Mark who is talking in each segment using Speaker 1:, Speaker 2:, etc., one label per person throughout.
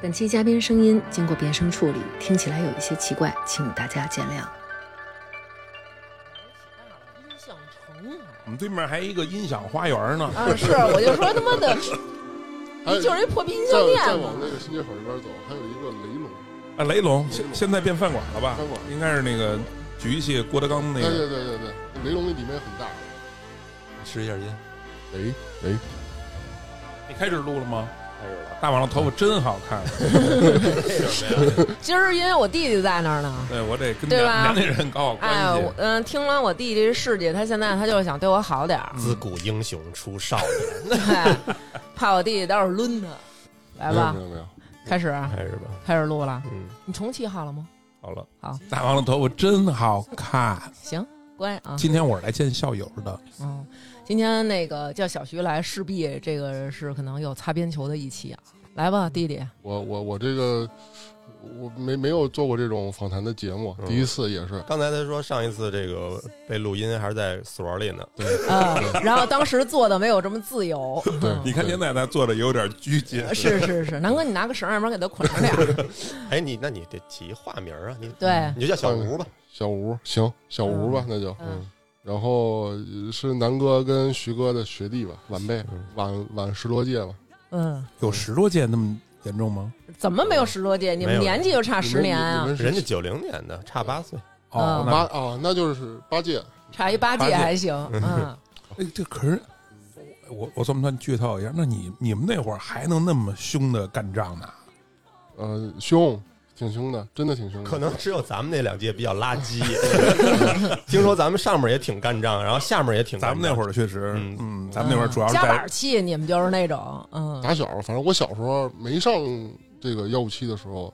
Speaker 1: 本期嘉宾声音经过变声处理，听起来有一些奇怪，请大家见谅。
Speaker 2: 音响城
Speaker 3: 我们对面还有一个音响花园呢，
Speaker 2: 啊，是，我就说他妈的，
Speaker 4: 还有
Speaker 2: 你就是一破逼啊音
Speaker 4: 再
Speaker 2: 像
Speaker 4: 再
Speaker 2: 店
Speaker 4: 哎往
Speaker 2: 嘛。
Speaker 4: 那个新街口那边走，还有一个雷龙，
Speaker 3: 啊，雷龙现现在变饭馆了吧
Speaker 4: 饭馆？
Speaker 3: 应该是那个举起郭德纲那
Speaker 4: 对
Speaker 3: 个，
Speaker 4: 对对对对，雷龙那里面很大。
Speaker 5: 试一下音，
Speaker 4: 哎哎，
Speaker 3: 你开始录了吗？
Speaker 5: 开始了。
Speaker 3: 大王的头发真好看，
Speaker 2: 今儿因为我弟弟在那儿呢，
Speaker 3: 对我得跟
Speaker 2: 对吧
Speaker 3: 娘娘那人搞好
Speaker 2: 哎，
Speaker 3: 关
Speaker 2: 我
Speaker 3: 系。
Speaker 2: 嗯，听完我弟弟这事迹，他现在他就是想对我好点 儿，
Speaker 5: 自古英雄出少年，
Speaker 2: 对，怕我弟弟待会儿抡他。来
Speaker 4: 没有
Speaker 2: 吧
Speaker 4: 没，有没有，
Speaker 2: 开始，
Speaker 5: 开始吧。
Speaker 2: 开始录了。
Speaker 5: 嗯，
Speaker 2: 你重启好了吗？
Speaker 3: 好了，
Speaker 2: 好，
Speaker 3: 大王的头发真好看。
Speaker 2: 行，乖啊。
Speaker 3: 今天我是来见校友的，
Speaker 2: 嗯，今天那个叫小徐来，势必这个是可能有擦边球的一期啊。来吧，弟弟，
Speaker 4: 我我我这个我没没有做过这种访谈的节目，
Speaker 5: 嗯
Speaker 4: 第一次也是。
Speaker 5: 刚才他说上一次这个被录音还是在所里呢，
Speaker 2: 嗯，然后当时做的没有这么自由，
Speaker 4: 对，
Speaker 3: 你看现在咱坐着有点拘谨，
Speaker 2: 是是是，南哥，你拿个绳儿，要不然给他捆着点儿。
Speaker 5: 哎，你那你得起一化名啊，你
Speaker 2: 对，
Speaker 5: 你就叫小吴吧。
Speaker 4: 小吴，行，小吴吧，那就。
Speaker 2: 嗯，
Speaker 4: 然后呃是南哥跟徐哥的学弟吧，晚辈，晚晚十多届吧。
Speaker 2: 嗯，
Speaker 3: 有十多届那么严重吗？
Speaker 2: 怎么没有十多届？你们
Speaker 5: 没有
Speaker 2: 年纪就差
Speaker 4: 你
Speaker 2: 十
Speaker 4: 们
Speaker 2: 年啊
Speaker 4: 你，们是
Speaker 5: 人家九零年的，差八岁，
Speaker 3: 哦
Speaker 2: 嗯，
Speaker 3: 那
Speaker 4: 八啊，那就是八届。
Speaker 2: 差一八
Speaker 3: 八
Speaker 2: 届
Speaker 3: 届
Speaker 2: 还行。嗯，
Speaker 3: 哎，这可是我我算不算剧透一下？那你你们那会儿还能那么凶的干仗呢？
Speaker 4: 呃，凶，挺凶的，真的挺凶的。
Speaker 5: 可能只有咱们那两届比较垃圾。 听说咱们上面也挺干仗，然后下面也挺干
Speaker 3: 咱
Speaker 5: 仗。
Speaker 3: 们那会儿确实，
Speaker 5: 嗯
Speaker 3: 嗯，咱们那会儿主要是
Speaker 2: 夹
Speaker 3: 在
Speaker 2: 板气，你们就是那种，嗯
Speaker 4: 打小，反正我小时候没上这个幺五七的时候，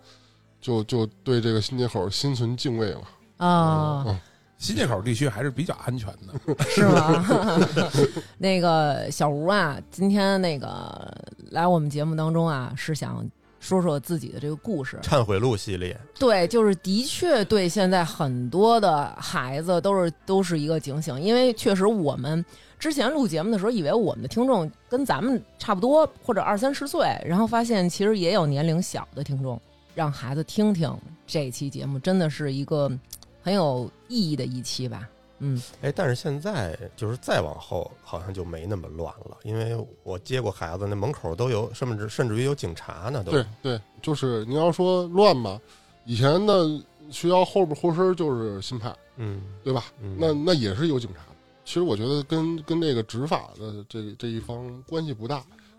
Speaker 4: 就就对这个新街口心存敬畏了。
Speaker 2: 啊，
Speaker 4: 嗯
Speaker 3: 新街口地区还是比较安全 的。
Speaker 2: 是吗？ 那个小吴啊，今天那个来我们节目当中啊，是想说说自己的这个故事。
Speaker 5: 忏悔录系列，
Speaker 2: 对，就是的确对现在很多的孩子都是都是一个警醒，因为确实我们之前录节目的时候，以为我们的听众跟咱们差不多，或者二三十岁，然后发现其实也有年龄小的听众，让孩子听听这期节目，真的是一个嗯很有意义的一期吧。嗯，
Speaker 5: 哎，但是现在就是再往后，好像就没那么乱了，因为我接过孩子，那门口都有，甚至甚至于有警察呢，都
Speaker 4: 对对，就是你要说乱吧，以前的学校后边后身就是新派，
Speaker 5: 嗯，
Speaker 4: 对吧？
Speaker 5: 嗯
Speaker 4: 那那也是有警察的。其实我觉得跟跟这个执法的这这一方关系不大，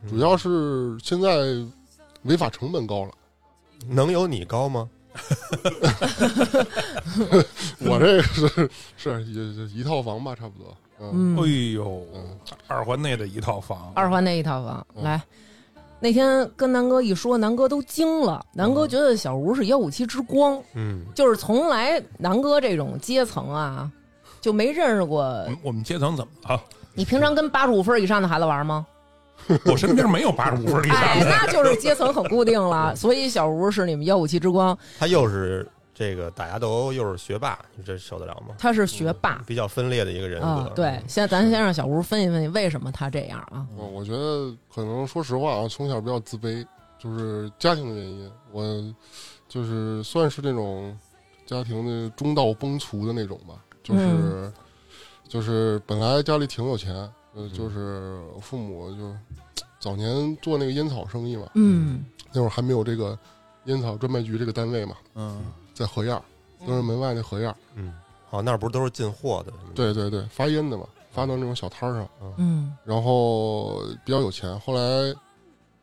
Speaker 4: 主
Speaker 5: 嗯
Speaker 4: 要是现在违法成本高了。
Speaker 5: 能有你高吗？
Speaker 4: 我这个是是一一套房吧，差不多。嗯，
Speaker 2: 嗯
Speaker 3: 哎呦
Speaker 4: 嗯，
Speaker 3: 二环内的一套房，
Speaker 2: 二环那一套房、
Speaker 4: 嗯
Speaker 2: 来。那天跟南哥一说，南哥都惊了。南
Speaker 3: 嗯
Speaker 2: 哥觉得小吴是幺五七之光，
Speaker 5: 嗯，
Speaker 2: 就是从来南哥这种阶层啊，就没认识过
Speaker 3: 我。们我们阶层怎么了？
Speaker 2: 你平常跟八十五分以上的孩子玩吗？
Speaker 3: 我身边没有八十五分以上
Speaker 2: 哎，
Speaker 3: 的。
Speaker 2: 那就是阶层很固定了。所以小吴是你们幺五七之光，
Speaker 5: 他又是这个打架斗殴，又是学霸，你这受得了吗？
Speaker 2: 他是学霸
Speaker 5: 比较分裂的一个人格。
Speaker 2: 啊。对，现在咱先让小吴分析分析为什么他这样啊？
Speaker 4: 我我觉得可能说实话啊，从小比较自卑，就是家庭的原因。我就是算是那种家庭的中道崩殂的那种吧，就是、
Speaker 2: 嗯
Speaker 4: 就是本来家里挺有钱，呃，就是父母就早年做那个烟草生意嘛，
Speaker 2: 嗯
Speaker 4: 那会儿还没有这个烟草专卖局这个单位嘛，
Speaker 3: 嗯，
Speaker 4: 在河沿儿，东直门外那河沿儿，
Speaker 5: 嗯，好，那儿不是都是进货的？，
Speaker 4: 对对对，发烟的嘛，发到那种小摊儿上。
Speaker 2: 嗯
Speaker 4: 然后比较有钱。后来，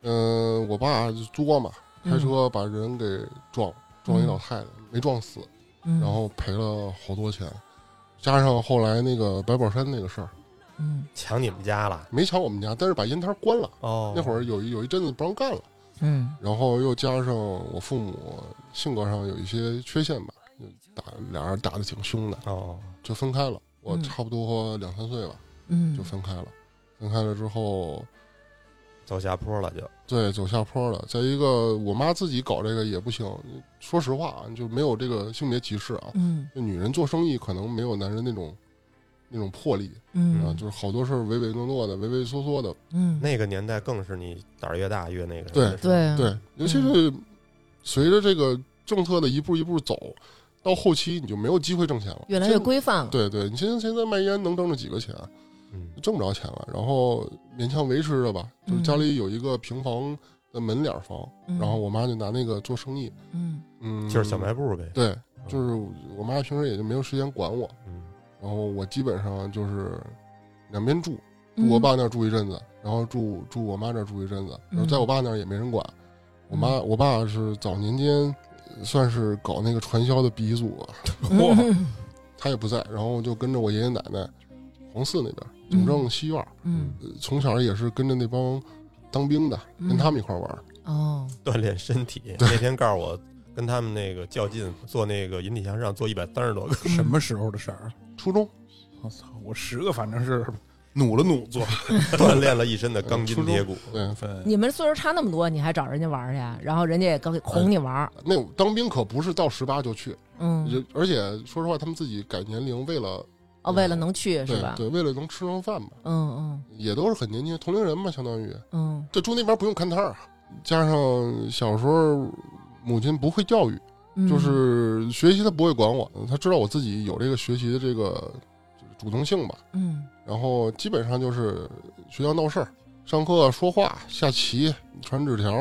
Speaker 4: 嗯、我爸就作嘛，
Speaker 2: 嗯
Speaker 4: 开车把人给撞，撞一老太太，没撞死，
Speaker 2: 嗯，
Speaker 4: 然后赔了好多钱。加上后来那个白宝山那个事儿，
Speaker 2: 嗯
Speaker 5: 抢你们家了。
Speaker 4: 没抢我们家，但是把烟摊关了。
Speaker 5: 哦，
Speaker 4: 那会儿有一有一阵子不让干了，
Speaker 2: 嗯
Speaker 4: 然后又加上我父母性格上有一些缺陷吧，就打俩人打的挺凶的，
Speaker 5: 哦，
Speaker 4: 就分开了。我
Speaker 2: 嗯
Speaker 4: 差不多两三岁吧，
Speaker 2: 嗯
Speaker 4: 就分开了。分开了之后，
Speaker 5: 走下坡了就。
Speaker 4: 对，走下坡了。再一个，我妈自己搞这个也不行。说实话啊，就没有这个性别歧视啊。
Speaker 2: 嗯
Speaker 4: 就女人做生意可能没有男人那种那种魄力啊，
Speaker 2: 嗯
Speaker 4: 就是好多事儿唯唯诺诺的、畏畏缩缩的。
Speaker 2: 嗯，
Speaker 5: 那个年代更是你胆儿越大越那个什么。
Speaker 4: 对
Speaker 5: 是吧，
Speaker 2: 对
Speaker 4: 对，尤其是随着这个政策的一步一步走，到后期你就没有机会挣钱了，
Speaker 2: 越来越
Speaker 4: 现
Speaker 2: 规范了。
Speaker 4: 对对，你现在现在卖烟能挣着几个钱？啊
Speaker 5: 嗯，
Speaker 4: 挣不着钱了，然后勉强维持着吧。就是家里有一个平房的门脸房，
Speaker 2: 嗯
Speaker 4: 然后我妈就拿那个做生意，
Speaker 2: 嗯，
Speaker 4: 嗯，
Speaker 5: 就是小卖部呗。
Speaker 4: 对，就是我妈平时也就没有时间管我，
Speaker 5: 嗯，
Speaker 4: 然后我基本上就是两边住，
Speaker 2: 嗯
Speaker 4: 住我爸那儿住一阵子，然后住住我妈那儿住一阵子，然后
Speaker 2: 嗯
Speaker 4: 在我爸那儿也没人管。我妈，我爸是早年间呃算是搞那个传销的鼻祖吧，
Speaker 3: 嚯、
Speaker 2: 嗯
Speaker 4: 他也不在，然后就跟着我爷爷奶奶，黄寺那边
Speaker 2: 嗯
Speaker 4: 总政西院，
Speaker 2: 嗯
Speaker 4: 呃从小也是跟着那帮当兵的，
Speaker 2: 嗯
Speaker 4: 跟他们一块儿玩儿。
Speaker 2: 哦，
Speaker 5: 锻炼身体。那天告诉我，跟他们那个较劲，做那个引体向上，做一百三十 多个。
Speaker 3: 什么时候的事儿？
Speaker 4: 初中
Speaker 3: 我操，我十个反正是努了努 做，
Speaker 5: 锻炼了一身的钢筋铁骨。
Speaker 4: 对，
Speaker 3: 分
Speaker 2: 你们岁数差那么多，你还找人家玩儿去，啊然后人家也刚哄你玩儿，
Speaker 4: 那当兵可不是到十八就去，
Speaker 2: 嗯，
Speaker 4: 人而且说实话，他们自己改年龄，为了
Speaker 2: 哦，为了能去是
Speaker 4: 对
Speaker 2: 吧？
Speaker 4: 对，为了能吃上饭嘛，
Speaker 2: 嗯
Speaker 4: 也都是很年轻同龄人嘛，相当于
Speaker 2: 嗯嗯
Speaker 4: 这住那边不用看摊儿，啊加上小时候母亲不会教育，
Speaker 2: 嗯，
Speaker 4: 就是学习她不会管我，她知道我自己有这个学习的这个就是主动性吧，
Speaker 2: 嗯
Speaker 4: 然后基本上就是学校闹事儿，上课说话、下棋、传纸条，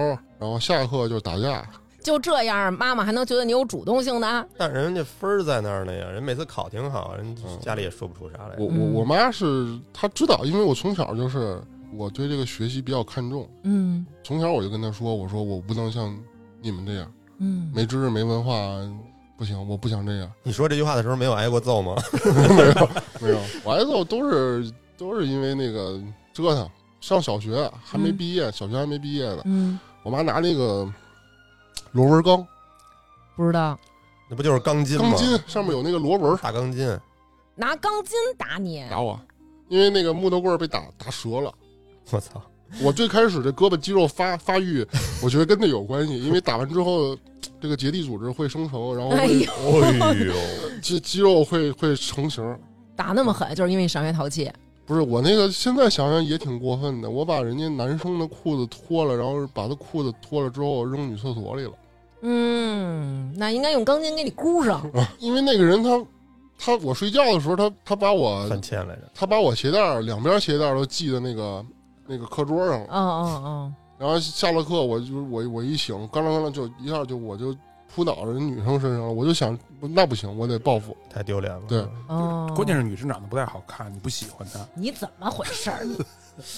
Speaker 4: 然后下课就打架。
Speaker 2: 就这样，妈妈还能觉得你有主动性的？
Speaker 5: 但人家分儿在那儿呢呀，人每次考挺好，人
Speaker 4: 嗯
Speaker 5: 家里也说不出啥来。
Speaker 4: 我
Speaker 2: 嗯
Speaker 4: 我我妈是她知道，因为我从小就是我对这个学习比较看重，
Speaker 2: 嗯
Speaker 4: 从小我就跟她说，我说我不能像你们这样，
Speaker 2: 嗯，
Speaker 4: 没知识没文化不行，我不想这样。
Speaker 5: 你说这句话的时候没有挨过揍吗？
Speaker 4: 没有，我挨揍都是都是因为那个折腾。上小学还没
Speaker 2: 嗯
Speaker 4: 毕业，小学还没毕业呢，
Speaker 2: 嗯，
Speaker 4: 我妈拿那个螺纹钢
Speaker 2: 不知道
Speaker 5: 那不就是钢筋吗？
Speaker 4: 钢筋上面有那个螺纹儿
Speaker 5: 大钢筋，
Speaker 2: 拿钢筋打你，
Speaker 4: 打我，因为那个木头棍儿被打打折了。
Speaker 5: 我操！
Speaker 4: 我最开始这胳膊肌肉发发育，我觉得跟这有关系，因为打完之后，这个结缔组织会生成，然后
Speaker 2: 哎
Speaker 4: 会
Speaker 2: 呦，
Speaker 5: 哎呦，
Speaker 4: 肌肌肉会会成型。
Speaker 2: 打那么狠，就是因为你上学淘气。
Speaker 4: 不是我那个，现在想想也挺过分的。我把人家男生的裤子脱了，然后把他裤子脱了之后扔女厕所里了，
Speaker 2: 嗯，那应该用钢筋给你箍上。
Speaker 4: 因为那个人他他我睡觉的时候，他他把我
Speaker 5: 三千来着，
Speaker 4: 他把我鞋带儿两边鞋带儿都系在那个那个课桌上了。
Speaker 2: 嗯嗯嗯，
Speaker 4: 然后下了课，我就我我一醒，刚啷刚啷就一下就我就扑倒人女生身上了，我就想不那不行，我得报复。
Speaker 5: 太丢脸了。
Speaker 4: 对
Speaker 2: 哦，
Speaker 3: 关键是女生长得不太好看，你不喜欢她，
Speaker 2: 你怎么回事 儿？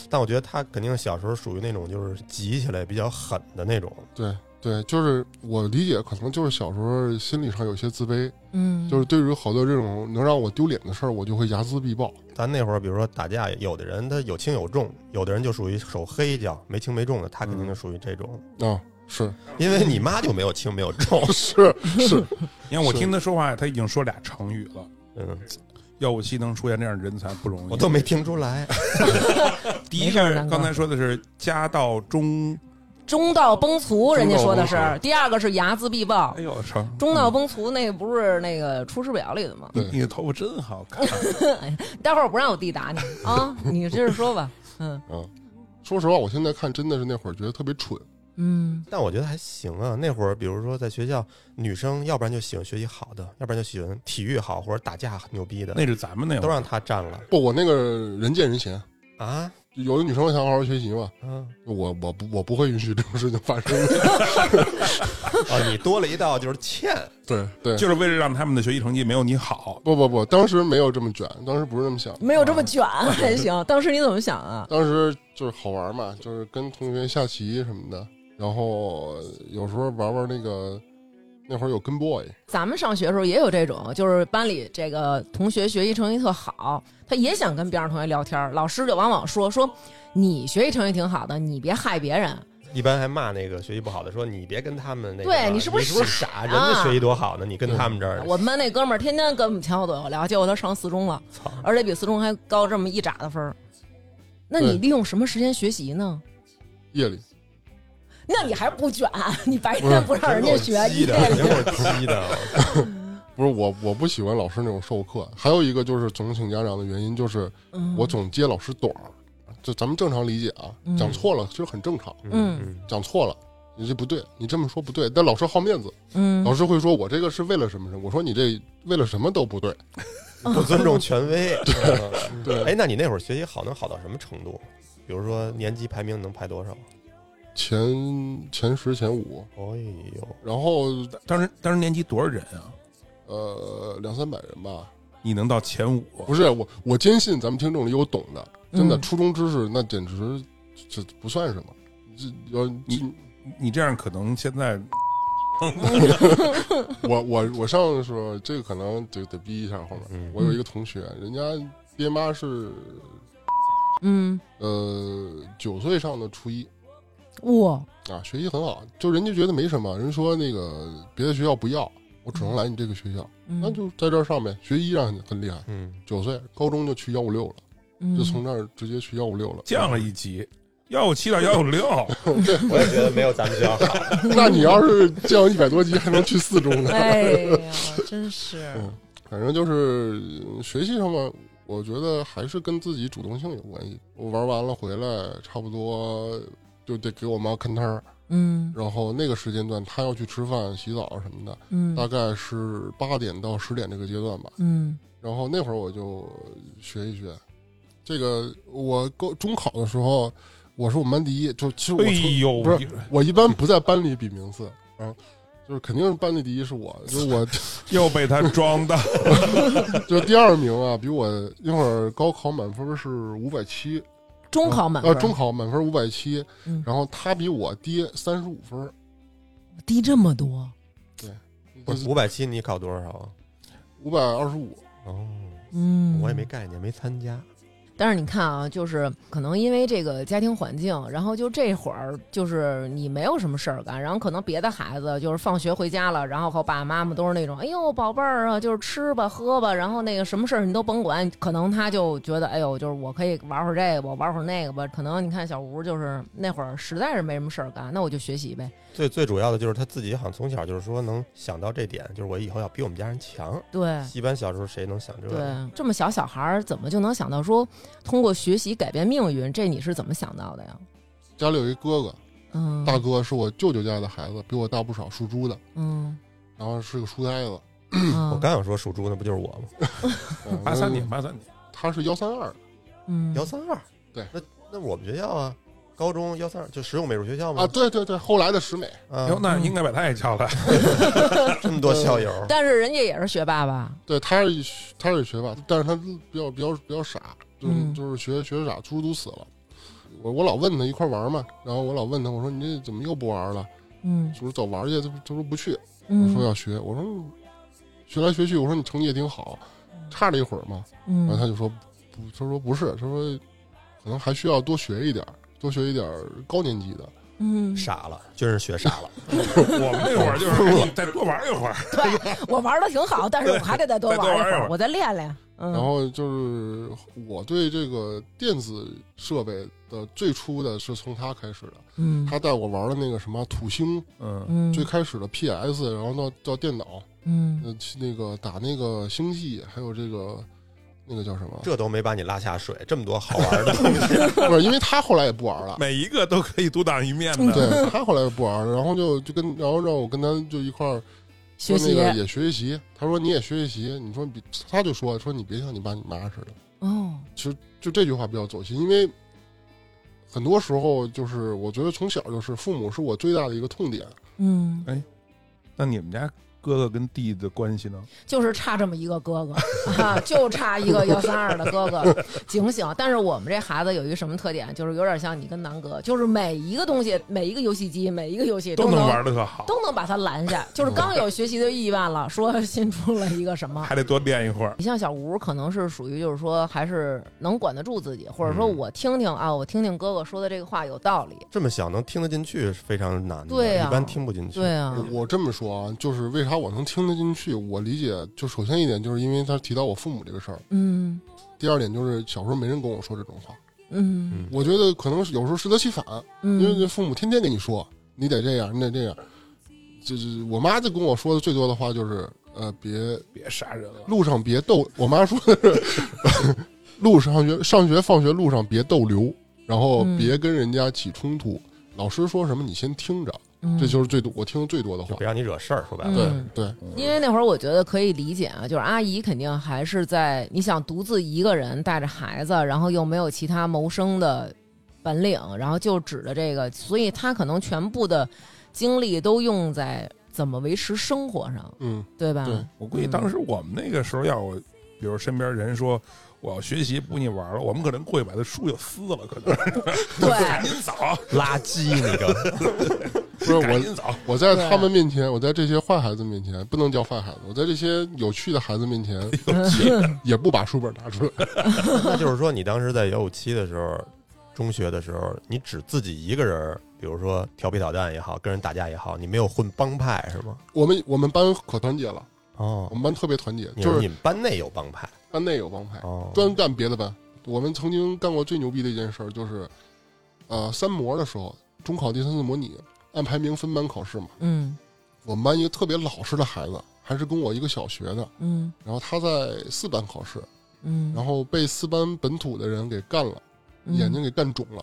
Speaker 5: 但我觉得他肯定小时候属于那种就是急起来比较狠的那种，
Speaker 4: 对对，就是我理解，可能就是小时候心理上有些自卑，
Speaker 2: 嗯，
Speaker 4: 就是对于好多这种能让我丢脸的事儿，我就会睚眦必报。
Speaker 5: 咱那会儿，比如说打架，有的人他有轻有重，有的人就属于手黑叫没轻没重的，他肯定就属于这种。
Speaker 4: 啊，是
Speaker 5: 因为你妈就没有轻没有重，
Speaker 4: 是是，
Speaker 3: 你看我
Speaker 4: 是
Speaker 3: 听她说话，她已经说俩成语了。
Speaker 5: 嗯，
Speaker 3: 要不西能出现这样的人才不容易。
Speaker 5: 我都没听出来。
Speaker 3: 第一
Speaker 2: 没事儿
Speaker 3: 个
Speaker 2: 南哥
Speaker 3: 刚才说的是家道中，
Speaker 2: 中道崩殂，人家说的是
Speaker 4: 中道崩殂。
Speaker 2: 第二个是睚眦必报
Speaker 3: 哎。呦成
Speaker 2: 中道崩殂那不是那个《出师表》里的吗？
Speaker 3: 你你的头发真好看，
Speaker 2: 待会儿我不让我弟打你啊，你接着说吧。嗯
Speaker 4: 说实话，我现在看真的是那会儿觉得特别蠢。
Speaker 2: 嗯
Speaker 5: 但我觉得还行啊。那会儿，比如说在学校，女生要不然就喜欢学习好的，要不然就喜欢体育好或者打架很牛逼的，
Speaker 3: 那是咱们那
Speaker 5: 都
Speaker 3: 会儿。
Speaker 5: 让她占了
Speaker 4: 不，我那个人见人嫌，
Speaker 5: 啊。
Speaker 4: 有的女生想好好学习嘛，
Speaker 5: 嗯，
Speaker 4: 我我不我不会允许这种事情发生的。
Speaker 5: 啊，你多了一道就是欠，
Speaker 4: 对对，
Speaker 3: 就是为了让他们的学习成绩没有你好，
Speaker 4: 不不不，当时没有这么卷，当时不是这么想的。
Speaker 2: 没有这么卷还行。当时你怎么想啊？
Speaker 4: 当时就是好玩嘛，就是跟同学下棋什么的，然后有时候玩玩那个，那会儿有跟 boy，
Speaker 2: 咱们上学的时候也有这种，就是班里这个同学学习成绩特好，他也想跟边上同学聊天儿，老师就往往说说你学习成绩挺好的，你别害别人。
Speaker 5: 一般还骂那个学习不好的说你别跟他们那个，
Speaker 2: 对
Speaker 5: 你
Speaker 2: 你
Speaker 5: 是
Speaker 2: 是
Speaker 5: 不
Speaker 2: 不是
Speaker 5: 是傻？
Speaker 2: 傻
Speaker 5: 人家学习多好呢，你跟他们这儿
Speaker 2: 我们班那哥们儿天天跟我们前后左右聊，结果他上四中了，
Speaker 5: 操，
Speaker 2: 而且比四中还高这么一拃的分儿。那
Speaker 4: 对
Speaker 2: 你利用什么时间学习呢？
Speaker 4: 夜里
Speaker 2: 那你还不卷？啊你白
Speaker 4: 不是
Speaker 2: 天不让人家学，
Speaker 5: 鸡
Speaker 2: 夜
Speaker 5: 的，
Speaker 2: 里
Speaker 5: 真够鸡的。
Speaker 4: 不是我我不喜欢老师那种授课，还有一个就是总请家长的原因就是
Speaker 2: 嗯
Speaker 4: 我总接老师短儿，就咱们正常理解啊，
Speaker 2: 嗯
Speaker 4: 讲错了其实很正常，
Speaker 2: 嗯
Speaker 4: 讲错了你这不对，你这么说不对。但老师好面子，
Speaker 2: 嗯
Speaker 4: 老师会说我这个是为了什么什么，我说你这为了什么都不对。
Speaker 5: 嗯不尊重权威。
Speaker 4: 对
Speaker 5: 哎，那你那会儿学习好能好到什么程度？比如说年级排名能排多少？
Speaker 4: 前前十前五，
Speaker 5: 哎呦，
Speaker 4: 然后
Speaker 3: 当时当时年级多少人啊？
Speaker 4: 呃两三百人吧。
Speaker 3: 你能到前五？
Speaker 4: 不是我，我坚信咱们听众里有懂的，真的、
Speaker 2: 嗯
Speaker 4: 初中知识那简直这这不算什么。这呃要
Speaker 3: 你你这样可能现在
Speaker 4: 我我我上的时候，这个可能得得逼一下后面。
Speaker 5: 嗯，
Speaker 4: 我有一个同学，人家爹妈是
Speaker 2: 嗯，
Speaker 4: 呃九岁上的初一
Speaker 2: 哇，
Speaker 4: 啊，学习很好，就人家觉得没什么，人说那个别的学校不要，我只能来你这个学校，
Speaker 2: 嗯
Speaker 4: 那就在这儿上呗，学医让很厉害，
Speaker 5: 嗯，
Speaker 4: 九岁高中就去幺五六了，
Speaker 2: 嗯
Speaker 4: 就从那儿直接去幺五六了，
Speaker 3: 降了一级，幺五七到幺五六，
Speaker 5: 我也觉得没有咱们学校好。
Speaker 4: 那你要是降一百多级，还能去四中 呢
Speaker 2: 嗯。哎呀，真是
Speaker 4: 嗯反正就是嗯学习上面，我觉得还是跟自己主动性有关系。我玩完了回来，差不多就得给我妈看摊儿，
Speaker 2: 嗯
Speaker 4: 然后那个时间段她要去吃饭、洗澡什么的，
Speaker 2: 嗯
Speaker 4: 大概是八点到十点这个阶段吧。
Speaker 2: 嗯
Speaker 4: 然后那会儿我就学一学。这个我高中考的时候，我是我们班第一，就其实我
Speaker 3: 哎
Speaker 4: 从
Speaker 3: 呦，
Speaker 4: 不是我一般不在班里比名次啊，就是肯定是班里第一是我，就是我
Speaker 3: 又被他装到，
Speaker 4: 就第二名啊，比我那会儿高考满分是五百七，
Speaker 2: 中考满
Speaker 4: 呃
Speaker 2: 分，
Speaker 4: 中考满分五百七
Speaker 2: 嗯，
Speaker 4: 然后他比我低三十五分儿，
Speaker 2: 低这么多，
Speaker 5: 不是五百七，你考多少啊？
Speaker 4: 五百二十五，
Speaker 5: 哦，
Speaker 2: 嗯，
Speaker 5: 我也没概念，没参加。
Speaker 2: 但是你看啊，就是可能因为这个家庭环境，然后就这会儿就是你没有什么事儿干，然后可能别的孩子就是放学回家了，然后和爸爸妈妈都是那种，哎呦宝贝儿啊，就是吃吧喝吧，然后那个什么事儿你都甭管，可能他就觉得，哎呦，就是我可以玩会儿这个吧，玩会儿那个吧。可能你看小吴就是那会儿实在是没什么事儿干，那我就学习呗。
Speaker 5: 最最主要的就是他自己好像从小就是说能想到这点，就是我以后要比我们家人强。
Speaker 2: 对。
Speaker 5: 一般小时候谁能想这
Speaker 2: 哎对
Speaker 5: 个？，
Speaker 2: 这么小小孩儿怎么就能想到说通过学习改变命运？这你是怎么想到的呀？
Speaker 4: 家里有一哥哥，
Speaker 2: 嗯，
Speaker 4: 大哥是我舅舅家的孩子，比我大不少，属猪的，
Speaker 2: 嗯，
Speaker 4: 然后是个书呆 子，
Speaker 2: 嗯
Speaker 5: 我刚想说属猪那不就是我吗？
Speaker 4: 嗯
Speaker 3: 八三年，八三年，
Speaker 4: 他是幺三二，
Speaker 2: 嗯
Speaker 5: 幺三二，
Speaker 4: 对，
Speaker 5: 那那我们学校啊，高中幺三二就实用美术学校
Speaker 2: 哦
Speaker 4: 啊，
Speaker 5: 嘛，
Speaker 4: 对对对，后来的石美，
Speaker 5: 啊
Speaker 3: 哟，，哎那应该把他也叫 来，
Speaker 5: 这么多校友，
Speaker 2: 但是人家也是学霸吧？
Speaker 4: 对，他是一他是学霸，但是他比较比较比较傻，就是、
Speaker 2: 嗯
Speaker 4: 就是学学傻，猪都死了。我我老问他一块儿玩嘛，然后我老问他，我说你这怎么又不玩了？
Speaker 2: 嗯
Speaker 4: 就是走玩去，他他说不去，我说
Speaker 2: 嗯
Speaker 4: 要学，我说嗯学来学去，我说你成绩也挺好，差了一会儿嘛，然后他
Speaker 2: 嗯
Speaker 4: 就说不，他说不是，他说可能还需要多学一点儿，多学一点儿高年级的，
Speaker 2: 嗯，
Speaker 5: 傻了，真是学傻了。
Speaker 3: 我们那会 儿就是哎你再多玩一会儿，
Speaker 2: 对 我玩的挺好，但是我还得再多玩一
Speaker 3: 再多玩
Speaker 2: 会
Speaker 3: 一会
Speaker 2: 儿，
Speaker 3: 儿
Speaker 2: 我再练练。嗯，
Speaker 4: 然后就是我对这个电子设备的最初的是从他开始的，
Speaker 2: 嗯
Speaker 4: 他带我玩的那个什么土星，
Speaker 3: 嗯，
Speaker 2: 嗯
Speaker 4: 最开始的 PS，然后到到电脑，
Speaker 2: 嗯
Speaker 4: 呃，去那个打那个星际，还有这个那个叫什么？
Speaker 5: 这都没把你拉下水，这么多好玩 的东西，
Speaker 4: 不是，因为他后来也不玩了。
Speaker 3: 每一个都可以独当一面的，
Speaker 4: 对 他后来就不玩了，然后就就跟然后让我跟他就一块儿
Speaker 2: 学
Speaker 4: 说那
Speaker 2: 习
Speaker 4: 个也学习，他说你也学习，你说比他就说说你别像你爸你妈似的，
Speaker 2: 哦，
Speaker 4: 就这句话比较走心，因为很多时候就是我觉得从小就是父母是我最大的一个痛点，
Speaker 2: 嗯，
Speaker 3: 那你们家哥哥跟弟的关系呢？
Speaker 2: 就是差这么一个哥哥 啊，就差一个幺三二的哥哥警醒。但是我们这孩子有一个什么特点，就是有点像你跟南哥，就是每一个东西，每一个游戏机，每一个游戏
Speaker 3: 都能
Speaker 2: 能
Speaker 3: 玩的特好，
Speaker 2: 都能把他拦下。就是刚有学习的意愿了，说新出了一个什么，
Speaker 3: 还得多练一会儿。
Speaker 2: 你像小吴，可能是属于就是说还是能管得住自己，或者说
Speaker 5: 嗯
Speaker 2: 我听听啊，我听听哥哥说的这个话有道理。
Speaker 5: 这么小能听得进去是非常难的，
Speaker 2: 对啊
Speaker 5: 一般听不进去。
Speaker 2: 对啊，
Speaker 4: 我这么说啊，就是为啥我能听得进去？我理解，就首先一点就是因为他提到我父母这个事儿，
Speaker 2: 嗯
Speaker 4: 第二点就是小时候没人跟我说这种话，
Speaker 2: 嗯
Speaker 5: 嗯，
Speaker 4: 我觉得可能是有时候适得其反，因为
Speaker 2: 嗯
Speaker 4: 这父母天天给你说你得这样，你得这样，就是我妈就跟我说的最多的话就是呃别
Speaker 3: 别杀人了，
Speaker 4: 路上别逗，我妈说的是路上学上学放学路上别逗留，然后
Speaker 2: 嗯
Speaker 4: 别跟人家起冲突，老师说什么你先听着，
Speaker 2: 嗯
Speaker 4: 这就是最多我听最多的
Speaker 5: 就
Speaker 4: 话
Speaker 5: 别。让你惹事儿，说白了。
Speaker 4: 对
Speaker 2: 嗯
Speaker 4: 对，
Speaker 2: 因为那会儿我觉得可以理解啊，就是阿姨肯定还是在你想独自一个人带着孩子，然后又没有其他谋生的本领，然后就指着这个，所以她可能全部的精力都用在怎么维持生活上，
Speaker 4: 嗯，
Speaker 2: 对吧？
Speaker 4: 对
Speaker 3: 我估计当时
Speaker 4: 嗯
Speaker 3: 我们那个时候要我，比如身边人说我要学习不跟你玩了，我们可能过去把他书就撕了，可 能
Speaker 2: 对
Speaker 3: 赶紧走，
Speaker 5: 垃圾，你个
Speaker 4: 不是
Speaker 3: 赶
Speaker 4: 我，
Speaker 3: 紧走。
Speaker 4: 我在
Speaker 2: 对
Speaker 4: 他们面前，我在这些坏孩子面前，不能叫坏孩子，我在这些有趣的孩子面前，也不把书本拿出来。
Speaker 5: 那就是说你当时在幺五七的时候，中学的时候，你只自己一个人儿，比如说调皮捣蛋也好，跟人打架也好，你没有混帮派是吗？
Speaker 4: 我们我们班可团结了，
Speaker 5: 哦
Speaker 4: 我，们班特别团结，
Speaker 5: 你
Speaker 4: 就是是
Speaker 5: 你们班内有帮派
Speaker 4: 班内有帮派，
Speaker 5: 哦，
Speaker 4: 专干别的班。我们曾经干过最牛逼的一件事儿，就是，呃，三模的时候，中考第三次模拟按排名分班考试嘛。
Speaker 2: 嗯
Speaker 4: 我们班一个特别老实的孩子，还是跟我一个小学的，
Speaker 2: 嗯
Speaker 4: 然后他在四班考试，
Speaker 2: 嗯，
Speaker 4: 然后被四班本土的人给干了，
Speaker 2: 嗯
Speaker 4: 眼睛给干肿了。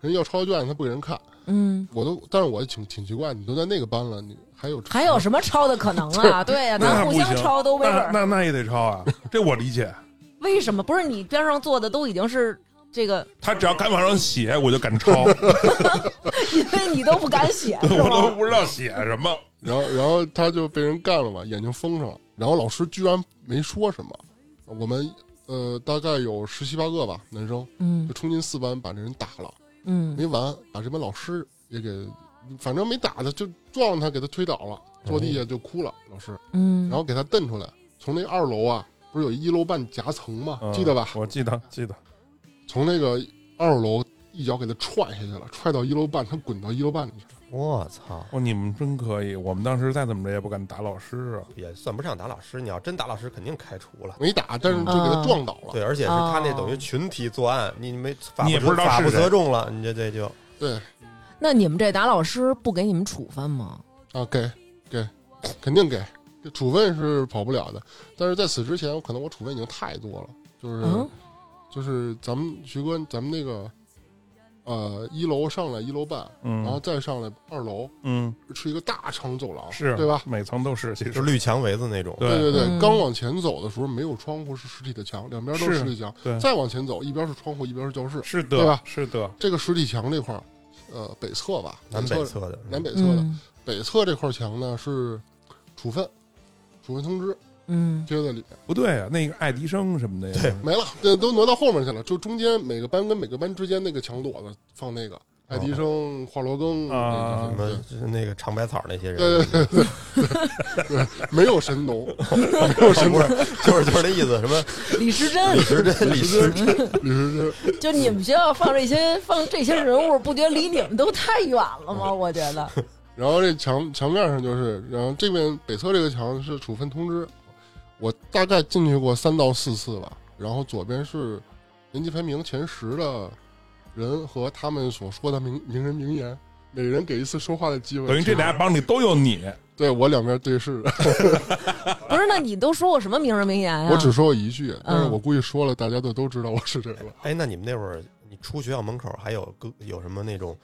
Speaker 4: 人要抄卷，他不给人看，
Speaker 2: 嗯。
Speaker 4: 我都，但是我挺挺奇怪，你都在那个班了，你还有
Speaker 2: 还有什么抄的可能啊？对呀、
Speaker 3: 那
Speaker 2: 咱互
Speaker 3: 不
Speaker 2: 相
Speaker 3: 行
Speaker 2: 抄都没准
Speaker 3: 那
Speaker 2: 儿。
Speaker 3: 那那也得抄啊，这我理解。
Speaker 2: 为什么不是你边上坐的都已经是这个？
Speaker 3: 他只要敢往上写，我就敢抄，
Speaker 2: 因为你都不敢写，是
Speaker 3: 我都
Speaker 2: 吗？
Speaker 3: 不知道写什么。
Speaker 4: 然后，然后他就被人干了嘛，眼睛封上了。然后老师居然没说什么。我们呃，大概有十七八个吧，男生
Speaker 2: 嗯
Speaker 4: 就冲进四班把这人打了，
Speaker 2: 嗯
Speaker 4: 没完，把这帮老师也给，反正没打他，就撞他，给他推倒了，坐地下就哭了。老师，
Speaker 2: 嗯
Speaker 4: 然后给他蹬出来，从那二楼啊，不是有一楼半夹层吗？
Speaker 3: 嗯
Speaker 4: 记得吧？
Speaker 3: 我记得，记得。
Speaker 4: 从那个二楼一脚给他踹下去了，踹到一楼半，他滚到一楼半里去了。
Speaker 5: 我操，
Speaker 3: 哦，你们真可以！我们当时再怎么着也不敢打老师啊。
Speaker 5: 也算不上打老师，你要真打老师肯定开除了。
Speaker 4: 没打，但是就给他
Speaker 2: 嗯
Speaker 4: 撞倒了。
Speaker 5: 对，而且是他那
Speaker 2: 哦
Speaker 5: 等于群体作案，你没法
Speaker 3: 你也不知道
Speaker 5: 法
Speaker 3: 是
Speaker 5: 不
Speaker 3: 谁
Speaker 5: 责众了，你这这就
Speaker 4: 对
Speaker 2: 那你们这打老师不给你们处分吗？
Speaker 4: 啊，给给，肯定给。这处分是跑不了的，但是在此之前，我可能我处分已经太多了，就是、
Speaker 2: 嗯
Speaker 4: 就是咱们徐哥，咱们那个呃一楼上来一楼半，
Speaker 3: 嗯，
Speaker 4: 然后再上来二楼
Speaker 3: 嗯，
Speaker 4: 是一个大长走廊，
Speaker 3: 是
Speaker 4: 哦
Speaker 3: 啊
Speaker 4: 对吧？？
Speaker 3: 每层都是，其
Speaker 5: 就
Speaker 3: 实
Speaker 5: 绿墙围子那种。
Speaker 3: 对
Speaker 4: 对对，
Speaker 2: 嗯
Speaker 4: 刚往前走的时候没有窗户是实体的墙，两边都
Speaker 3: 是
Speaker 4: 实体墙，
Speaker 3: 对
Speaker 4: 再往前走一边是窗户一边是教室，
Speaker 3: 是
Speaker 4: 对
Speaker 3: 的
Speaker 4: 吧，
Speaker 3: 是的，
Speaker 4: 这个实体墙这块儿，呃北侧吧，
Speaker 5: 南
Speaker 4: 北
Speaker 5: 北侧的，
Speaker 4: 南北侧的、
Speaker 2: 嗯
Speaker 4: 北侧这块墙呢是处分，处分通知
Speaker 2: 嗯
Speaker 4: 贴在里面。
Speaker 3: 不对啊，那个爱迪生什么的呀，
Speaker 5: 对
Speaker 4: 没了，这都挪到后面去了。就中间每个班跟每个班之间那个墙垛子放那个爱迪生、华罗庚
Speaker 3: 哦啊
Speaker 4: 那
Speaker 5: 什么
Speaker 4: 个
Speaker 5: 就是那个尝百草那些人，
Speaker 4: 对对对对，没有神农， 没有神农，
Speaker 5: 就是就是那意思，什么
Speaker 2: 李时珍
Speaker 5: 李，时珍、李时珍，
Speaker 4: 李时珍
Speaker 2: 就你们学校放这些放这些人物，不觉得离你们都太远了吗？我觉得，
Speaker 4: 然后这墙墙面上就是，然后这边北侧这个墙是处分通知，我大概进去过三到四次吧。然后左边是年级排名前十的人和他们所说的名名人名言，每人给一次说话的机会。
Speaker 3: 等于这俩帮里都有你，
Speaker 4: 对我两边对视。
Speaker 2: 不是？那你都说过什么名人名言啊？
Speaker 4: 我只说过一句，但是我估计说了，大家都都知道我是谁了。
Speaker 5: 哎，那你们那会儿，你出学校门口还有个有什么那种？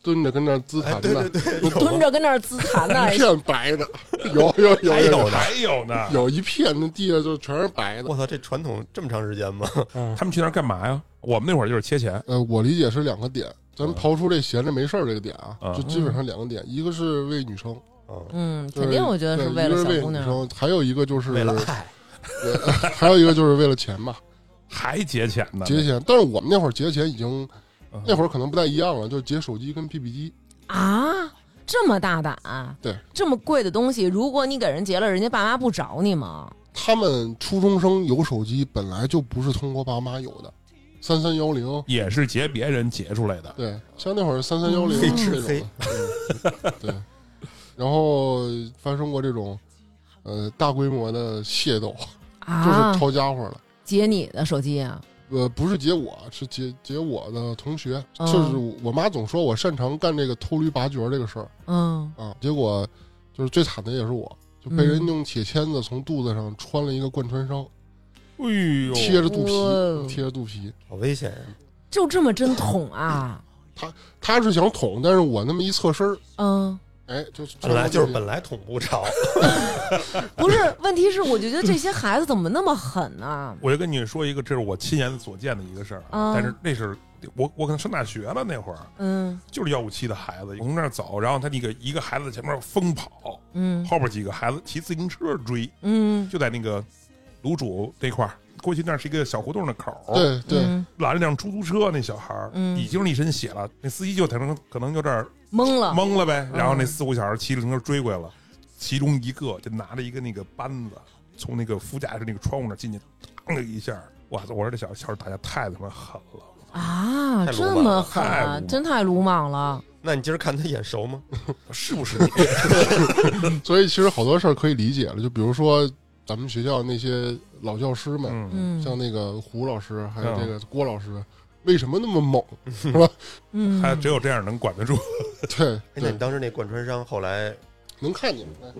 Speaker 4: 蹲着跟那儿姿
Speaker 5: 哎，
Speaker 4: 谈
Speaker 5: 对
Speaker 4: 呢
Speaker 5: 对，对，有
Speaker 2: 蹲着跟那儿自残 呢
Speaker 4: 一。片白的，有有有
Speaker 5: 还
Speaker 4: 有
Speaker 5: 有
Speaker 4: 有
Speaker 5: 呢。
Speaker 3: 还有呢。
Speaker 4: 有一片那地下就全是白的。
Speaker 5: 我操，这传统这么长时间吗？
Speaker 4: 嗯
Speaker 3: 他们去那儿干嘛呀？我们那会儿就是切钱，
Speaker 4: 呃，我理解是两个点，咱
Speaker 5: 嗯
Speaker 4: 们刨出这闲着没事儿这个点啊，
Speaker 3: 嗯
Speaker 4: 就基本上两个点，一个是为女生，
Speaker 5: 嗯，
Speaker 2: 嗯，
Speaker 4: 就是
Speaker 2: 肯定，我觉得
Speaker 4: 对
Speaker 2: 是
Speaker 4: 一
Speaker 2: 为
Speaker 4: 个
Speaker 2: 了
Speaker 4: 是
Speaker 2: 小
Speaker 4: 为
Speaker 2: 姑
Speaker 4: 女
Speaker 2: 娘。
Speaker 4: 生，还有一个就是
Speaker 5: 为了 啊爱，
Speaker 4: 还有一个就是为了钱嘛，
Speaker 3: 还节钱呢。
Speaker 4: 节钱。但是我们那会儿节钱已经
Speaker 3: 嗯
Speaker 4: 那会儿可能不太一样了，就是节手机跟 BB 机。
Speaker 2: 啊，这么大胆、
Speaker 4: 对，
Speaker 2: 这么贵的东西，如果你给人结了，人家爸妈不找你吗？
Speaker 4: 他们初中生有手机本来就不是通过爸妈有的，三三幺零，
Speaker 3: 也是劫别人劫出来的。
Speaker 4: 对，像那会儿三三幺零
Speaker 5: 黑吃
Speaker 4: 这种
Speaker 5: 黑
Speaker 4: 的，嗯 对，然后发生过这种呃大规模的械斗，就
Speaker 2: 啊
Speaker 4: 是，抄家伙了。
Speaker 2: 劫你的手机啊？
Speaker 4: 呃，不是劫我，是劫劫我的同学，
Speaker 2: 嗯
Speaker 4: 就是我我妈总说我擅长干这个偷驴拔角这个事儿
Speaker 2: 嗯
Speaker 4: 啊，结果就是最惨的也是我，就被人
Speaker 2: 嗯
Speaker 4: 用铁签子从肚子上穿了一个贯穿伤，
Speaker 3: 哎呦，
Speaker 4: 贴着肚
Speaker 2: 哇哦
Speaker 4: 皮，贴着肚皮。
Speaker 5: 好危险呀！
Speaker 2: 就这么针捅啊？
Speaker 4: 他是想捅，但是我那么一侧身儿，
Speaker 2: 嗯，
Speaker 4: 哎，就是
Speaker 5: 本来就是本来捅不着，
Speaker 2: 不是，问题是我就觉得这些孩子怎么那么狠啊呢、
Speaker 3: 我就跟你说一个，这是我亲眼所见的一个事儿
Speaker 2: 啊
Speaker 3: 啊，但是那是我我可能上大学了那会儿，
Speaker 2: 嗯
Speaker 3: 就是幺五七的孩子从那儿走，然后他那个一个孩子在前面疯跑，
Speaker 2: 嗯
Speaker 3: 后边几个孩子骑自行车追，
Speaker 2: 嗯，
Speaker 3: 就在那个卤煮那块儿，过去那是一个小胡同的口儿，
Speaker 4: 对对，
Speaker 2: 嗯
Speaker 3: 拦了辆出租车，那小孩儿、
Speaker 2: 嗯
Speaker 3: 已经是一身血了，那司机就可能可能就这儿
Speaker 2: 懵 了，
Speaker 3: 懵了呗，
Speaker 2: 嗯
Speaker 3: 然后那四五个小孩骑着自行车追过来了，其中一个就拿着一个那个扳子，从那个副驾驶那个窗户那儿进去，当了一下，哇塞！我说这小小孩打架太他妈狠了，
Speaker 2: 啊，
Speaker 5: 太鲁
Speaker 2: 这
Speaker 5: 莽
Speaker 2: 么
Speaker 5: 了
Speaker 2: 狠
Speaker 3: 太鲁
Speaker 2: 啊，
Speaker 3: 莽
Speaker 2: 真太鲁莽了。
Speaker 5: 那你今儿看他眼熟 吗？
Speaker 3: 是不是？
Speaker 4: 所以其实好多事儿可以理解了，就比如说咱们学校那些老教师们，
Speaker 3: 嗯，
Speaker 2: 嗯，
Speaker 4: 像那个胡老师，还有
Speaker 3: 嗯
Speaker 4: 这个郭老师，为什么那么猛？
Speaker 2: 嗯，
Speaker 3: 他只有这样能管得住。
Speaker 4: 对
Speaker 5: 哎那你
Speaker 4: 对，
Speaker 5: 当时那贯穿伤后来
Speaker 4: 能看见，哎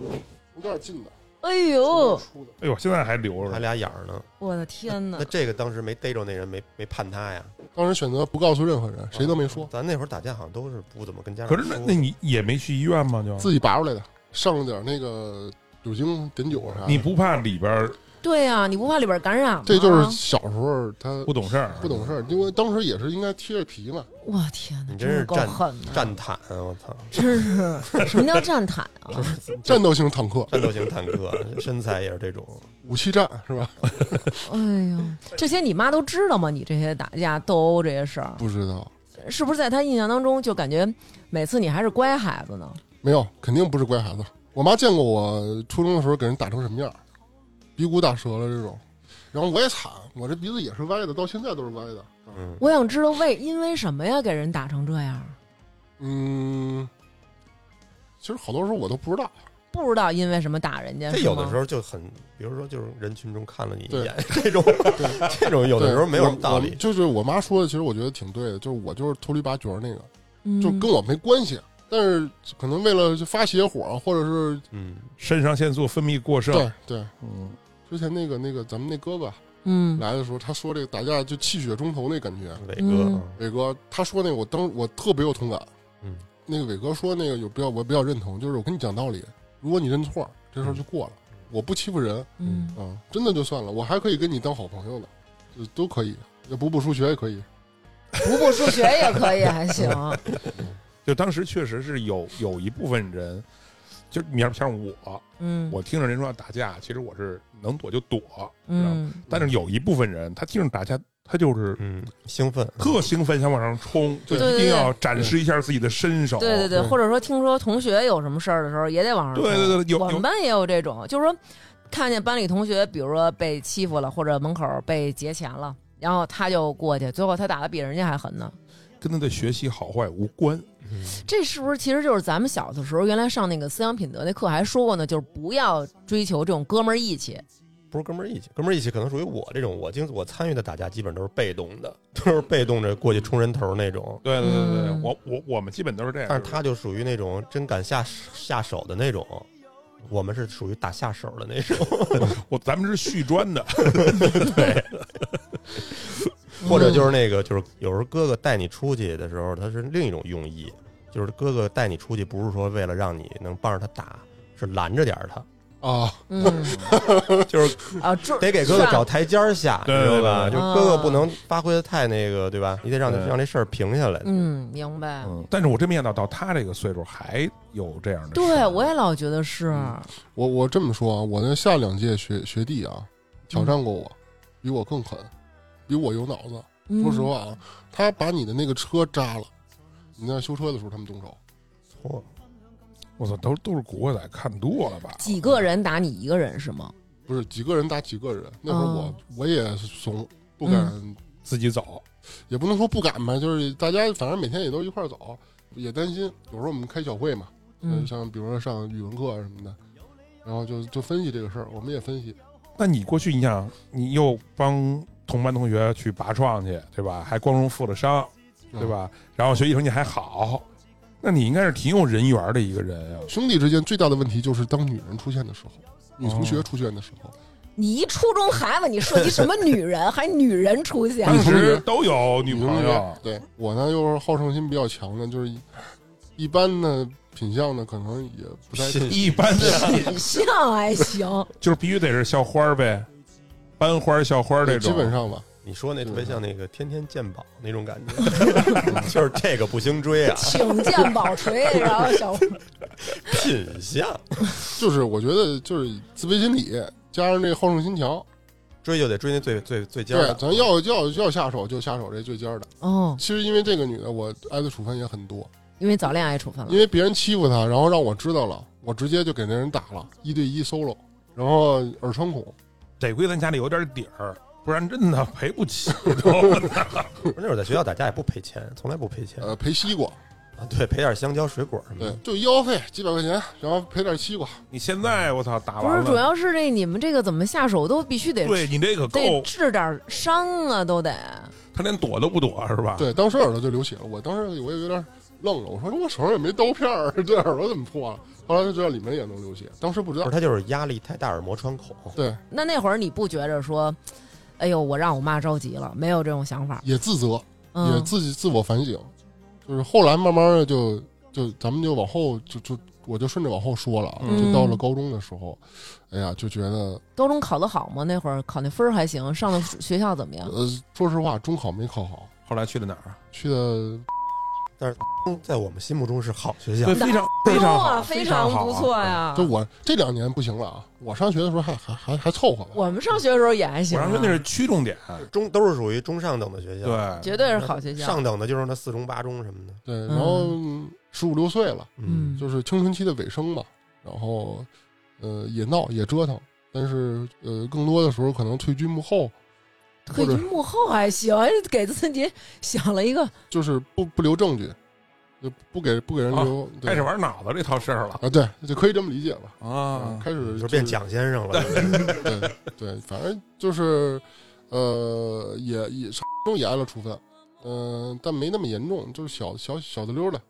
Speaker 4: 从这儿进的，
Speaker 2: 哎
Speaker 4: 从这儿
Speaker 2: 呦，
Speaker 4: 出的，
Speaker 3: 哎呦，现在还留
Speaker 5: 还
Speaker 3: 着。
Speaker 5: 俩眼儿呢，
Speaker 2: 我的
Speaker 4: 嗯
Speaker 2: 天哪
Speaker 5: 那！这个当时没逮着那人，没没判他呀，
Speaker 4: 当时选择不告诉任何人，谁都没说，
Speaker 5: 咱那会儿打架好像都是不怎么跟家长
Speaker 3: 可
Speaker 5: 说
Speaker 3: 是
Speaker 5: 的。
Speaker 3: 那那你也没去医院吗？就
Speaker 4: 自己拔出来的，上了点那个酒精碘酒啥的。
Speaker 3: 你不怕里边儿
Speaker 2: 对呀、你不怕里边感染吗？
Speaker 4: 这就是小时候他
Speaker 3: 不懂事儿？
Speaker 4: 不懂事儿，因为当时也是应该贴着皮嘛，
Speaker 2: 我天哪，
Speaker 5: 你真是
Speaker 2: 的够
Speaker 5: 站
Speaker 2: 狠的，
Speaker 5: 站坦，啊我操，
Speaker 2: 真是什么叫站坦啊？
Speaker 4: 战斗型坦克，
Speaker 5: 战斗型坦克， 身材也是这种。
Speaker 4: 武器战是吧？
Speaker 2: 哎呦，这些你妈都知道吗？你这些打架斗殴这些事儿，
Speaker 4: 不知道，
Speaker 2: 是不是在她印象当中就感觉每次你还是乖孩子呢？
Speaker 4: 没有，肯定不是乖孩子。我妈见过我初中的时候给人打成什么样儿，鼻骨打折了这种，然后我也惨，我这鼻子也是歪的，到现在都是歪的。
Speaker 5: 嗯，
Speaker 2: 我想知道为因为什么呀给人打成这样？
Speaker 4: 嗯，其实好多时候我都不知道，
Speaker 2: 不知道因为什么打人家，
Speaker 5: 这
Speaker 2: 是
Speaker 5: 有的
Speaker 2: 吗
Speaker 5: 时候就很，比如说就是人群中看了你一
Speaker 4: 对
Speaker 5: 眼，这种 这种有的时候
Speaker 4: 对
Speaker 5: 没有
Speaker 4: 我
Speaker 5: 什么道
Speaker 4: 我
Speaker 5: 理。
Speaker 4: 就是我妈说的，其实我觉得挺对的，就是我就是秃驴拔角儿那个，
Speaker 2: 嗯
Speaker 4: 就跟我没关系，但是可能为了就发泄火，或者是
Speaker 5: 嗯，
Speaker 3: 肾上腺素分泌过盛，
Speaker 4: 对对，
Speaker 3: 嗯，
Speaker 4: 之前那个那个咱们那哥哥
Speaker 2: 嗯
Speaker 4: 来的时候，他说这个打架就气血中投那感觉，
Speaker 5: 伟
Speaker 2: 嗯
Speaker 5: 哥，
Speaker 4: 伟哥他说那个我当我特别有同感，
Speaker 5: 嗯，
Speaker 4: 那个伟哥说那个有比较我比较认同，就是我跟你讲道理，如果你认错，这事儿就过了，我不欺负人
Speaker 2: 嗯
Speaker 4: 啊，真的就算了，我还可以跟你当好朋友呢，就都可以，要补补数学也可以，
Speaker 2: 补补数学也可以，还 行。
Speaker 3: 就当时确实是有有一部分人，就你要像我，
Speaker 2: 嗯，
Speaker 3: 我听着人说要打架，其实我是能躲就躲，知道吗？
Speaker 2: 嗯
Speaker 3: 但是有一部分人，他听着打架，他就是
Speaker 5: 嗯，兴奋，
Speaker 3: 特兴奋，想往上冲，就
Speaker 4: 对
Speaker 3: 一定要展示一下自己的身手。
Speaker 2: 对对对，
Speaker 4: 对
Speaker 5: 嗯
Speaker 2: 或者说听说同学有什么事儿的时候，也得往上冲。
Speaker 3: 对对对有
Speaker 2: 我们
Speaker 3: 有
Speaker 2: 班也有这种，就是说看见班里同学，比如说被欺负了，或者门口被劫钱了，然后他就过去，最后他打的比人家还狠呢。
Speaker 3: 跟他的学习好坏无关。
Speaker 5: 嗯
Speaker 2: 这是不是其实就是咱们小的时候，原来上那个思想品德那课还说过呢，就是不要追求这种哥们儿义气。
Speaker 5: 不是哥们儿义气，哥们儿义气可能属于我这种，我经我参与的打架基本都是被动的，都是被动着过去冲人头那种。
Speaker 3: 对对对对，
Speaker 2: 嗯
Speaker 3: 我我我们基本都是这样。
Speaker 5: 但是他就属于那种真敢下下手的那种，我们是属于打下手的那种，
Speaker 3: 我咱们是续专的，
Speaker 2: 嗯
Speaker 5: 或者就是那个就是有时候哥哥带你出去的时候，他是另一种用意，就是哥哥带你出去不是说为了让你能帮着他打，是拦着点儿他，
Speaker 4: 啊，
Speaker 2: 嗯
Speaker 5: 就是
Speaker 2: 啊，这
Speaker 5: 得给哥哥找台阶儿下，你
Speaker 3: 对
Speaker 5: 知道吧？
Speaker 3: 对
Speaker 2: 对
Speaker 5: 就是哥哥不能发挥的太那个，对吧？你得让他
Speaker 3: 对
Speaker 5: 让这事儿平下来。
Speaker 2: 嗯，明白。
Speaker 3: 嗯， 但是我真没想到到他这个岁数还有这样
Speaker 5: 啊
Speaker 3: 的事儿。
Speaker 2: 对，我也老觉得是，
Speaker 5: 嗯
Speaker 4: 我我这么说啊，我那下两届学学弟啊，挑战过我，比我更狠，比我有脑子。
Speaker 2: 嗯
Speaker 4: 说实，话啊，他把你的那个车扎了，你那修车的时候他们动手，
Speaker 5: 嚯
Speaker 3: 我操，都都是古惑仔看多了吧？
Speaker 2: 几个人打你一个人是吗？
Speaker 4: 不是几个人打几个人。那会儿我、
Speaker 2: 哦
Speaker 4: 我也怂，不敢，
Speaker 3: 自己走，
Speaker 4: 也不能说不敢吧，就是大家反正每天也都一块儿走，也担心。有时候我们开小会嘛，
Speaker 2: 嗯，
Speaker 4: 像比如说上语文课啊什么的，然后就就分析这个事儿，我们也分析。
Speaker 3: 那你过去你想，你又帮同班同学去拔创去，对吧？还光荣负了伤，对
Speaker 4: 啊
Speaker 3: 吧？然后学习成绩还好，那你应该是挺有人缘的一个人啊呀、
Speaker 4: 兄弟之间最大的问题就是当女人出现的时候，
Speaker 3: 哦
Speaker 4: 女同学出现的时候，
Speaker 2: 你一初中孩子，你涉及什么女人，还女人出现？
Speaker 3: 当时都有女朋友，
Speaker 4: 对我呢，又是好胜心比较强的，就是一一般呢品相呢，可能也不太
Speaker 5: 信
Speaker 3: 一般的
Speaker 2: 品相还行，
Speaker 3: 就是必须得是校花呗，班花、校花这
Speaker 4: 对
Speaker 3: 种。
Speaker 4: 基本上吧。
Speaker 5: 你说那特别像那个天天鉴宝那种感觉， 就是这个不兴追啊，
Speaker 2: 请见宝锤，然后 小
Speaker 5: 品相
Speaker 4: 就是我觉得就是自卑心理加上这好胜心强，
Speaker 5: 追就得追那最最最尖
Speaker 4: 对
Speaker 5: 儿，的，
Speaker 4: 咱要要要下手就下手这最尖儿的。
Speaker 2: 哦，
Speaker 4: 其实因为这个女的，我挨的处分也很多，
Speaker 2: 因为早恋挨处分了
Speaker 3: 嗯
Speaker 4: 因，为别人欺负她，然后让我知道了，我直接就给那人打了一对一 solo，然后耳穿孔。
Speaker 3: 得亏咱家里有点底儿，不然真的赔不 起。都
Speaker 5: 那会儿在学校打架也不赔钱，从来不赔钱
Speaker 4: 呃，赔西瓜，
Speaker 5: 啊，对，赔点香蕉、水果
Speaker 2: 嗯
Speaker 5: 什么
Speaker 4: 对
Speaker 5: 的，，
Speaker 4: 就医药费几百块钱，然后赔点西瓜，
Speaker 2: 啊
Speaker 3: 你现在我操打
Speaker 2: 不
Speaker 3: 完
Speaker 2: 是，主
Speaker 3: 了，
Speaker 2: 要是这你们这个怎么下手都必须得
Speaker 3: 对你这可
Speaker 2: 得
Speaker 3: 够，
Speaker 2: 治点伤啊，都得
Speaker 3: 他连躲都不躲是吧？
Speaker 4: 对，当时耳朵就流血了，我当时我也有点愣了，我说我手上也没刀片儿，这耳朵怎么破了？后来就知道里面也能流血，当时不知
Speaker 2: 嗯
Speaker 4: 道
Speaker 5: 不是，他就是压力太大，耳膜穿孔，
Speaker 4: 对，
Speaker 2: 那那会儿你不觉着说，哎呦，我让我妈着急了，没有这种想法，
Speaker 4: 也自责，也
Speaker 2: 嗯，
Speaker 4: 自己自我反省，就是后来慢慢的就就咱们就往后就就我就顺着往后说了啊，
Speaker 2: 嗯
Speaker 4: 就到了高中的时候，哎呀，就觉得
Speaker 2: 高中考得好吗？那会儿考那分儿还行，上的学校怎么样？
Speaker 4: 呃，说实话，中考没考好，
Speaker 3: 后来去了哪儿啊？
Speaker 4: 去的
Speaker 5: 嗯在我们心目中是好学校
Speaker 3: 对，，非常非常好，
Speaker 2: 哇啊非常
Speaker 3: 好啊
Speaker 2: 不错。呀
Speaker 4: 就！我这两年不行了啊，我上学的时候还还还还凑合吧，
Speaker 2: 我们上学的时候也还
Speaker 3: 我
Speaker 2: 行啊，
Speaker 3: 让说那是区重点，
Speaker 5: 中都是属于中上等的学校，
Speaker 3: 对，
Speaker 2: 绝对是
Speaker 4: 哎
Speaker 2: 好学校。
Speaker 5: 上等的就是那四中八中什么的，嗯
Speaker 4: 对，然后十五六岁了。
Speaker 2: 嗯，
Speaker 4: 就是青春期的尾声吧。然后，呃，也闹也折腾，但是呃，更多的时候可能退居幕后，
Speaker 2: 退居幕后还行，哎给自己想了一个
Speaker 4: 就是不不留证据，就不给不给人留。对
Speaker 3: 开始玩脑子这套事儿了
Speaker 4: 啊，对，就可以这么理解吧。
Speaker 3: 啊！
Speaker 4: 开始
Speaker 5: 嗯就变
Speaker 4: 假，
Speaker 5: 蒋先生了，
Speaker 4: 对对，反正就是，呃，也也中也挨了处分，嗯、但没那么严重，就是小小小的溜的。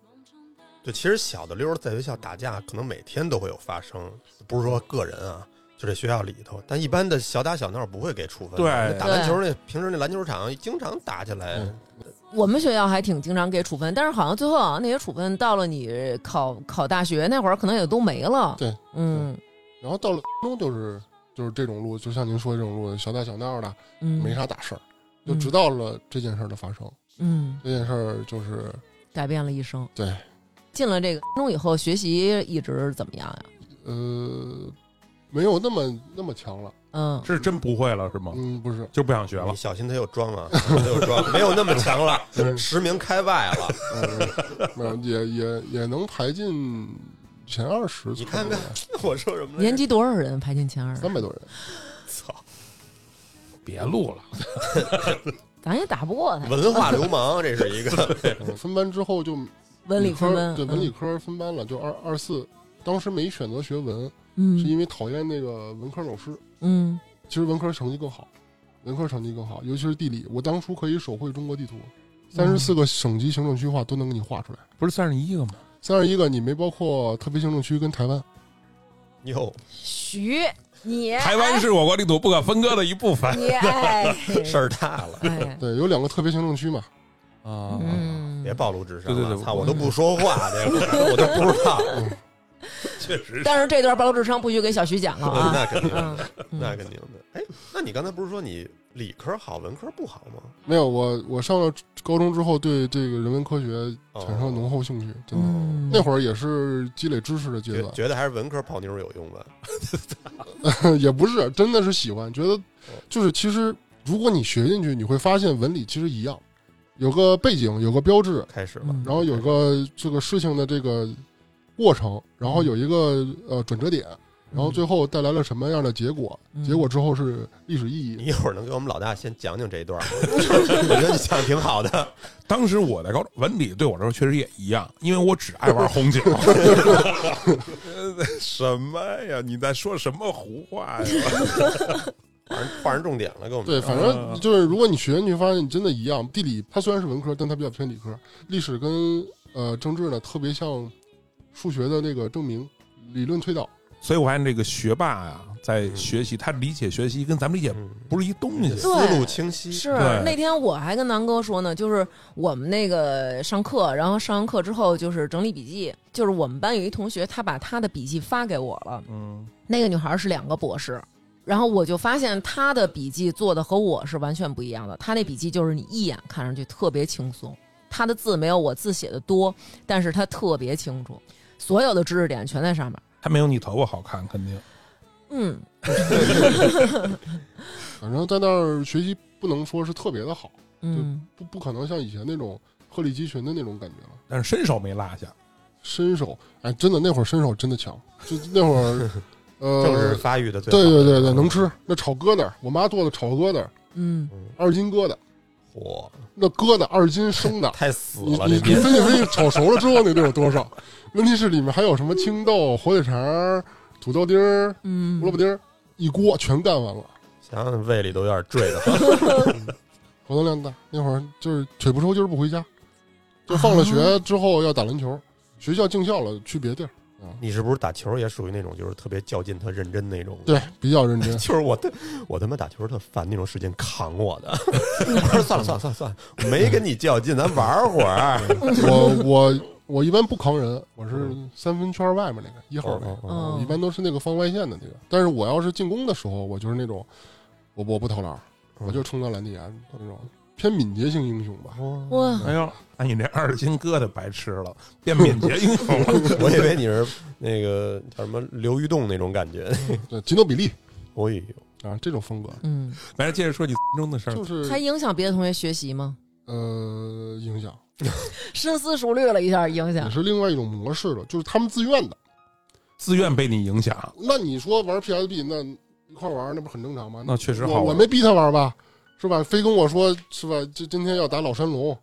Speaker 5: 就其实小的溜儿在学校打架，可能每天都会有发生，不是说个人啊，就这学校里头。但一般的小打小闹不会给处分的。
Speaker 3: 对
Speaker 5: 打篮球那平时那篮球场经常打起来，
Speaker 4: 嗯
Speaker 2: 我们学校还挺经常给处分，但是好像最后啊好像那些处分到了你考考大学那会儿，可能也都没了。
Speaker 4: 对，
Speaker 2: 嗯
Speaker 4: 然后到了高中就是就是这种路，就像您说的这种路，小打小闹的，
Speaker 2: 嗯，
Speaker 4: 没啥大事儿，就
Speaker 2: 嗯
Speaker 4: 直到了这件事儿的发生。
Speaker 2: 嗯，
Speaker 4: 这件事儿就是
Speaker 2: 改变了一生。
Speaker 4: 对，
Speaker 2: 进了这个高中以后，学习一直怎么样啊呀？
Speaker 4: 呃，没有那么那么强了。
Speaker 2: 嗯，
Speaker 3: 是真不会了是吗？
Speaker 4: 嗯，不是，
Speaker 3: 就不想学了
Speaker 5: 你。小心他又装啊，他又装，没有那么强了，
Speaker 4: 嗯
Speaker 5: 实名开外啊了。
Speaker 4: 嗯没有，也也也能排进前二十。
Speaker 5: 你看看，我说什么来着？
Speaker 2: 年级多少人排进前二？啊
Speaker 4: 三百 多人，
Speaker 3: 别录了，
Speaker 2: 咱也打不过他。
Speaker 5: 文化流氓，这是一个。
Speaker 4: 嗯分班之后就
Speaker 2: 文啊理科
Speaker 4: 科
Speaker 2: 分，嗯
Speaker 4: 对文理科分班了，就二二四。当时没选择学文，是
Speaker 2: 嗯
Speaker 4: 因为讨厌那个文科老师。
Speaker 2: 嗯，
Speaker 4: 其实文科成绩更好，文科成绩更好，尤其是地理。我当初可以手绘中国地图，三十四个省级行政区划都能给你画出来。
Speaker 3: 不是三十一个吗？
Speaker 4: 三十一个你没包括特别行政区跟台湾。
Speaker 5: 哟，
Speaker 2: 徐你
Speaker 3: 台湾是我国领土不可分割的一部分
Speaker 2: 你哎
Speaker 5: 事儿大了，
Speaker 2: 哎
Speaker 4: 对，有两个特别行政区嘛。
Speaker 3: 啊
Speaker 2: 嗯
Speaker 5: 别暴露智商
Speaker 3: 对对
Speaker 5: 了，
Speaker 3: 对
Speaker 5: 操，我都不说话，这会儿我都不知道，
Speaker 3: 确实
Speaker 2: 但是这段暴露智商不许给小徐讲了啊。
Speaker 5: 那肯定。
Speaker 2: 嗯，
Speaker 5: 那肯定的。哎，那你刚才不是说你理科好，文科不好吗？
Speaker 4: 没有，我我上了高中之后，对这个人文科学
Speaker 5: 哦
Speaker 4: 产生了浓厚兴趣，真的。
Speaker 2: 嗯
Speaker 4: 那会儿也是积累知识的阶
Speaker 5: 觉
Speaker 4: 段，
Speaker 5: 觉得还是文科泡妞有用吧？
Speaker 4: 也不是，真的是喜欢，觉得就是其实如果你学进去，你会发现文理其实一样，有个背景，有个标志，
Speaker 5: 开始了，
Speaker 2: 嗯
Speaker 4: 然后有个这个事情的这个过程，然后有一个呃转折点，然后最后带来了什么样的结果，
Speaker 2: 嗯
Speaker 4: 结果之后是历史意
Speaker 5: 你
Speaker 4: 义。
Speaker 5: 一会儿能给我们老大先讲讲这 一段吗？我觉得你讲的挺好的，
Speaker 3: 当时我在高中文理对我来说确实也一样，因为我只爱玩红警。 什么呀？你在说什么胡话呀？
Speaker 5: 反正画上重点了，给我们
Speaker 4: 对，反正就是如果你学进去，发现你真的一样。地理它虽然是文科，但它比较偏理科。历史跟呃政治呢，特别像数学的那个证明、理论推导，
Speaker 3: 所以我发现这个学霸啊，在学习他理解学习跟咱们理解
Speaker 5: 嗯
Speaker 3: 不是一东西。
Speaker 5: 思路清晰，
Speaker 2: 是
Speaker 3: 对
Speaker 2: 那天我还跟南哥说呢，就是我们那个上课，然后上完课之后就是整理笔记，就是我们班有一同学，他把他的笔记发给我了。
Speaker 3: 嗯，
Speaker 2: 那个女孩是两个博士，然后我就发现她的笔记做的和我是完全不一样的。她那笔记就是你一眼看上去特别轻松，她的字没有我字写的多，但是她特别清楚，所有的知识点全在上面。
Speaker 3: 他没有你头发好看，肯定。
Speaker 2: 嗯，
Speaker 4: 反正在那儿学习不能说是特别的好，
Speaker 2: 嗯，
Speaker 4: 不不可能像以前那种鹤立鸡群的那种感觉了。
Speaker 3: 但是身手没落下，
Speaker 4: 身手，哎，真的那会儿身手真的强，就那会 儿，
Speaker 5: 正是
Speaker 4: 呃，
Speaker 5: 发育的最
Speaker 4: 对
Speaker 5: 好
Speaker 4: 对
Speaker 5: 的
Speaker 4: 对对，能吃。那炒疙瘩，我妈做的炒疙瘩，
Speaker 2: 嗯，
Speaker 5: 嗯
Speaker 4: 二斤疙瘩，
Speaker 5: 嚯，，
Speaker 4: 那疙瘩二斤生的
Speaker 5: 太 死
Speaker 4: 你
Speaker 5: 了
Speaker 4: 你
Speaker 5: 那
Speaker 4: 你
Speaker 5: 边
Speaker 4: 分析分析，炒熟了之后那得有多少？问题是里面还有什么青豆、火腿肠儿、土豆丁儿、胡
Speaker 2: 嗯
Speaker 4: 萝卜丁儿，一锅全干完了，
Speaker 5: 想想胃里都有点坠的。
Speaker 4: 活动量大。那会儿就是腿不抽筋儿不回家，就放了
Speaker 2: 啊
Speaker 4: 学之后要打篮球，学校进校了去别地儿，
Speaker 5: 你是不是打球也属于那种就是特别较劲、特认真那种？
Speaker 4: 对，比较认真。
Speaker 5: 就是我特我他妈打球特烦那种时间扛我 的。我说算了算了算了算了，没跟你较劲，咱玩会儿。
Speaker 4: 嗯我我我一般不扛人，我是三分圈外面那个一号位，
Speaker 5: 哦哦哦
Speaker 2: 嗯
Speaker 4: 我一般都是那个放外线的那个。但是我要是进攻的时候，我就是那种我我不投篮，我就冲到篮底下那种偏敏捷型英雄吧。
Speaker 2: 哇，
Speaker 3: 哎呦，那你这二斤疙瘩白吃了，变敏捷英雄了。
Speaker 5: 我以为你是那个叫什么刘玉栋那种感觉。
Speaker 4: 对，吉诺比利
Speaker 5: 哎呦，
Speaker 4: 啊，这种风格
Speaker 2: 嗯，
Speaker 3: 来，接着说你中的事儿
Speaker 4: 就。
Speaker 2: 还
Speaker 4: 是
Speaker 2: 影响别的同学学习吗？
Speaker 4: 呃影响，
Speaker 2: 深思熟虑了一下，影
Speaker 4: 也
Speaker 2: 响。
Speaker 4: 是另外一种模式了，就是他们自愿的。
Speaker 3: 自愿被你影响，
Speaker 4: 那你说玩 PSB 那一块玩，那不是很正常吗？
Speaker 3: 那确实好
Speaker 4: 我我
Speaker 3: 玩。
Speaker 4: 没逼他玩吧，是吧？非跟我说是吧？就今天要打老山龙、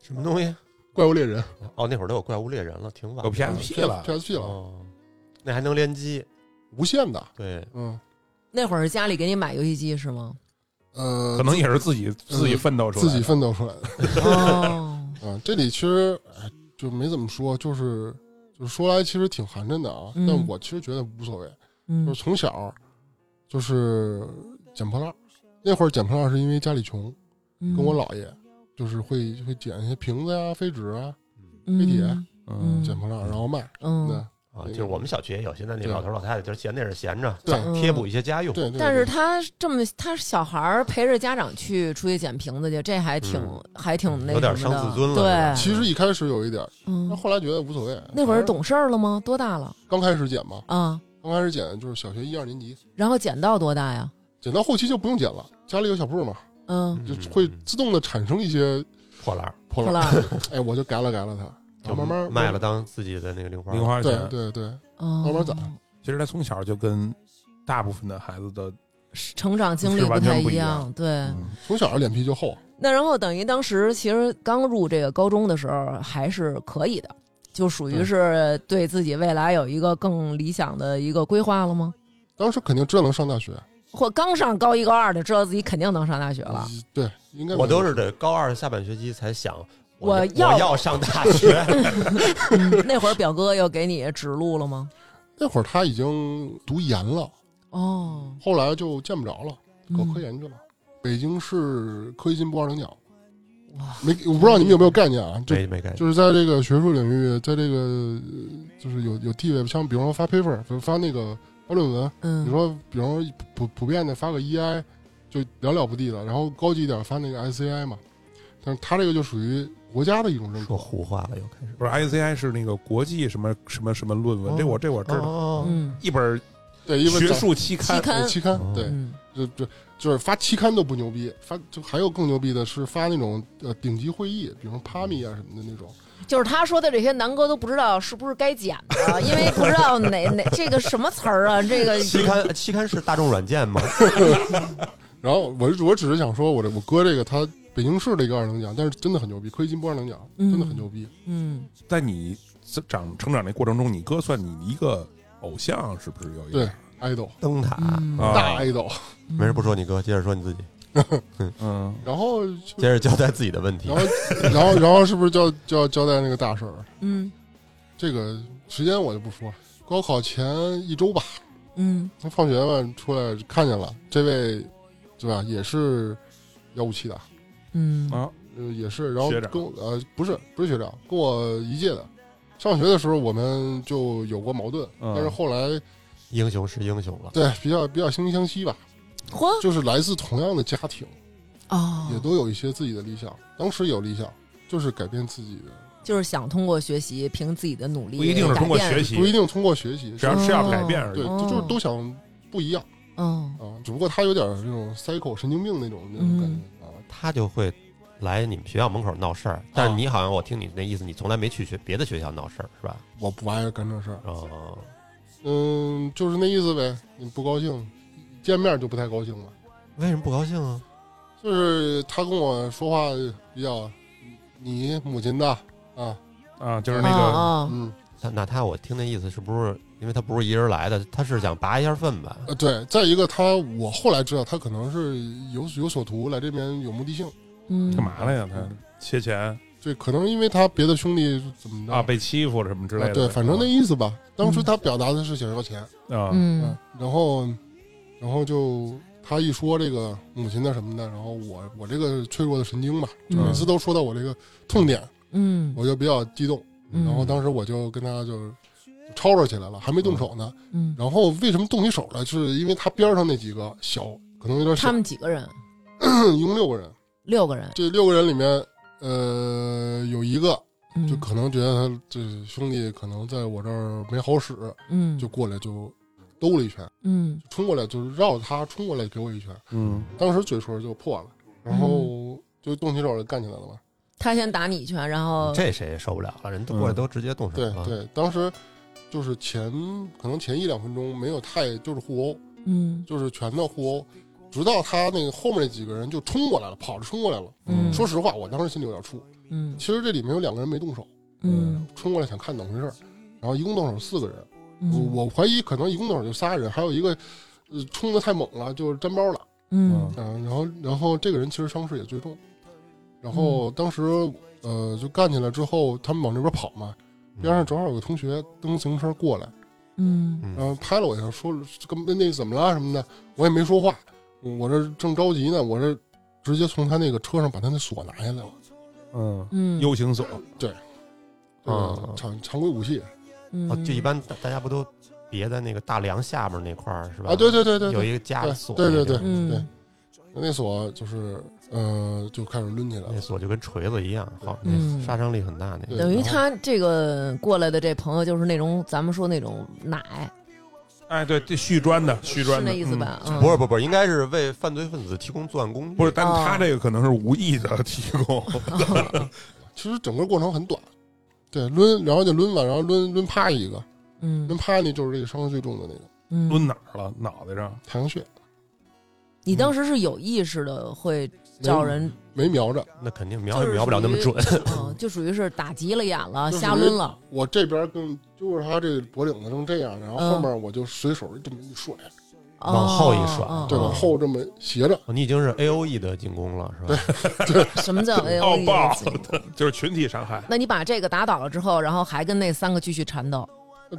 Speaker 5: 什么东西？
Speaker 4: 怪物猎人、嗯
Speaker 5: 哦，那会儿都有怪物猎人了，挺晚
Speaker 3: 有
Speaker 5: 的。
Speaker 3: 片
Speaker 4: PSP
Speaker 3: PSP 了
Speaker 4: PSP 了，
Speaker 5: 哦，那还能联机？
Speaker 4: 无限的，
Speaker 5: 对，
Speaker 4: 嗯，
Speaker 2: 那会儿是家里给你买游戏机是 吗？
Speaker 4: 呃，
Speaker 3: 可能也是自己自己奋斗出来
Speaker 4: 自
Speaker 3: 的，
Speaker 4: 己奋斗出来的
Speaker 2: 哦，
Speaker 4: 啊。这里其实哎就没怎么说，就是就是说来其实挺寒碜的啊。
Speaker 2: 嗯
Speaker 4: 但我其实觉得无所谓，就
Speaker 2: 嗯
Speaker 4: 是从小就是捡破烂儿，那会儿捡破烂儿是因为家里穷，
Speaker 2: 嗯，
Speaker 4: 跟我姥爷就是会会捡一些瓶子呀、飞纸啊，
Speaker 2: 嗯
Speaker 4: 飞碟
Speaker 3: 嗯
Speaker 2: 嗯
Speaker 4: 捡破烂儿然后卖。
Speaker 2: 嗯
Speaker 4: 对，
Speaker 5: 啊，就是我们小区也有，现在那
Speaker 4: 对
Speaker 5: 老头老太太就是闲着也是闲着，
Speaker 4: 对
Speaker 2: 嗯
Speaker 5: 贴补一些家用。
Speaker 4: 对对，
Speaker 2: 但是
Speaker 4: 对
Speaker 2: 他这么，他小孩儿陪着家长去出去捡瓶子去，这还挺、
Speaker 5: 嗯
Speaker 2: 还挺那
Speaker 5: 有点
Speaker 2: 什么的
Speaker 5: 伤自尊了
Speaker 2: 对，
Speaker 4: 其实一开始有一点儿，但
Speaker 2: 嗯，
Speaker 4: 后来觉得无所谓。
Speaker 2: 那会儿
Speaker 4: 反正
Speaker 2: 懂事儿了吗？多大了
Speaker 4: 刚开始捡嘛，
Speaker 2: 啊？
Speaker 4: 刚开始捡就是小学一二年级，
Speaker 2: 然后捡到多大呀？
Speaker 4: 捡到后期就不用捡了，家里有小铺嘛，
Speaker 2: 嗯，
Speaker 4: 就会自动的产生一些
Speaker 5: 破烂儿，
Speaker 4: 破
Speaker 2: 破
Speaker 4: 烂儿。
Speaker 2: 烂儿，
Speaker 4: 哎，我就改了改了它，然后
Speaker 5: 就
Speaker 4: 慢慢
Speaker 5: 卖了。当自己的那个零花
Speaker 3: 零。花
Speaker 4: 对
Speaker 3: 钱。
Speaker 4: 对对，
Speaker 2: 嗯，
Speaker 4: 慢慢攒
Speaker 3: 其实他从小就跟大部分的孩子的，
Speaker 2: 成长经历
Speaker 3: 是完全
Speaker 2: 太
Speaker 3: 不一
Speaker 2: 样，对。
Speaker 3: 嗯
Speaker 4: 从小脸皮就厚，
Speaker 2: 那然后等于当时其实刚入这个高中的时候还是可以的，就属于
Speaker 4: 对
Speaker 2: 是对自己未来有一个更理想的一个规划了吗？
Speaker 4: 当时肯定知道能上大学
Speaker 2: 或刚上高一高二的，知道自己肯定能上大学了。
Speaker 4: 嗯对，应该
Speaker 5: 我都是
Speaker 4: 这。
Speaker 5: 得高二下半学期才想，
Speaker 2: 我
Speaker 5: 我
Speaker 2: 要
Speaker 5: 要上大 学。
Speaker 3: 嗯
Speaker 2: 那会儿表哥又给你指路了吗？
Speaker 4: 那会儿他已经读研了，
Speaker 2: 哦，嗯
Speaker 4: 后来就见不着了，搞科
Speaker 2: 以。
Speaker 3: 啊
Speaker 4: 研去了。北京市科技进步二等奖，
Speaker 2: 哇，
Speaker 4: 没我不知道你们有没有概念啊？就
Speaker 5: 没没概念，
Speaker 4: 就是在这个学术领域，在这个呃就是有有地位，像比方说发 paper，比如发那个发论文，你
Speaker 2: 嗯，
Speaker 4: 说，比方说普普遍的发个 EI，就了了不地了，然后高级一点发那个 SCI 嘛，但是他这个就属于国家的一种认可
Speaker 5: 说，胡话了又开始。
Speaker 3: 不是 ICI 是那个国际什么什么什么论文，
Speaker 5: 哦
Speaker 3: 这我这我知道，
Speaker 5: 哦，
Speaker 2: 嗯
Speaker 3: 一本
Speaker 4: 对，因为
Speaker 3: 学术期
Speaker 2: 期
Speaker 3: 刊
Speaker 2: 刊
Speaker 4: 期刊
Speaker 5: 哦，
Speaker 4: 对，
Speaker 2: 嗯，
Speaker 4: 就就就是发期刊都不牛逼，发就还有更牛逼的是发那种呃顶级会议，比如 PAMI 啊什么的那种，
Speaker 2: 就是他说的这些，南哥都不知道是不是该剪的，因为不知道哪哪这个什么词儿啊，这个
Speaker 5: 期刊期刊是大众软件吗？
Speaker 4: 然后我是我只是想说，我这我哥这个他北京市的一个二等奖，但是真的很牛逼，科技进步二等奖
Speaker 2: 嗯
Speaker 4: 真的很牛逼。
Speaker 2: 嗯，
Speaker 3: 在你长成长那过程中，你哥算你一个偶像，是不是有一
Speaker 4: 对
Speaker 3: 点？
Speaker 4: ，idol
Speaker 5: 灯塔，
Speaker 2: 嗯
Speaker 3: 啊
Speaker 4: 大 idol，
Speaker 5: 没事不说你哥，接着说你自己，
Speaker 3: 嗯，
Speaker 4: 然后就
Speaker 5: 接着交代自己的问题
Speaker 4: 然。后然后然后是不是交交交代那个大事儿？
Speaker 2: 嗯，
Speaker 4: 这个时间我就不说了，高考前一周吧，
Speaker 2: 嗯，
Speaker 4: 他放学吧出来看见了这位，对吧？也是幺五七的，
Speaker 2: 嗯
Speaker 3: 啊，
Speaker 4: 呃，也是，然后
Speaker 3: 学长
Speaker 4: 跟我呃不是不是学长，跟我一届的。上学的时候我们就有过矛盾，
Speaker 3: 嗯
Speaker 4: 但是后来
Speaker 5: 英雄是英雄了，
Speaker 4: 对比较比较惺惺相惜吧，
Speaker 2: 嚯
Speaker 4: 就是来自同样的家庭，
Speaker 2: 哦，
Speaker 4: 也都有一些自己的理想。当时有理想，就是改变自己的，
Speaker 2: 就是想通过学习，凭自己的努力，
Speaker 3: 不一定是通过学
Speaker 2: 习，
Speaker 3: 习
Speaker 4: 不，一定通过学习，
Speaker 3: 只要是啊要改变而
Speaker 2: 哦
Speaker 4: 对，
Speaker 3: 已。
Speaker 4: 就就是都想不一样
Speaker 2: 嗯
Speaker 4: 啊。只不过他有点那种 psycho 神经病那种那种感觉啊。
Speaker 5: 他就会来你们学校门口闹事儿。但是你好像我听你那意思，你从来没去学别的学校闹事儿是吧？
Speaker 4: 我不爱干这事儿，
Speaker 5: 哦，
Speaker 4: 嗯，就是那意思呗。你不高兴，见面就不太高兴了。
Speaker 5: 为什么不高兴啊？
Speaker 4: 就是他跟我说话比较，你母亲的啊，
Speaker 3: 啊，就是
Speaker 2: 啊
Speaker 3: 那个
Speaker 2: 啊，
Speaker 4: 嗯，
Speaker 5: 他那他我听那意思是不是因为他不是一人来的，他是想拔一下粪吧？
Speaker 4: 呃，对。再一个他，我后来知道他可能是有有所图，来这边有目的性。
Speaker 2: 嗯
Speaker 3: 干嘛来呀？他切钱
Speaker 4: 对，可能因为他别的兄弟怎么着
Speaker 3: 啊，被欺负了什么之类
Speaker 4: 嗯啊
Speaker 3: 的。
Speaker 4: 对，反正那意思吧。当时他表达的是想要钱，
Speaker 3: 那啊，
Speaker 2: 嗯
Speaker 4: 嗯，然后，然后就他一说这个母亲的什么的，然后我我这个脆弱的神经吧，就
Speaker 3: 嗯
Speaker 4: 每次都说到我这个痛点，
Speaker 2: 嗯
Speaker 4: 我就比较激动。
Speaker 2: 嗯
Speaker 4: 然后当时我就跟他就吵吵起来了，还没动手呢。
Speaker 2: 嗯，
Speaker 4: 然后为什么动起手来，是因为他边上那几个小，可能有点小
Speaker 2: 他，们几个人，
Speaker 4: 一共六个人，
Speaker 2: 六个人，
Speaker 4: 这六个人里面，呃，有一个
Speaker 2: 嗯
Speaker 4: 就可能觉得他这兄弟可能在我这儿没好使，
Speaker 2: 嗯
Speaker 4: 就过来就兜了一拳，
Speaker 2: 嗯
Speaker 4: 冲过来就是绕着他冲过来给我一拳，
Speaker 3: 嗯，
Speaker 4: 当时嘴唇就破了，
Speaker 2: 嗯
Speaker 4: 然后就动起手来干起来了嘛。
Speaker 2: 他先打你一拳，然后
Speaker 5: 这谁也受不了了，人都
Speaker 2: 嗯
Speaker 5: 过来都直接动手
Speaker 4: 对
Speaker 2: 啊
Speaker 5: 了。
Speaker 4: 对，当时就是前可能前一两分钟没有太就是互殴，
Speaker 2: 嗯
Speaker 4: 就是拳头互殴，直到他那个后面那几个人就冲过来了，跑着冲过来了。
Speaker 2: 嗯
Speaker 4: 说实话，我当时心里有点怵。
Speaker 2: 嗯
Speaker 4: 其实这里面有两个人没动手，
Speaker 2: 嗯
Speaker 4: 冲过来想看怎么回事儿，然后一共动手四个人，
Speaker 2: 嗯，
Speaker 4: 我我怀疑可能一共动手就仨人，还有一个呃冲的太猛了，就是粘包了。
Speaker 5: 啊
Speaker 2: 嗯
Speaker 4: 嗯、然后然后这个人其实伤势也最重，然
Speaker 5: 嗯
Speaker 4: 后当时呃就干起来之后，他们往这边跑嘛，
Speaker 5: 嗯
Speaker 4: 边上呃正好有个同学蹬自行车过来，
Speaker 2: 嗯
Speaker 5: 嗯
Speaker 4: 然后拍了我一下，说跟那怎么了什么的，我也没说话，我这正着急呢，我这直接从他那个车上把他那锁拿下来了，
Speaker 3: 嗯，
Speaker 2: 嗯，
Speaker 3: 幽情锁，
Speaker 4: 对吧
Speaker 5: 嗯
Speaker 4: 常常规武器
Speaker 5: 哦，
Speaker 2: 嗯
Speaker 5: 就一般大大家不都别在那个大梁下面那块儿是吧？
Speaker 4: 啊，对对对对
Speaker 5: 有
Speaker 4: 对，
Speaker 5: 一个夹
Speaker 4: 对
Speaker 5: 着锁
Speaker 4: 对
Speaker 5: 那个，
Speaker 4: 对对
Speaker 2: 嗯
Speaker 4: 那锁就是呃就开始抡起来
Speaker 5: 那
Speaker 4: 了，
Speaker 5: 锁就跟锤子一样，好，
Speaker 2: 嗯
Speaker 5: 杀伤力很大。那
Speaker 4: 对
Speaker 5: 个
Speaker 2: 等于
Speaker 4: 然后
Speaker 2: 他这个过来的这朋友就是那种咱们说那种奶，
Speaker 3: 哎，对，这续砖的，续砖
Speaker 2: 是
Speaker 3: 的
Speaker 2: 那意思？吧？嗯
Speaker 5: 不是不是不是，应该是为犯罪分子提供作案工具。
Speaker 3: 嗯不是，但
Speaker 2: 哦
Speaker 3: 他这个可能是无意的提 供，
Speaker 2: 嗯
Speaker 4: 其实整个过程很短，对抡然后就抡吧，然后抡抡啪一个，抡
Speaker 2: 嗯
Speaker 4: 啪那就是这个伤势最重的那个
Speaker 2: 嗯，
Speaker 3: 抡哪儿了？脑袋上。
Speaker 4: 太阳穴，
Speaker 2: 你当时是有意识的会
Speaker 4: 没
Speaker 2: 叫人，
Speaker 4: 没瞄着。
Speaker 5: 那肯定瞄
Speaker 2: 就是
Speaker 5: 也瞄不了那么
Speaker 2: 属
Speaker 5: 准
Speaker 2: 于。嗯，就属于是打急了眼了，
Speaker 4: 就是
Speaker 2: 瞎抡了，
Speaker 4: 我这边跟就是他这脖领子正这样，然后
Speaker 2: 嗯
Speaker 4: 后面我就随手这么一甩，
Speaker 5: 往后一甩
Speaker 2: 哦哦
Speaker 4: 对，
Speaker 5: 吧
Speaker 4: 往后这么斜着，
Speaker 5: 哦你已经是 A O E 的进攻了，是吧？
Speaker 2: 什么叫哎 A O
Speaker 3: 哦爆
Speaker 2: E？
Speaker 3: 就是群体伤害，
Speaker 2: 那你把这个打倒了之后，然后还跟那三个继续缠斗，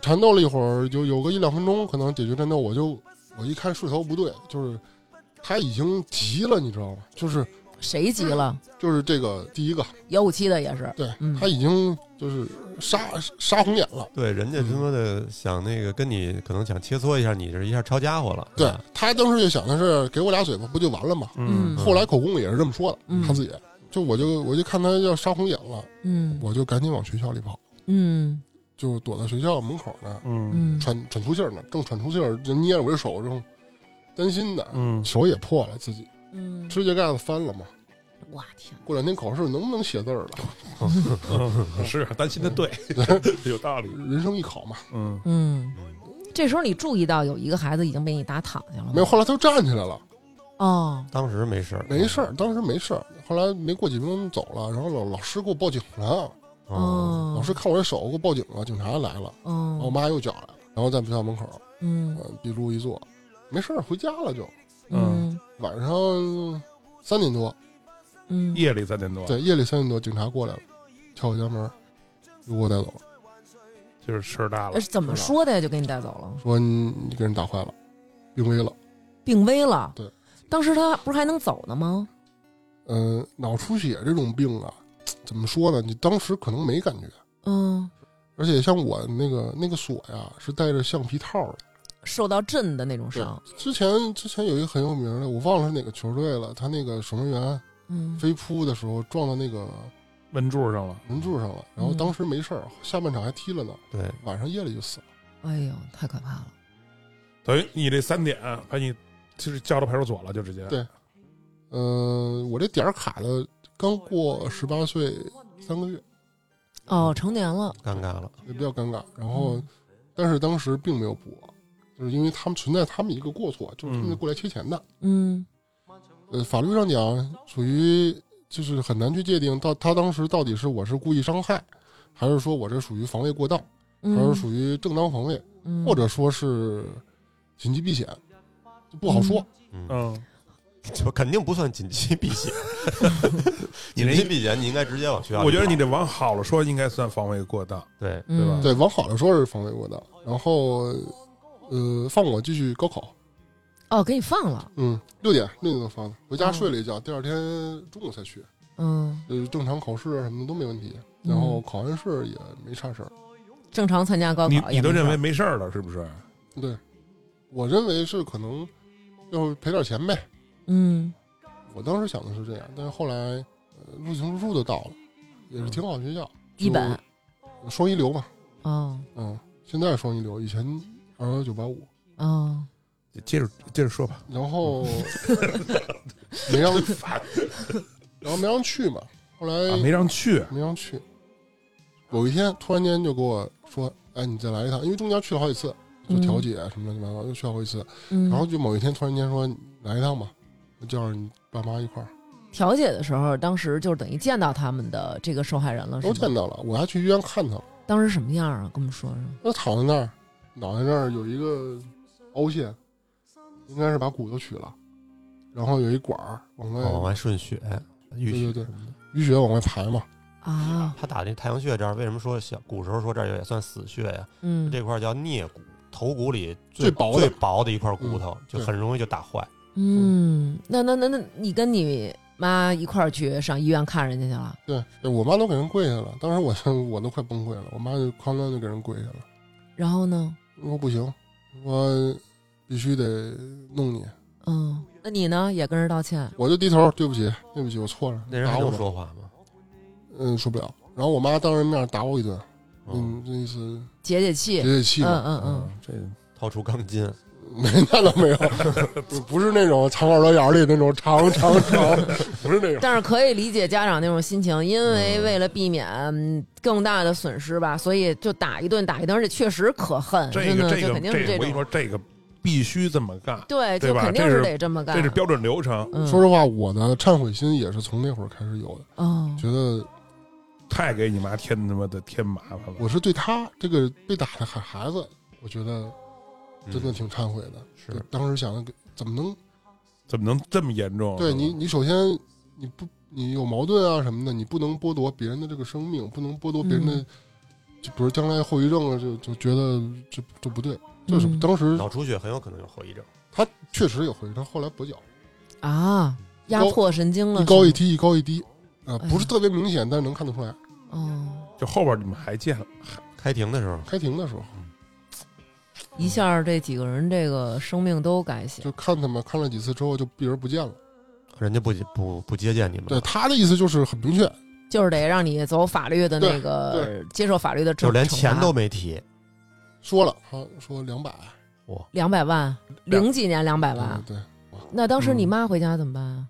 Speaker 4: 缠斗了一会儿，有有个一两分钟，可能解决战斗，我就我一看势头不对，就是他已经急了，你知道吗？就是
Speaker 2: 谁急了？
Speaker 4: 就是这个第一个，
Speaker 2: 幺五七的也是，
Speaker 4: 对
Speaker 2: 嗯
Speaker 4: 他已经就是杀杀红眼了，
Speaker 5: 对，人
Speaker 2: 嗯
Speaker 5: 家他妈的想那个跟你可能想切磋一下，你这一下抄家伙了。是
Speaker 4: 对
Speaker 5: 吧
Speaker 4: 他当时就想的是给我俩嘴巴不就完了吗？
Speaker 2: 嗯
Speaker 4: 后来口供也是这么说的，
Speaker 2: 嗯
Speaker 4: 他自己就我就我就看他要杀红眼了，
Speaker 2: 嗯
Speaker 4: 我就赶紧往学校里跑，
Speaker 2: 嗯
Speaker 4: 就躲在学校门口呢，
Speaker 3: 嗯
Speaker 2: 嗯
Speaker 4: 喘喘粗气儿呢，正喘粗气儿，就捏着我这手，正担心呢，
Speaker 3: 嗯
Speaker 4: 手也破了，自己
Speaker 2: 嗯，
Speaker 4: 指甲盖子翻了嘛。
Speaker 2: 我天，
Speaker 4: 过两天考试能不能写字儿了？
Speaker 3: 是担心的 对，有道理。
Speaker 4: 人生一考嘛，
Speaker 3: 嗯，
Speaker 2: 嗯，这时候你注意到有一个孩子已经被你打躺下了吗
Speaker 3: 嗯
Speaker 4: 没有。后来他就站起来了，
Speaker 2: 哦，
Speaker 5: 当时没事儿，嗯
Speaker 4: 没事儿，当时没事儿。后来没过几分钟就走了，然后老老师给我报警了，
Speaker 2: 嗯
Speaker 5: 哦，
Speaker 3: 嗯
Speaker 4: 老师看我这手给我报警了，警察来了，然后我
Speaker 2: 哦，
Speaker 4: 妈又叫来了，然后在学校门口，
Speaker 2: 嗯
Speaker 4: 嗯，壁炉一坐，没事儿，回家了就。
Speaker 2: 嗯
Speaker 4: 晚上三点多，
Speaker 2: 嗯，
Speaker 3: 夜里三点多，
Speaker 4: 对，夜里三点多，警察过来了，敲我家门，给我带走了。
Speaker 3: 就是事儿大了
Speaker 2: 那。是哎怎么说的呀？就给你带走了，
Speaker 4: 说你你给人打坏了，病危了，
Speaker 2: 病危了。
Speaker 4: 对，
Speaker 2: 当时他不是还能走呢吗？
Speaker 4: 嗯、脑出血这种病啊，怎么说呢？你当时可能没感觉，
Speaker 2: 嗯，
Speaker 4: 而且像我那个那个锁呀，是带着橡皮套的。
Speaker 2: 受到震的那种
Speaker 4: 对
Speaker 2: 伤。，
Speaker 4: 之前之前有一个很有名的，我忘了是哪个球队了，他那个守门员
Speaker 2: 嗯，
Speaker 4: 飞扑的时候撞到那个
Speaker 3: 问柱上了，
Speaker 4: 门柱上了，然后当时没事儿，下半场还踢了呢，
Speaker 5: 对，
Speaker 4: 晚上夜里就死了。
Speaker 2: 哎呦，太可怕了。
Speaker 3: 等于你这三点把你就是叫到派出所了，就直接
Speaker 4: 对呃，我这点儿卡的刚过十八岁三个月，
Speaker 2: 哦，成年了。
Speaker 5: 尴尬了。
Speaker 4: 也比较尴尬。然
Speaker 2: 嗯
Speaker 4: 后，但是当时并没有补，就是因为他们存在他们一个过错，就是他们
Speaker 3: 嗯
Speaker 4: 过来切钱的。
Speaker 2: 嗯
Speaker 4: 呃，法律上讲，属于就是很难去界定到他当时到底是我是故意伤害，还是说我这属于防卫过当，
Speaker 2: 嗯，
Speaker 4: 还是属于正当防卫，
Speaker 2: 嗯
Speaker 4: 或者说是紧急避险，就不好说。
Speaker 5: 嗯，
Speaker 3: 嗯，
Speaker 5: 就肯定不算紧急避 险。紧急避险，你应该直接往学校里跑。
Speaker 3: 我觉得你得往好了说，应该算防卫过当。
Speaker 5: 对，
Speaker 2: 嗯
Speaker 3: 对吧
Speaker 4: 对，往好了说是防卫过当，然后，呃，放我继续高考。
Speaker 2: 哦，给你放了。
Speaker 4: 嗯，六点六点就放了，回家睡了一觉，第二天中午才去。
Speaker 2: 嗯，
Speaker 4: 就是正常考试啊什么都没问题，然
Speaker 3: 嗯
Speaker 4: 后考完试也没差事儿。
Speaker 2: 正常参加高考
Speaker 3: 你
Speaker 2: 也没事儿。
Speaker 3: 你都认为没事儿了，是不是？
Speaker 4: 对，我认为是可能要赔点钱呗，
Speaker 2: 嗯
Speaker 4: 我当时想的是这样，但是后来呃入情入数就到了，也是挺好的学校，
Speaker 2: 一本
Speaker 4: 双一流嘛，
Speaker 2: 哦
Speaker 4: 嗯，现在双一流，以前二幺幺九八五，
Speaker 2: 哦，
Speaker 3: 接着接着说吧。
Speaker 4: 然后没让，然后没让去嘛，后来
Speaker 3: 啊，没让去，
Speaker 4: 没让去。有一天突然间就给我说：“哎，你再来一趟，因为中间去了好几次，就
Speaker 3: 嗯
Speaker 4: 调解啊什么乱七八糟，又去了好几次。
Speaker 2: 嗯，
Speaker 4: 然后就某一天突然间说：‘你来一趟吧，我叫上你爸妈一块儿。
Speaker 2: 调解的时候，当时就是等于见到他们的这个受害人’了，
Speaker 4: 都
Speaker 2: 是
Speaker 4: 见
Speaker 2: 吗？
Speaker 4: 到了，我还去医院看他了。
Speaker 2: 当时什么样啊？跟我们说说。
Speaker 4: 他躺在那儿，脑袋那儿有一个凹陷，应该是把骨头取了，然后有一管儿往
Speaker 2: 嗯
Speaker 5: 哦往
Speaker 4: 外
Speaker 5: 外顺血、淤血
Speaker 4: 对对对
Speaker 5: 什么的。
Speaker 4: 淤血往外排嘛。
Speaker 2: 啊，
Speaker 5: 嗯他打那太阳穴这儿，为什么说小古时候说这儿也算死穴呀？
Speaker 2: 嗯，
Speaker 5: 这块儿叫颞骨，头骨里
Speaker 4: 最薄的嗯
Speaker 5: 最薄的一块骨头，就
Speaker 4: 对
Speaker 5: 很容易就打坏。
Speaker 2: 嗯，那那那那，你跟你妈一块儿去上医院看人家去了？
Speaker 4: 对，对我妈都给人跪下了，当时我 我都快崩溃了，我妈就哐当就给人跪下了。
Speaker 2: 然后呢？
Speaker 4: 我说不行，我必须得弄你。
Speaker 2: 嗯，那你呢？也跟人道歉？
Speaker 4: 我就低头，对不起，对不起，我错了。
Speaker 5: 那人
Speaker 4: 打
Speaker 5: 还
Speaker 4: 我
Speaker 5: 能
Speaker 4: 吧，
Speaker 5: 说话吗？
Speaker 4: 嗯，说不了。然后我妈当着面打我一顿，
Speaker 5: 嗯，
Speaker 4: 嗯，这意思
Speaker 2: 解解气
Speaker 4: 解？解气
Speaker 2: 嗯
Speaker 4: 嘛。
Speaker 2: 嗯嗯，
Speaker 3: 这
Speaker 5: 掏出钢筋，
Speaker 4: 没， 那倒 没有，不不是那种藏耳朵眼儿里那种长长 长，嗯不是那种。
Speaker 2: 但是可以理解家长那种心情，因为为了避免嗯更大的损失吧，所以就打一顿打一顿，而且确实可恨，
Speaker 3: 这
Speaker 2: 真
Speaker 3: 个
Speaker 2: 的
Speaker 3: 这
Speaker 2: 就
Speaker 3: 个
Speaker 2: 肯定是
Speaker 3: 这个，
Speaker 2: 这
Speaker 3: 我跟你
Speaker 2: 种，
Speaker 3: 说，这个必须这么干，
Speaker 2: 对，
Speaker 3: 对
Speaker 2: 就
Speaker 3: 吧
Speaker 2: 肯定
Speaker 3: 这是
Speaker 2: 得这么干，
Speaker 3: 这是标准流程，
Speaker 2: 嗯，
Speaker 4: 说实话，我的忏悔心也是从那会儿开始有的，
Speaker 2: 哦，
Speaker 4: 觉得
Speaker 3: 太给你妈添他妈的添麻烦了。
Speaker 4: 我是对他这个被打的孩孩子，我觉得
Speaker 5: 嗯
Speaker 4: 真的挺忏悔的。
Speaker 5: 是
Speaker 4: 就当时想的，怎么能
Speaker 2: 哦
Speaker 3: 怎么能这么严重？啊
Speaker 4: 对你，你首先你不你有矛盾啊什么的，你不能剥夺别人的这个生命，不能剥夺别人的，
Speaker 2: 嗯
Speaker 4: 就比如将来后遗症啊，就就觉得这这不对，就是
Speaker 2: 嗯
Speaker 4: 当时
Speaker 5: 脑出血很有可能有后遗症。
Speaker 4: 他确实有后遗症，后来跛脚，
Speaker 2: 啊，压迫神经了，
Speaker 4: 一高一
Speaker 2: 是
Speaker 4: 低，一高一低，啊、
Speaker 2: 哎呀
Speaker 4: 不是特别明显，但是能看得出来。
Speaker 2: 吗，哦，
Speaker 3: 就后边你们还见了，
Speaker 5: 开庭的时候，
Speaker 4: 开庭的时候
Speaker 2: 一下这几个人这个生命都改写，
Speaker 4: 就看他们看了几次之后就避而不见了。
Speaker 5: 人家不不不接见你们
Speaker 2: 嗯
Speaker 4: 对
Speaker 5: 了，
Speaker 4: 他的意思就是很明确，
Speaker 2: 就是得让你走法律的那
Speaker 4: 对
Speaker 2: 个
Speaker 4: 对，
Speaker 2: 接受法律的惩，
Speaker 5: 就连钱都
Speaker 2: 惩罚
Speaker 5: 没提。
Speaker 4: 说了他说两百，
Speaker 5: 哇，
Speaker 2: 两百万，
Speaker 3: 两
Speaker 2: 零几年两百
Speaker 4: 对
Speaker 2: 万，
Speaker 4: 对，
Speaker 2: 那当时你
Speaker 3: 嗯
Speaker 2: 妈回家怎么办啊？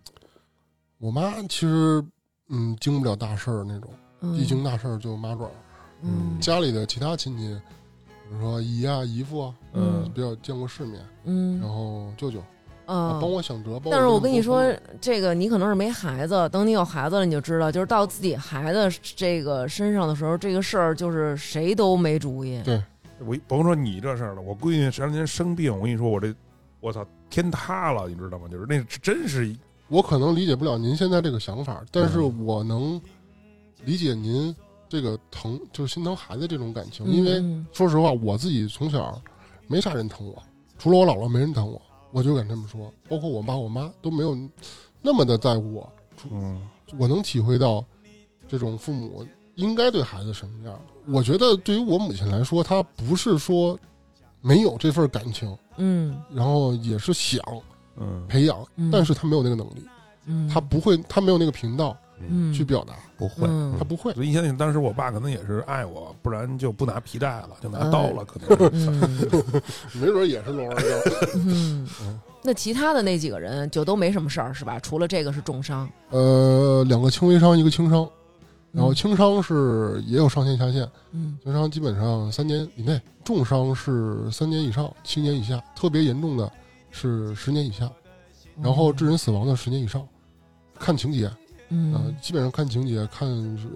Speaker 4: 我妈其实嗯经不了大事儿那种，
Speaker 2: 嗯
Speaker 4: 一经大事儿就麻爪儿。
Speaker 2: 嗯
Speaker 4: 家里的其他亲戚，比如说姨啊、姨父啊，
Speaker 2: 嗯
Speaker 4: 比较见过世面，
Speaker 2: 嗯
Speaker 4: 然后舅舅啊
Speaker 2: 嗯
Speaker 4: 帮我想辙，帮
Speaker 2: 但是我跟你说
Speaker 4: 这个，
Speaker 2: 这个你可能是没孩子，等你有孩子了你就知道，就是到自己孩子这个身上的时候，这个事儿就是谁都没主意。
Speaker 4: 对
Speaker 3: 我甭说你这事儿了，我闺女前两天生病，我跟你说，我这我操天塌了，你知道吗？就是那真是
Speaker 2: 嗯
Speaker 4: 我可能理解不了您现在这个想法，但是我能理解您这个疼，就是心疼孩子这种感情。
Speaker 2: 嗯
Speaker 4: 因为
Speaker 2: 嗯
Speaker 4: 说实话，我自己从小没啥人疼我，除了我姥姥没人疼我，我就敢这么说。包括我爸我妈都没有那么的在乎我，
Speaker 3: 嗯，
Speaker 4: 我能体会到这种父母应该对孩子什么样。我觉得对于我母亲来说，她不是说没有这份感情，
Speaker 2: 嗯
Speaker 4: 然后也是想
Speaker 3: 嗯，
Speaker 4: 培养，
Speaker 2: 嗯
Speaker 4: 但是她没有那个能力，
Speaker 2: 嗯，
Speaker 4: 她不会，她没有那个频道
Speaker 2: 嗯
Speaker 4: 去表达，
Speaker 5: 不会，
Speaker 2: 嗯
Speaker 4: 她不会。
Speaker 3: 所以相信当时我爸可能也是爱我，不然就不拿皮带了，就拿刀了，可能。
Speaker 2: 嗯
Speaker 4: 没准也是龙儿哥。
Speaker 2: 嗯
Speaker 4: 嗯
Speaker 2: 那其他的那几个人就都没什么事儿是吧？除了这个是重伤，
Speaker 4: 呃，两个轻微伤，一个轻伤，然后
Speaker 2: 嗯
Speaker 4: 轻伤是也有上限下限，
Speaker 2: 嗯
Speaker 4: 轻伤基本上三年以内，重伤是三年以上，七年以下，特别严重的是十年以下，
Speaker 2: 哦
Speaker 4: 然后致人死亡的十年以上，看情节啊、呃
Speaker 2: 嗯
Speaker 4: 基本上看情节，看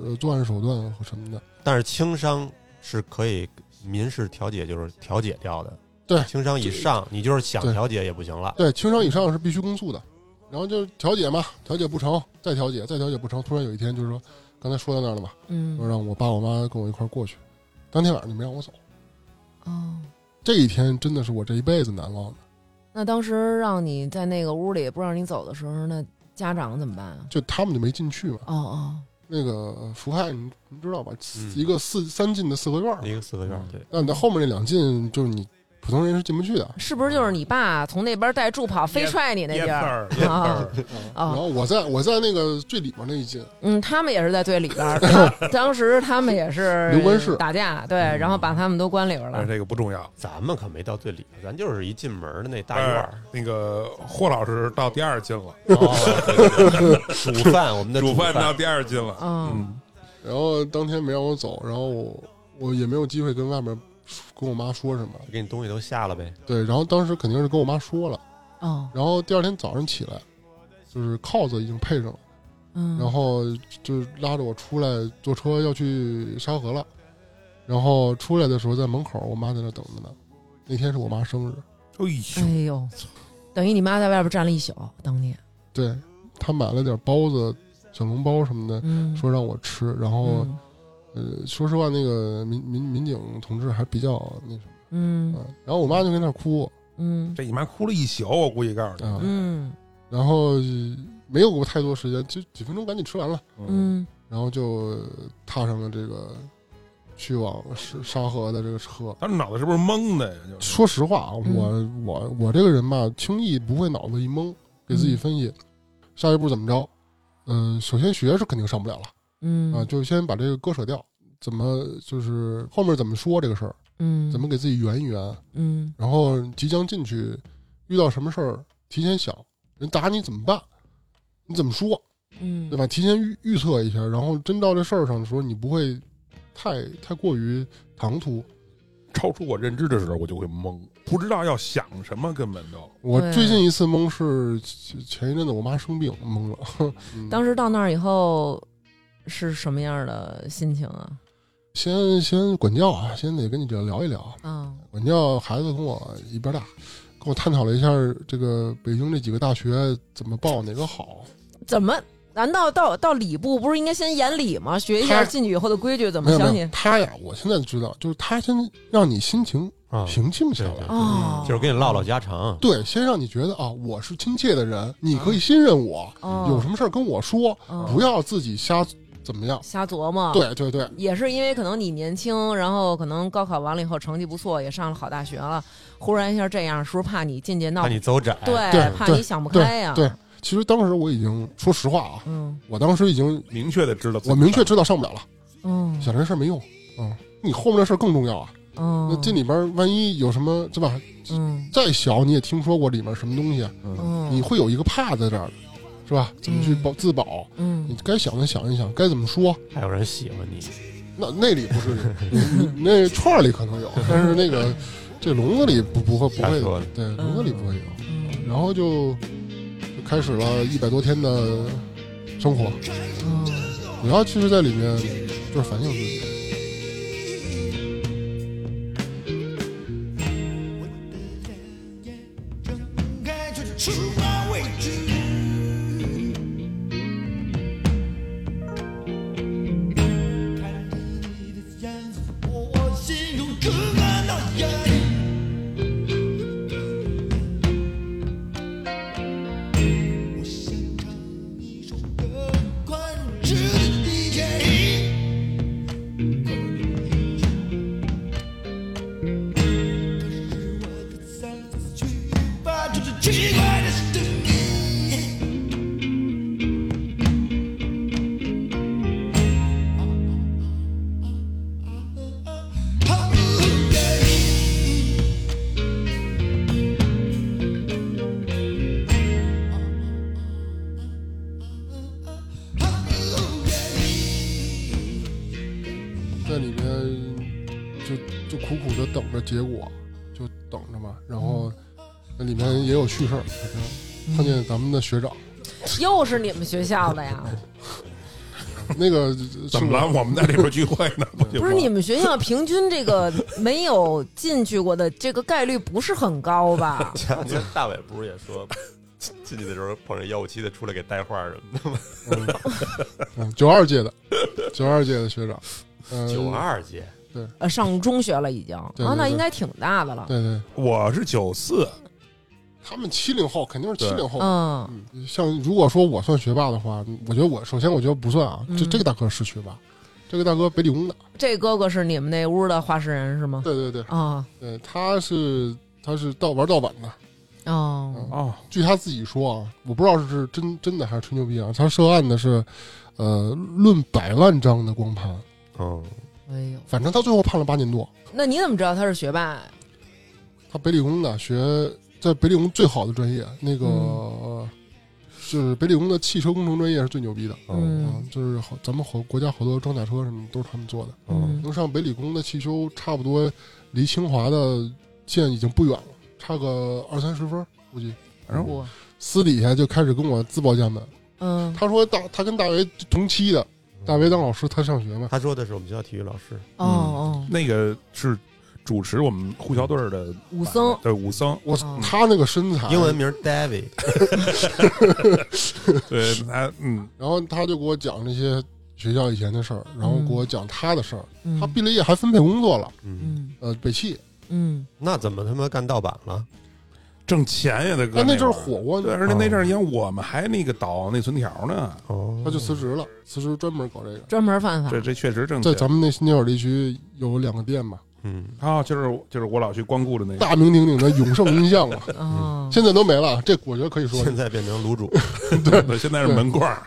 Speaker 4: 呃作案手段和什么的。
Speaker 5: 但是轻伤是可以民事调解，就是调解掉的。
Speaker 4: 对
Speaker 5: 轻伤以上，你就是想
Speaker 4: 对
Speaker 5: 调解也不行了。
Speaker 4: 对，轻伤以上是必须公诉的，然后就调解嘛，调解不成，再调解，再调解不成，突然有一天就是说，刚才说到那儿了嘛，说
Speaker 2: 嗯
Speaker 4: 让我爸我妈跟我一块儿过去，当天晚上就没让我走。
Speaker 2: 哦，
Speaker 4: 这一天真的是我这一辈子难忘的。
Speaker 2: 那当时让你在那个屋里不让你走的时候，那家长怎么办啊？
Speaker 4: 就他们就没进去嘛，
Speaker 2: 哦哦，
Speaker 4: 那个福害你你知道吧？四
Speaker 5: 嗯
Speaker 4: 一个四三进的四合院儿嘛，
Speaker 5: 一个四合院，对，
Speaker 4: 那你的后面那两进就是你普通人是进不去的。
Speaker 2: 是不是就是你爸从那边带助跑，非踹你那
Speaker 3: 烟
Speaker 2: 边
Speaker 3: 刺
Speaker 2: 儿？
Speaker 3: 儿，烟刺
Speaker 4: 啊
Speaker 3: 儿，
Speaker 4: 然
Speaker 2: 啊哦，
Speaker 4: 后我在我在那个最里面那一进，
Speaker 2: 嗯，他们也是在队里边儿， 他当时他们也是
Speaker 4: 刘嗯关市
Speaker 2: 打架，对，然后把他们都关里边
Speaker 3: 但
Speaker 2: 了
Speaker 4: 哎
Speaker 3: 是。这个不重要。
Speaker 5: 咱们可没到最里头，咱就是一进门的那大院儿。哦
Speaker 3: 那个霍老师到第二进了，
Speaker 4: 嗯
Speaker 5: 煮饭，我们的
Speaker 3: 煮
Speaker 5: 饭
Speaker 3: 饭到第二进了。
Speaker 2: 嗯
Speaker 3: 嗯，
Speaker 4: 然后当天没让我走，然后我我也没有机会跟外面说跟我妈说什么。
Speaker 5: 给你东西都下了呗。
Speaker 4: 对，然后当时肯定是跟我妈说了，
Speaker 2: 哦，
Speaker 4: 然后第二天早上起来，就是铐子已经配上了，
Speaker 2: 嗯，
Speaker 4: 然后就拉着我出来坐车要去沙河了，然后出来的时候在门口，我妈在那等着呢。那天是我妈生日，
Speaker 3: 哎
Speaker 2: 哎
Speaker 3: 呦，
Speaker 2: 呦，等于你妈在外边站了一宿，当年，
Speaker 4: 对她买了点包子、小笼包什么的，
Speaker 2: 嗯，
Speaker 4: 呃说让我吃。然后，
Speaker 2: 嗯
Speaker 4: 呃，说实话，那个民民民警同志还比较那什么
Speaker 2: 嗯，
Speaker 4: 然后我妈就跟那儿哭
Speaker 2: 嗯
Speaker 3: 这你妈哭了一宿，我估计告诉你。
Speaker 4: 啊，
Speaker 2: 嗯
Speaker 4: 然后呃没有过太多时间，就几分钟赶紧吃完了，
Speaker 2: 嗯
Speaker 4: 然后就踏上了这个去往沙沙河的这个车。
Speaker 3: 当时脑袋是不是懵的呀？就是
Speaker 4: 说实话啊，
Speaker 2: 嗯
Speaker 4: 我、我我这个人吧，轻易不会脑子一懵，给
Speaker 2: 嗯
Speaker 4: 自己分析、下一步怎么着。嗯、首先学是肯定上不了了、
Speaker 2: 嗯
Speaker 4: 啊，就先把这个割舍掉。怎么就是后面怎么说这个事儿，
Speaker 2: 嗯
Speaker 4: 怎么给自己圆一圆，
Speaker 2: 嗯
Speaker 4: 然后即将进去遇到什么事儿，提前想人打你怎么办，你怎么说，
Speaker 2: 嗯
Speaker 4: 对吧？提前预预测一下，然后真到这事儿上的时候，你不会太太过于唐突，
Speaker 3: 超出我认知的时候，我就会懵，不知道要想什么，根本都。
Speaker 4: 我
Speaker 2: 对
Speaker 4: 最近一次懵是前前一阵子我妈生病懵了，嗯
Speaker 2: 当时到那儿以后是什么样的心情啊？
Speaker 4: 先先管教啊，先得跟你聊聊一聊。
Speaker 2: 啊，
Speaker 4: 管教孩子跟我一边大，跟我探讨了一下这个北京这几个大学怎么报哪个好。
Speaker 2: 怎么？难道到到礼部不是应该先演礼吗？学一下
Speaker 4: 他
Speaker 2: 进去以后的规矩，怎
Speaker 4: 没
Speaker 2: 么
Speaker 4: 有
Speaker 2: 想
Speaker 4: 没
Speaker 2: 起
Speaker 4: 有，他呀，我现在知道，就是他先让你心情
Speaker 5: 啊
Speaker 4: 平静下
Speaker 5: 对
Speaker 4: 来。
Speaker 5: 对
Speaker 2: 哦，
Speaker 5: 就是跟你唠唠家常。
Speaker 4: 对，先让你觉得啊，我是亲切的人，你可以信任我，
Speaker 2: 嗯哦
Speaker 4: 有什么事儿跟我说，
Speaker 2: 哦
Speaker 4: 不要自己瞎怎么样。
Speaker 2: 瞎琢磨。，
Speaker 4: 对对对，
Speaker 2: 也是因为可能你年轻，然后可能高考完了以后成绩不错，也上了好大学了，忽然一下这样，是不是怕你进去闹
Speaker 5: 怕？你走窄，
Speaker 2: 对，
Speaker 4: 对
Speaker 2: 怕
Speaker 4: 对
Speaker 2: 你想不
Speaker 4: 对
Speaker 2: 开呀。
Speaker 4: 对，其实当时我已经说实话啊，
Speaker 2: 嗯
Speaker 4: 我当时已经
Speaker 3: 明确的知道自己
Speaker 4: 我明确知道上不了了，
Speaker 2: 嗯
Speaker 4: 想这事儿没用。嗯，你后面的事儿更重要啊。
Speaker 2: 嗯，
Speaker 4: 那这里边万一有什么，对吧？
Speaker 2: 嗯
Speaker 4: 再小你也听说过里面什么东西啊，
Speaker 2: 嗯，
Speaker 4: 你会有一个怕在这儿，是吧？怎么去保自保？你
Speaker 2: 嗯
Speaker 4: 该想的想一想，该怎么说？
Speaker 5: 还有人喜欢你，
Speaker 4: 那那里不 至于，你那串儿里可能有，但是那个这笼子里不不会不
Speaker 5: 瞎
Speaker 4: 会
Speaker 5: 说的？
Speaker 4: 对，笼子里不会有。
Speaker 2: 嗯
Speaker 4: 然后就就开始了一百多天的生活，
Speaker 2: 嗯。
Speaker 4: 主要其实在里面就是反省自己。
Speaker 6: 该去出发未知。看奇怪的是你。Oh, yeah.
Speaker 4: 在里面就就苦苦的等着结果，就等着嘛。然后那里面也有趣事儿，反正碰见咱们的学长，
Speaker 2: 又是你们学校 的呀？
Speaker 4: 那个
Speaker 3: 嗯怎么了？？我们在里边聚会呢，不行
Speaker 2: 嗯
Speaker 3: 吗
Speaker 2: 不是你们学校平均这 个没有进去过的这个概率不是很高吧
Speaker 5: 前两天大伟不是也说， 进去的时候碰着幺五七的出来给带话什么的吗？
Speaker 4: 是个嗯，九二届的，九二届的学长，嗯，
Speaker 5: 九，二届，
Speaker 2: 呃，上中学了已经
Speaker 4: 对
Speaker 2: 啊，
Speaker 4: 对
Speaker 2: 那
Speaker 4: 对
Speaker 2: 应该挺大的了。
Speaker 4: 对对，
Speaker 3: 我是九四，
Speaker 4: 他们七零后肯定是七零后。
Speaker 2: 嗯，
Speaker 4: 嗯像如果说我算学霸的话，我觉得我首先我觉得不算啊，这
Speaker 2: 嗯
Speaker 4: 这个大哥是学霸，这个大哥北理工的，
Speaker 2: 这哥哥是你们那屋的画室人是吗？
Speaker 4: 对对对，
Speaker 2: 啊
Speaker 4: 对，他是他是盗玩盗版的，
Speaker 2: 哦，
Speaker 3: 哦，
Speaker 4: 据他自己说啊，我不知道是真真的还是吹牛逼啊，他涉案的是，呃，论百万张的光盘，
Speaker 5: 嗯，
Speaker 2: 哎呦，
Speaker 4: 反正他最后判了八年多。
Speaker 2: 那你怎么知道他是学霸？
Speaker 4: 他北理工的学，在北理工最好的专业，那个、
Speaker 2: 嗯
Speaker 4: 是北理工的汽车工程专业是最牛逼的。
Speaker 5: 嗯
Speaker 4: 啊
Speaker 2: 嗯
Speaker 4: 就是好，咱们好国家好多装甲车什么都是他们做的。
Speaker 2: 嗯
Speaker 4: 能上北理工的汽修，差不多离清华的线已经不远了，差个二三十分儿估计。反正
Speaker 2: 我
Speaker 4: 私底下就开始跟我自报家门，
Speaker 2: 嗯
Speaker 4: 他说大他跟大为同期的，大为当老师，他上学嘛。
Speaker 5: 他说的是我们学校体育老师，
Speaker 2: 哦哦，
Speaker 3: 那个是主持我们护校队儿的
Speaker 2: 武僧
Speaker 3: 对武僧，
Speaker 4: 我
Speaker 2: 哦
Speaker 4: 他那个身材，
Speaker 5: 嗯英文名 David，
Speaker 3: 对，他嗯，
Speaker 4: 然后他就给我讲这些学校以前的事儿，然后给我讲他的事儿。
Speaker 2: 嗯
Speaker 4: 他毕了业还分配工作了，
Speaker 5: 嗯，
Speaker 2: 嗯
Speaker 4: 呃，北汽，
Speaker 2: 嗯
Speaker 5: 那怎么他妈干盗版了？
Speaker 3: 挣钱呀，大哥，
Speaker 4: 但哎那阵儿
Speaker 3: 会
Speaker 4: 火哦过
Speaker 3: 对，
Speaker 4: 呢，
Speaker 3: 而且那阵儿你看我们还那个导内存条呢，
Speaker 4: 啊
Speaker 5: 哦，
Speaker 4: 他就辞职了，辞职专门搞这
Speaker 5: 嗯
Speaker 4: 个。
Speaker 2: 专门犯法
Speaker 3: 这，这确实挣
Speaker 4: 在
Speaker 3: 钱。
Speaker 4: 咱们那新街口地区有两个店嘛，
Speaker 5: 嗯，
Speaker 3: 啊，就是就是我老去光顾的那个，
Speaker 4: 大名鼎鼎的永盛音 像啊，
Speaker 2: 哦，
Speaker 4: 现在都没了，这我觉得可以说。
Speaker 5: 现在变成卤煮，
Speaker 3: 对，现在是门罐儿，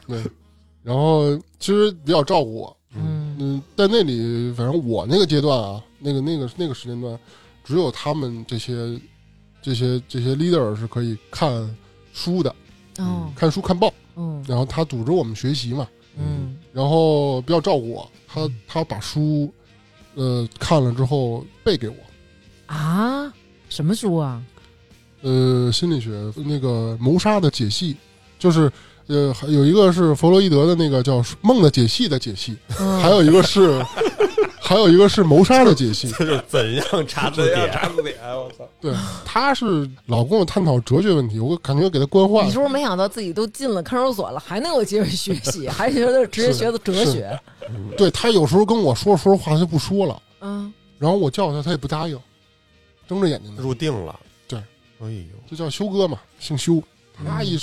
Speaker 4: 然后其实比较照顾我，
Speaker 2: 嗯
Speaker 4: 嗯，在那里，反正我那个阶段啊，那个那个那个时间段，只有他们这些这些这些 leader 是可以看书的，
Speaker 2: 哦
Speaker 4: 看书看报，
Speaker 2: 嗯
Speaker 4: 然后他组织我们学习嘛，
Speaker 2: 嗯
Speaker 4: 然后比较照顾我，他他把书呃看了之后背给我，
Speaker 2: 啊，什么书啊？
Speaker 4: 呃，心理学那个谋杀的解析，就是。呃，还有一个是弗洛伊德的那个叫《梦的解析》的解析，
Speaker 2: 嗯
Speaker 4: 还有一个是，还有一个是谋杀的解析。
Speaker 5: 这是怎样 查字
Speaker 4: 啊
Speaker 5: 典？查字典，我操！
Speaker 4: 对，他是老跟我探讨哲学问题，我感觉给他惯坏
Speaker 2: 你是
Speaker 4: 了。
Speaker 2: 不是没想到自己都进了看守所了，还能有机会学习，还觉得直接学的哲学？
Speaker 4: 对他有时候跟我说说话，他就不说了，
Speaker 2: 嗯，
Speaker 4: 然后我叫他，他也不答应，睁着眼睛呢，
Speaker 5: 入定了，
Speaker 4: 对，
Speaker 5: 哎呦，
Speaker 4: 就叫修哥嘛，姓修。他一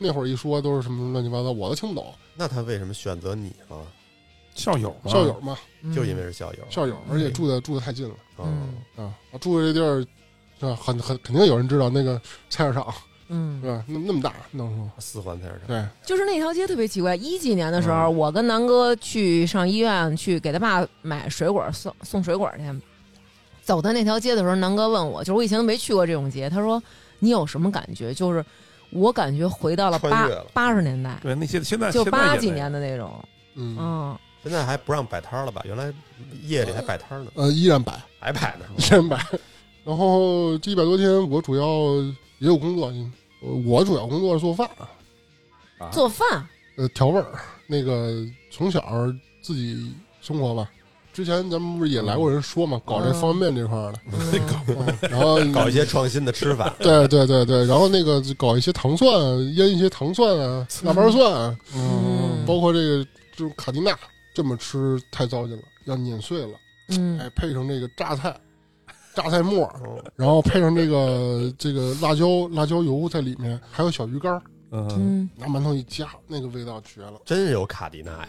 Speaker 4: 那会儿一说都是什么乱七八糟，我都听不懂。
Speaker 5: 那他为什么选择你了？
Speaker 3: 校友嘛，
Speaker 4: 校友嘛，
Speaker 2: 嗯
Speaker 5: 就因为是校友，
Speaker 4: 校友，而且住的住的太近了
Speaker 5: 嗯，
Speaker 4: 啊，住的这地儿。是吧？很很肯定有人知道那个菜市场
Speaker 2: 嗯
Speaker 4: 是，吧？那那么大，能说
Speaker 5: 四环才是他，
Speaker 4: 对？
Speaker 2: 就是那条街特别奇怪。一几年的时候，
Speaker 5: 嗯
Speaker 2: 我跟南哥去上医院去给他爸买水果，送送水果去。走在那条街的时候，南哥问我，就是我以前都没去过这种街，他说你有什么感觉？就是我感觉回到了
Speaker 5: 穿
Speaker 2: 八
Speaker 5: 越了
Speaker 2: 八十年代，
Speaker 3: 对，那些现在
Speaker 2: 就
Speaker 3: 现在也
Speaker 2: 八
Speaker 3: 那
Speaker 2: 几
Speaker 3: 样
Speaker 2: 年的那种，
Speaker 4: 嗯
Speaker 2: 嗯，
Speaker 5: 现在还不让摆摊了吧？原来夜里还摆摊 呢，
Speaker 4: 呃，依然摆，
Speaker 5: 还摆呢。
Speaker 4: 依然摆。然后这一百多天，我主要也有工作，呃我主要工作是做饭，
Speaker 3: 啊
Speaker 2: 做 饭，
Speaker 4: 呃，调味儿。那个从小自己生活吧，之前咱们不是也来过人说嘛，搞这
Speaker 2: 嗯
Speaker 4: 方便面这块儿的，
Speaker 2: 嗯
Speaker 4: 嗯然后，
Speaker 5: 搞一些创新的吃法
Speaker 4: 对对对对，然后那个搞一些糖蒜啊，腌一些糖蒜啊、腊八蒜啊，
Speaker 2: 嗯
Speaker 4: 包括这个这种卡地娜，这么吃太糟践了，要碾碎了，
Speaker 2: 嗯
Speaker 4: 哎，配上这个榨菜。榨菜末儿，
Speaker 5: 嗯
Speaker 4: 然后配上这个这个辣椒辣椒油在里面，还有小鱼干儿，
Speaker 3: 嗯，
Speaker 2: 嗯
Speaker 4: 拿馒头一夹，那个味道绝了。
Speaker 5: 真是有卡迪娜 呀！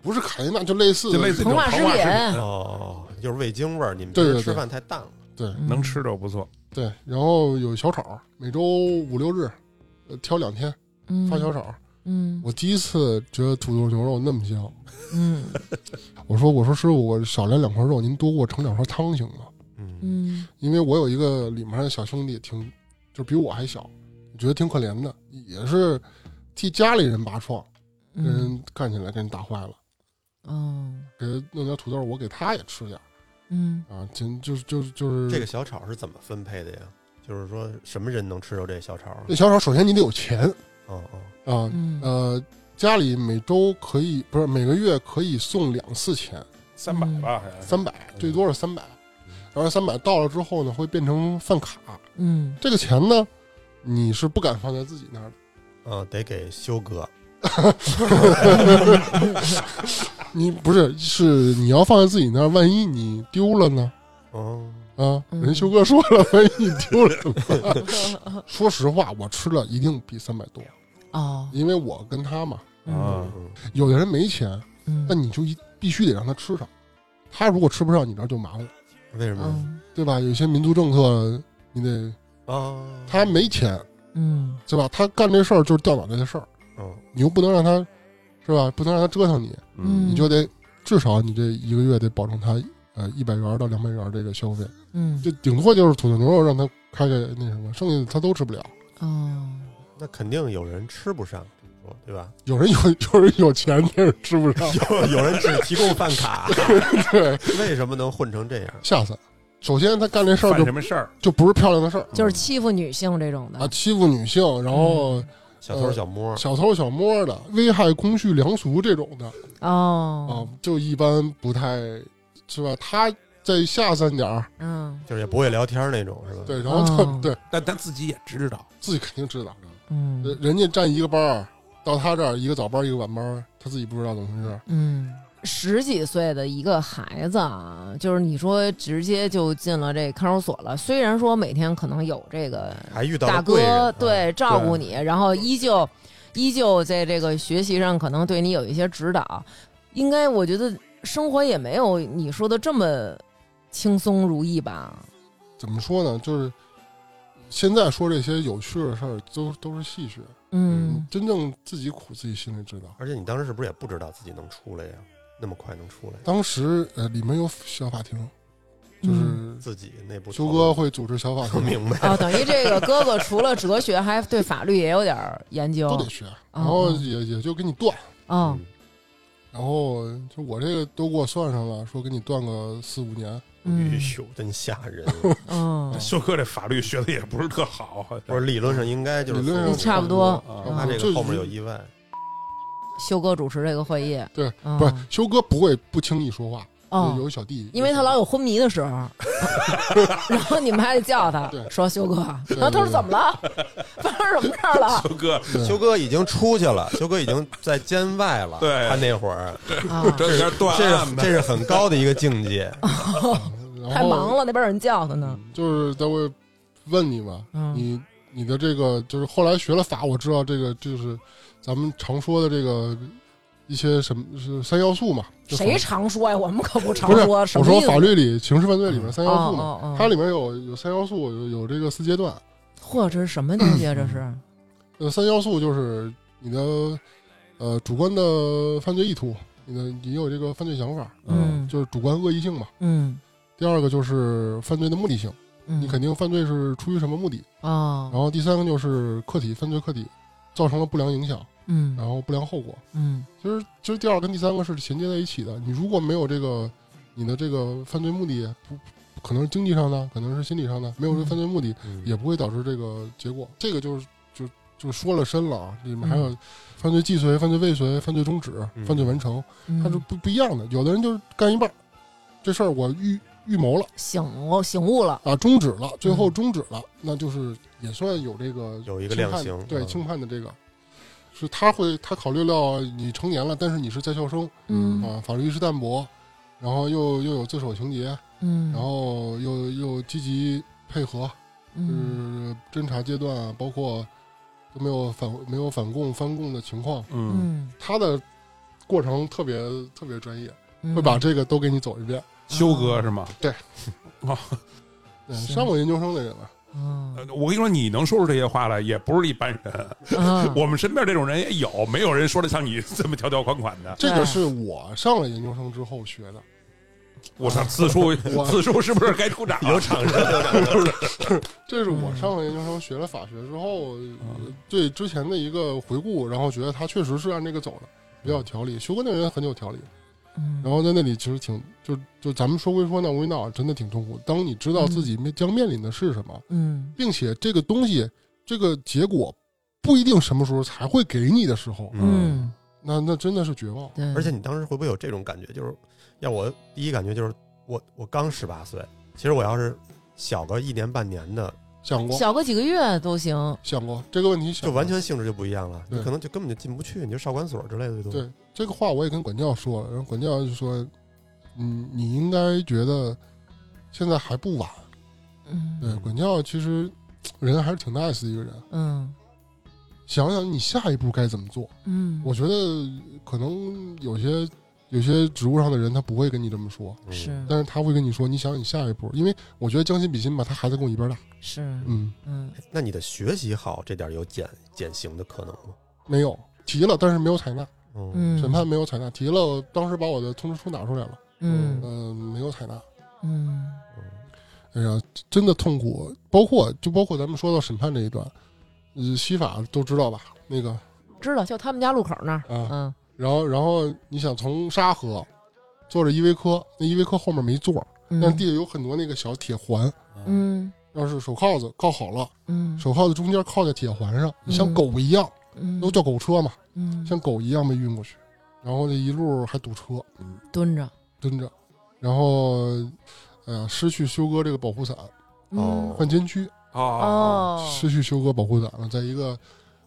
Speaker 4: 不是卡地娜，就类似的
Speaker 3: 就类似这种
Speaker 2: 膨化食
Speaker 3: 膨化食
Speaker 2: 品
Speaker 3: 品，
Speaker 5: 哦，就是味精味儿，你们
Speaker 4: 对
Speaker 5: 这
Speaker 4: 对对
Speaker 5: 吃饭太淡了。
Speaker 4: 对，
Speaker 2: 嗯
Speaker 3: 能吃着不错。
Speaker 4: 对，然后有小炒，每周五六日，呃，挑两天
Speaker 2: 嗯
Speaker 4: 发小炒。
Speaker 2: 嗯
Speaker 4: 我第一次觉得土豆牛肉那么香，
Speaker 2: 嗯
Speaker 4: 我说我说师傅，我少来两块肉，您多给我盛两勺汤行吗？
Speaker 5: 嗯
Speaker 2: 嗯
Speaker 4: 因为我有一个里面的小兄弟挺，就比我还小，觉得挺可怜的，也是替家里人拔创，跟
Speaker 2: 嗯
Speaker 4: 人干起来，给人打坏了，
Speaker 2: 嗯
Speaker 4: 给人弄点土豆，我给他也吃点儿
Speaker 2: 嗯
Speaker 4: 啊，真就是就是就是
Speaker 5: 这个小炒是怎么分配的呀？就是说什么人能吃着这小炒啊？
Speaker 4: 这小炒，首先你得有钱
Speaker 5: 哦哦，
Speaker 4: 啊，
Speaker 2: 嗯
Speaker 4: 呃，家里每周可以不是每个月可以送两次钱，
Speaker 3: 三百吧，好像
Speaker 5: 哎
Speaker 3: 是
Speaker 4: 三百最多是三百，
Speaker 5: 嗯
Speaker 4: 然后三百到了之后呢，会变成饭卡，
Speaker 2: 嗯
Speaker 4: 这个钱呢，你是不敢放在自己那儿的，
Speaker 5: 嗯，得给修哥。
Speaker 4: 你不是是你要放在自己那儿，万一你丢了呢？
Speaker 5: 哦，
Speaker 4: 啊，
Speaker 2: 嗯
Speaker 4: 人修哥说了，万一你丢了怎么办？ 说实话，我吃了一定比三百多，
Speaker 2: 哦
Speaker 4: 因为我跟他嘛，
Speaker 3: 啊
Speaker 5: 嗯，嗯
Speaker 4: 有的人没钱，
Speaker 2: 嗯
Speaker 4: 那你就一必须得让他吃上，他如果吃不上，你这儿就麻烦了，
Speaker 5: 为什么
Speaker 2: 嗯
Speaker 4: 对吧？有一些民族政策，你得
Speaker 5: 啊？
Speaker 4: 他没钱，
Speaker 2: 嗯
Speaker 4: 对吧？他干这事儿就是掉脑袋的事儿，
Speaker 5: 嗯
Speaker 4: 你又不能让他，是吧？不能让他折腾你，
Speaker 2: 嗯
Speaker 4: 你就得至少你这一个月得保证他呃一百元到两百元这个消费，
Speaker 2: 嗯
Speaker 4: 就顶多就是土豆牛肉让他开开那什么，剩下的他都吃不了。
Speaker 2: 哦
Speaker 5: 那肯定有人吃不上，这么说对吧？
Speaker 4: 有人有 有人有钱，但是吃 不上，
Speaker 5: 有有人只提供饭 卡，
Speaker 4: 对，
Speaker 5: 为什么能混成这样？
Speaker 4: 吓死。首先他干这事儿
Speaker 3: 犯
Speaker 4: 就
Speaker 3: 什么事儿？
Speaker 4: 就不是漂亮的事儿
Speaker 2: 就是欺负女性这种
Speaker 4: 啊，
Speaker 2: 的
Speaker 4: 欺负女性，
Speaker 3: 嗯
Speaker 4: 然后
Speaker 5: 小
Speaker 2: 嗯
Speaker 5: 偷小摸，
Speaker 4: 小偷小摸的，危害公序良俗这种的啊
Speaker 2: 哦，
Speaker 4: 就一般不太是吧？他再下三点儿，
Speaker 2: 嗯
Speaker 5: 就是也不会聊天那种，是吧？
Speaker 4: 对，然后他、
Speaker 2: 哦
Speaker 4: 对
Speaker 3: 但他自己也知道，
Speaker 4: 自己肯定知道。人
Speaker 2: 嗯
Speaker 4: 人家站一个班儿，到他这儿一个早班儿一个晚班儿，他自己不知道怎么回事儿。
Speaker 2: 嗯。十几岁的一个孩子啊，就是你说直接就进了这看守所了。虽然说每天可能有这个
Speaker 5: 还遇到了
Speaker 2: 大
Speaker 5: 贵人啊
Speaker 2: 哥对照顾你，然后依旧依旧在这个学习上可能对你有一些指导，应该我觉得生活也没有你说的这么轻松如意吧？
Speaker 4: 怎么说呢？就是现在说这些有趣的事儿，都都是戏谑。
Speaker 2: 嗯
Speaker 4: 真正自己苦，自己心里知道。
Speaker 5: 而且你当时是不是也不知道自己能出来呀？那么快能出
Speaker 2: 嗯
Speaker 5: 来？
Speaker 4: 当时呃，里面有小法庭，就是
Speaker 5: 自己内部
Speaker 4: 修
Speaker 5: 讨
Speaker 4: 哥
Speaker 5: 论
Speaker 4: 会组织小法
Speaker 5: 不
Speaker 4: 庭，
Speaker 5: 明白，
Speaker 2: 哦，等于这个哥哥除了哲学，还对法律也有点儿研究
Speaker 4: 都得学，然后也也就给你断，
Speaker 2: 哦，
Speaker 4: 然后就我这个都给我算上了，说给你断个四五年。
Speaker 5: 哎
Speaker 2: 嗯
Speaker 5: 呦，真吓人！啊
Speaker 2: 嗯，
Speaker 3: 秀哥这法律学的也不是特好，好像
Speaker 5: 不是理论上应该就是
Speaker 4: 理论上
Speaker 2: 差不多嗯
Speaker 3: 啊
Speaker 5: 他这
Speaker 4: 就
Speaker 5: 个
Speaker 4: 是
Speaker 5: 后面有意外，
Speaker 2: 修哥主持这个会议，
Speaker 4: 对，
Speaker 2: 嗯
Speaker 4: 不是修哥不会不轻易说话，有
Speaker 2: 哦，
Speaker 4: 有小弟，
Speaker 2: 因为他老有昏迷的 时候，然后你们还得叫他
Speaker 4: 对
Speaker 2: 说修哥，
Speaker 4: 对
Speaker 2: 然后他说
Speaker 4: 对
Speaker 2: 怎么了？发生什么事儿了？
Speaker 3: 秀哥
Speaker 4: 对
Speaker 5: 修哥已经出去 了，修哥已经在监外了。
Speaker 3: 对
Speaker 5: 他那会儿，
Speaker 2: 啊，
Speaker 3: 这有点断
Speaker 5: 这
Speaker 3: 案
Speaker 5: 是
Speaker 3: 呢
Speaker 5: 这。是很高的一个境界。
Speaker 4: 然后
Speaker 2: 太忙了，那边有人叫他呢。
Speaker 4: 就是他会问你嘛，
Speaker 2: 嗯
Speaker 4: 你你的这个就是后来学了法，我知道这个就是咱们常说的这个一些什么是三要素嘛？就法
Speaker 2: 谁常说呀？我们可不常
Speaker 4: 不是
Speaker 2: 说。什
Speaker 4: 我
Speaker 2: 么
Speaker 4: 说
Speaker 2: 意思
Speaker 4: 法律里刑事犯罪里面三要素嘛，
Speaker 2: 哦哦
Speaker 4: 它
Speaker 2: 哦，
Speaker 4: 里面有有三要素，有有这个四阶段。
Speaker 2: 嚯，这是什么东西啊？这是
Speaker 4: 呃，三要素就是你的呃主观的犯罪意图，你的你有这个犯罪想法，
Speaker 2: 嗯
Speaker 4: 就是主观恶意性嘛。
Speaker 2: 嗯
Speaker 4: 第二个就是犯罪的目的性，
Speaker 2: 嗯，
Speaker 4: 你肯嗯定犯罪是出于什么目的。然
Speaker 2: 哦，
Speaker 4: 后第三个就是客体犯罪客体造成了不良影响，
Speaker 2: 嗯
Speaker 4: 然后不良后果。
Speaker 2: 嗯
Speaker 4: 其实其实第二跟第三个是衔接在一起的。你如果没有这个你的这个犯罪目的，不可能是经济上的，可能是心理上的，没有这个犯罪目的，
Speaker 3: 嗯
Speaker 5: 嗯
Speaker 4: 也不会导致这个结果。这个就是就就说了深了啊，里面还有犯罪既遂、犯罪未遂、犯罪终止、
Speaker 5: 嗯
Speaker 4: 犯罪完成，
Speaker 2: 嗯，
Speaker 4: 它是不不一样的。有的人就是干一半儿，这事儿我预预谋了
Speaker 2: 醒悟醒悟了。
Speaker 4: 啊，终止了，最后
Speaker 2: 嗯
Speaker 4: 终止了，那就是也算有这个
Speaker 5: 有一个
Speaker 4: 轻
Speaker 5: 量
Speaker 4: 判
Speaker 5: 刑，
Speaker 4: 对
Speaker 5: 嗯
Speaker 4: 轻判的这个，是他会他考虑到你成年了，但是你是在校生
Speaker 2: 嗯
Speaker 4: 啊，法律意识淡薄，然后又又有自首情节，
Speaker 2: 嗯，
Speaker 4: 然后又又积极配合，
Speaker 2: 嗯
Speaker 4: 就是侦查阶段啊，包括都没有反没有反供翻供的情况，
Speaker 3: 嗯，
Speaker 2: 嗯，
Speaker 4: 他的过程特别特别专业，
Speaker 2: 嗯
Speaker 4: 会把这个都给你走一遍。
Speaker 3: 修哥是吗？
Speaker 4: 嗯，上过研究生的人了，
Speaker 2: 嗯
Speaker 3: 呃我跟你说，你能说出这些话来，也不是一般人。
Speaker 2: 啊，
Speaker 3: 我们身边这种人也有，没有人说的像你这么条条款款的。
Speaker 4: 这个是我上了研究生之后学的，
Speaker 3: 我操，此处
Speaker 4: 我
Speaker 3: 此处是不是该出场？有场人，
Speaker 4: 这是我上了研究生学了法学之后、
Speaker 2: 嗯
Speaker 4: 呃对之前的一个回顾，然后觉得他确实是按这个走的，比较有条理。修哥那个人很有条理，
Speaker 2: 嗯
Speaker 4: 然后在那里其实挺就就咱们说归说闹归闹，真的挺痛苦。当你知道自己面将面临的是什么，
Speaker 2: 嗯
Speaker 4: 并且这个东西这个结果不一定什么时候才会给你的时候，
Speaker 5: 嗯，
Speaker 2: 嗯，
Speaker 4: 那那真的是绝望。
Speaker 2: 对，
Speaker 5: 而且你当时会不会有这种感觉？就是要我第一感觉就是我我刚十八岁，其实我要是小个一年半年的，
Speaker 4: 想过
Speaker 2: 小个几个月都行，
Speaker 4: 想过这个问题想过，
Speaker 5: 就完全性质就不一样了，你
Speaker 4: 对
Speaker 5: 可能就根本就进不去，你就少管所之类的东西。
Speaker 4: 对这个话我也跟管教说了，然后管教就说，嗯，你应该觉得现在还不晚。
Speaker 2: 嗯
Speaker 4: 对，管教其实人还是挺 nice 的一个人，
Speaker 2: 嗯
Speaker 4: 想想你下一步该怎么做。
Speaker 2: 嗯，
Speaker 4: 我觉得可能有些有些职务上的人他不会跟你这么说，
Speaker 5: 嗯
Speaker 2: 是
Speaker 4: 但是他会跟你说，你想你下一步，因为我觉得将心比心吧，他孩子跟我一边大。
Speaker 2: 是
Speaker 4: 嗯，
Speaker 2: 嗯
Speaker 5: 那你的学习好这点有减减刑的可能吗？
Speaker 4: 没有提了，但是没有采纳，
Speaker 2: 嗯，
Speaker 4: 审判没有采纳，提了，当时把我的通知书拿出来了，
Speaker 2: 嗯
Speaker 4: 嗯、没有采纳。
Speaker 2: 嗯
Speaker 4: 哎呀，真的痛苦，包括就包括咱们说到审判这一段，呃，西法都知道吧？那个，
Speaker 2: 知道，就他们家路口那儿，
Speaker 4: 啊
Speaker 2: 嗯
Speaker 4: 然后然后你想从沙河坐着依维柯，那依维柯后面没座，
Speaker 2: 嗯，
Speaker 4: 但地下有很多那个小铁环，
Speaker 2: 嗯
Speaker 4: 要是手铐子铐好了，
Speaker 2: 嗯
Speaker 4: 手铐子中间铐在铁环上，
Speaker 2: 嗯
Speaker 4: 像狗一样，
Speaker 2: 嗯
Speaker 4: 都叫狗车嘛，
Speaker 2: 嗯
Speaker 4: 像狗一样被运过去，然后这一路还堵车，嗯，
Speaker 2: 蹲着
Speaker 4: 蹲着，然后，哎呀，失去修哥这个保护伞，
Speaker 2: 嗯
Speaker 5: 哦
Speaker 4: 换监区，
Speaker 3: 哦，
Speaker 2: 哦
Speaker 4: 失去修哥保护伞了，在一个，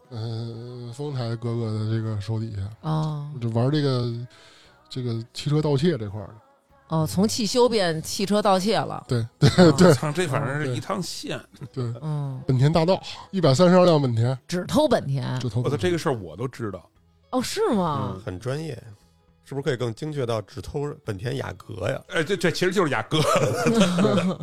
Speaker 4: 呃，丰台哥哥的这个手底下，
Speaker 2: 哦
Speaker 4: 就玩这个这个汽车盗窃这块儿的，
Speaker 2: 哦，从汽修变汽车盗窃了，哦
Speaker 4: 对
Speaker 3: 对，操，这反正是一趟线。
Speaker 4: 对，
Speaker 2: 嗯，
Speaker 4: 本田大盗一百三十二辆本田，
Speaker 2: 只偷本田
Speaker 4: 这头
Speaker 3: 我操，这个事儿我都知道。
Speaker 2: 哦，是
Speaker 4: 嗯
Speaker 2: 吗？
Speaker 5: 很专业，是不是可以更精确到只偷本田雅阁呀？
Speaker 3: 哎，这这其实就是雅阁，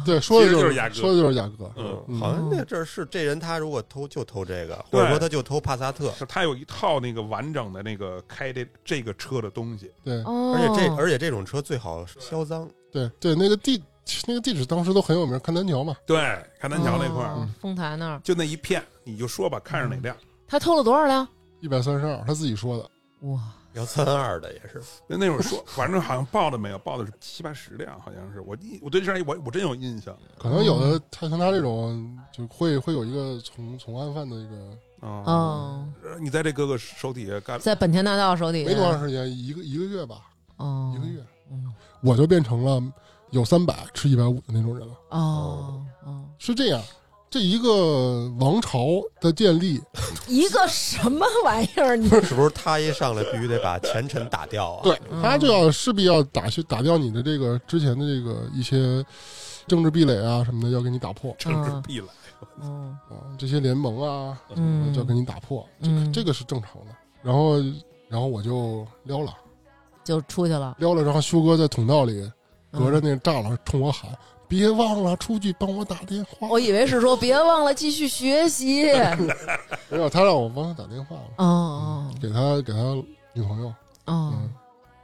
Speaker 4: 对说的
Speaker 3: 其实
Speaker 4: 就
Speaker 3: 就是是雅阁
Speaker 4: 说的就是雅阁，
Speaker 3: 嗯，
Speaker 4: 嗯
Speaker 5: 好像那这是这人他如果偷就偷这个，或者说他就偷帕萨特，
Speaker 3: 是它有一套那个完整的那个开这这个车的东西。
Speaker 4: 对
Speaker 2: 哦，
Speaker 5: 而且这而且这种车最好销赃，
Speaker 4: 对对，那个地那个地址当时都很有名，看南桥嘛，
Speaker 3: 对，看南桥那块
Speaker 2: 哦
Speaker 3: 儿，
Speaker 2: 丰台那儿，
Speaker 3: 就那一片，你就说吧，看上哪辆。
Speaker 2: 他偷了多少辆？
Speaker 4: 一百三十二，他自己说的，
Speaker 2: 哇，
Speaker 5: 幺三二的也是，
Speaker 3: 那那会儿说，反正好像报的没有，报的是七八十辆，好像是我一我对这事儿我我真有印象
Speaker 4: 可能有
Speaker 2: 哦
Speaker 4: 的他像他这种就会会有一个从从案犯的一个，
Speaker 3: 啊。
Speaker 2: 嗯，
Speaker 3: 呃你在这哥哥手底下干，
Speaker 2: 在本田大盗手底下
Speaker 4: 没多长时间，一个一个月吧，
Speaker 2: 哦，
Speaker 4: 一个月，
Speaker 2: 嗯，
Speaker 4: 我就变成了有三百吃一百五的那种人了。
Speaker 2: 哦哦，
Speaker 4: 是这样，这一个王朝的 建立，
Speaker 2: 一个什么玩意儿？你嗯
Speaker 5: 是不是他一上来必须得把前尘打掉啊？
Speaker 4: 对他就
Speaker 2: 嗯
Speaker 4: 要势必要打去打掉你的这个之前的这个一些政治壁垒啊什么的，要给你打破
Speaker 3: 政治壁垒。
Speaker 2: 嗯
Speaker 4: 啊，这些联盟啊，
Speaker 2: 嗯
Speaker 4: 就要给你打破，
Speaker 2: 嗯，
Speaker 4: 这个是正常的。然后，然后我就撩了。
Speaker 2: 就出去了，
Speaker 4: 撩了，然后修哥在通道里
Speaker 2: 嗯
Speaker 4: 隔着那栅栏冲我喊：“别忘了出去帮我打电话。
Speaker 2: 我以为是说别忘了继续学习。哦”
Speaker 4: 没有，他让我帮他打电话了，
Speaker 2: 哦
Speaker 4: 给他给他女朋友，
Speaker 2: 哦
Speaker 4: 嗯，，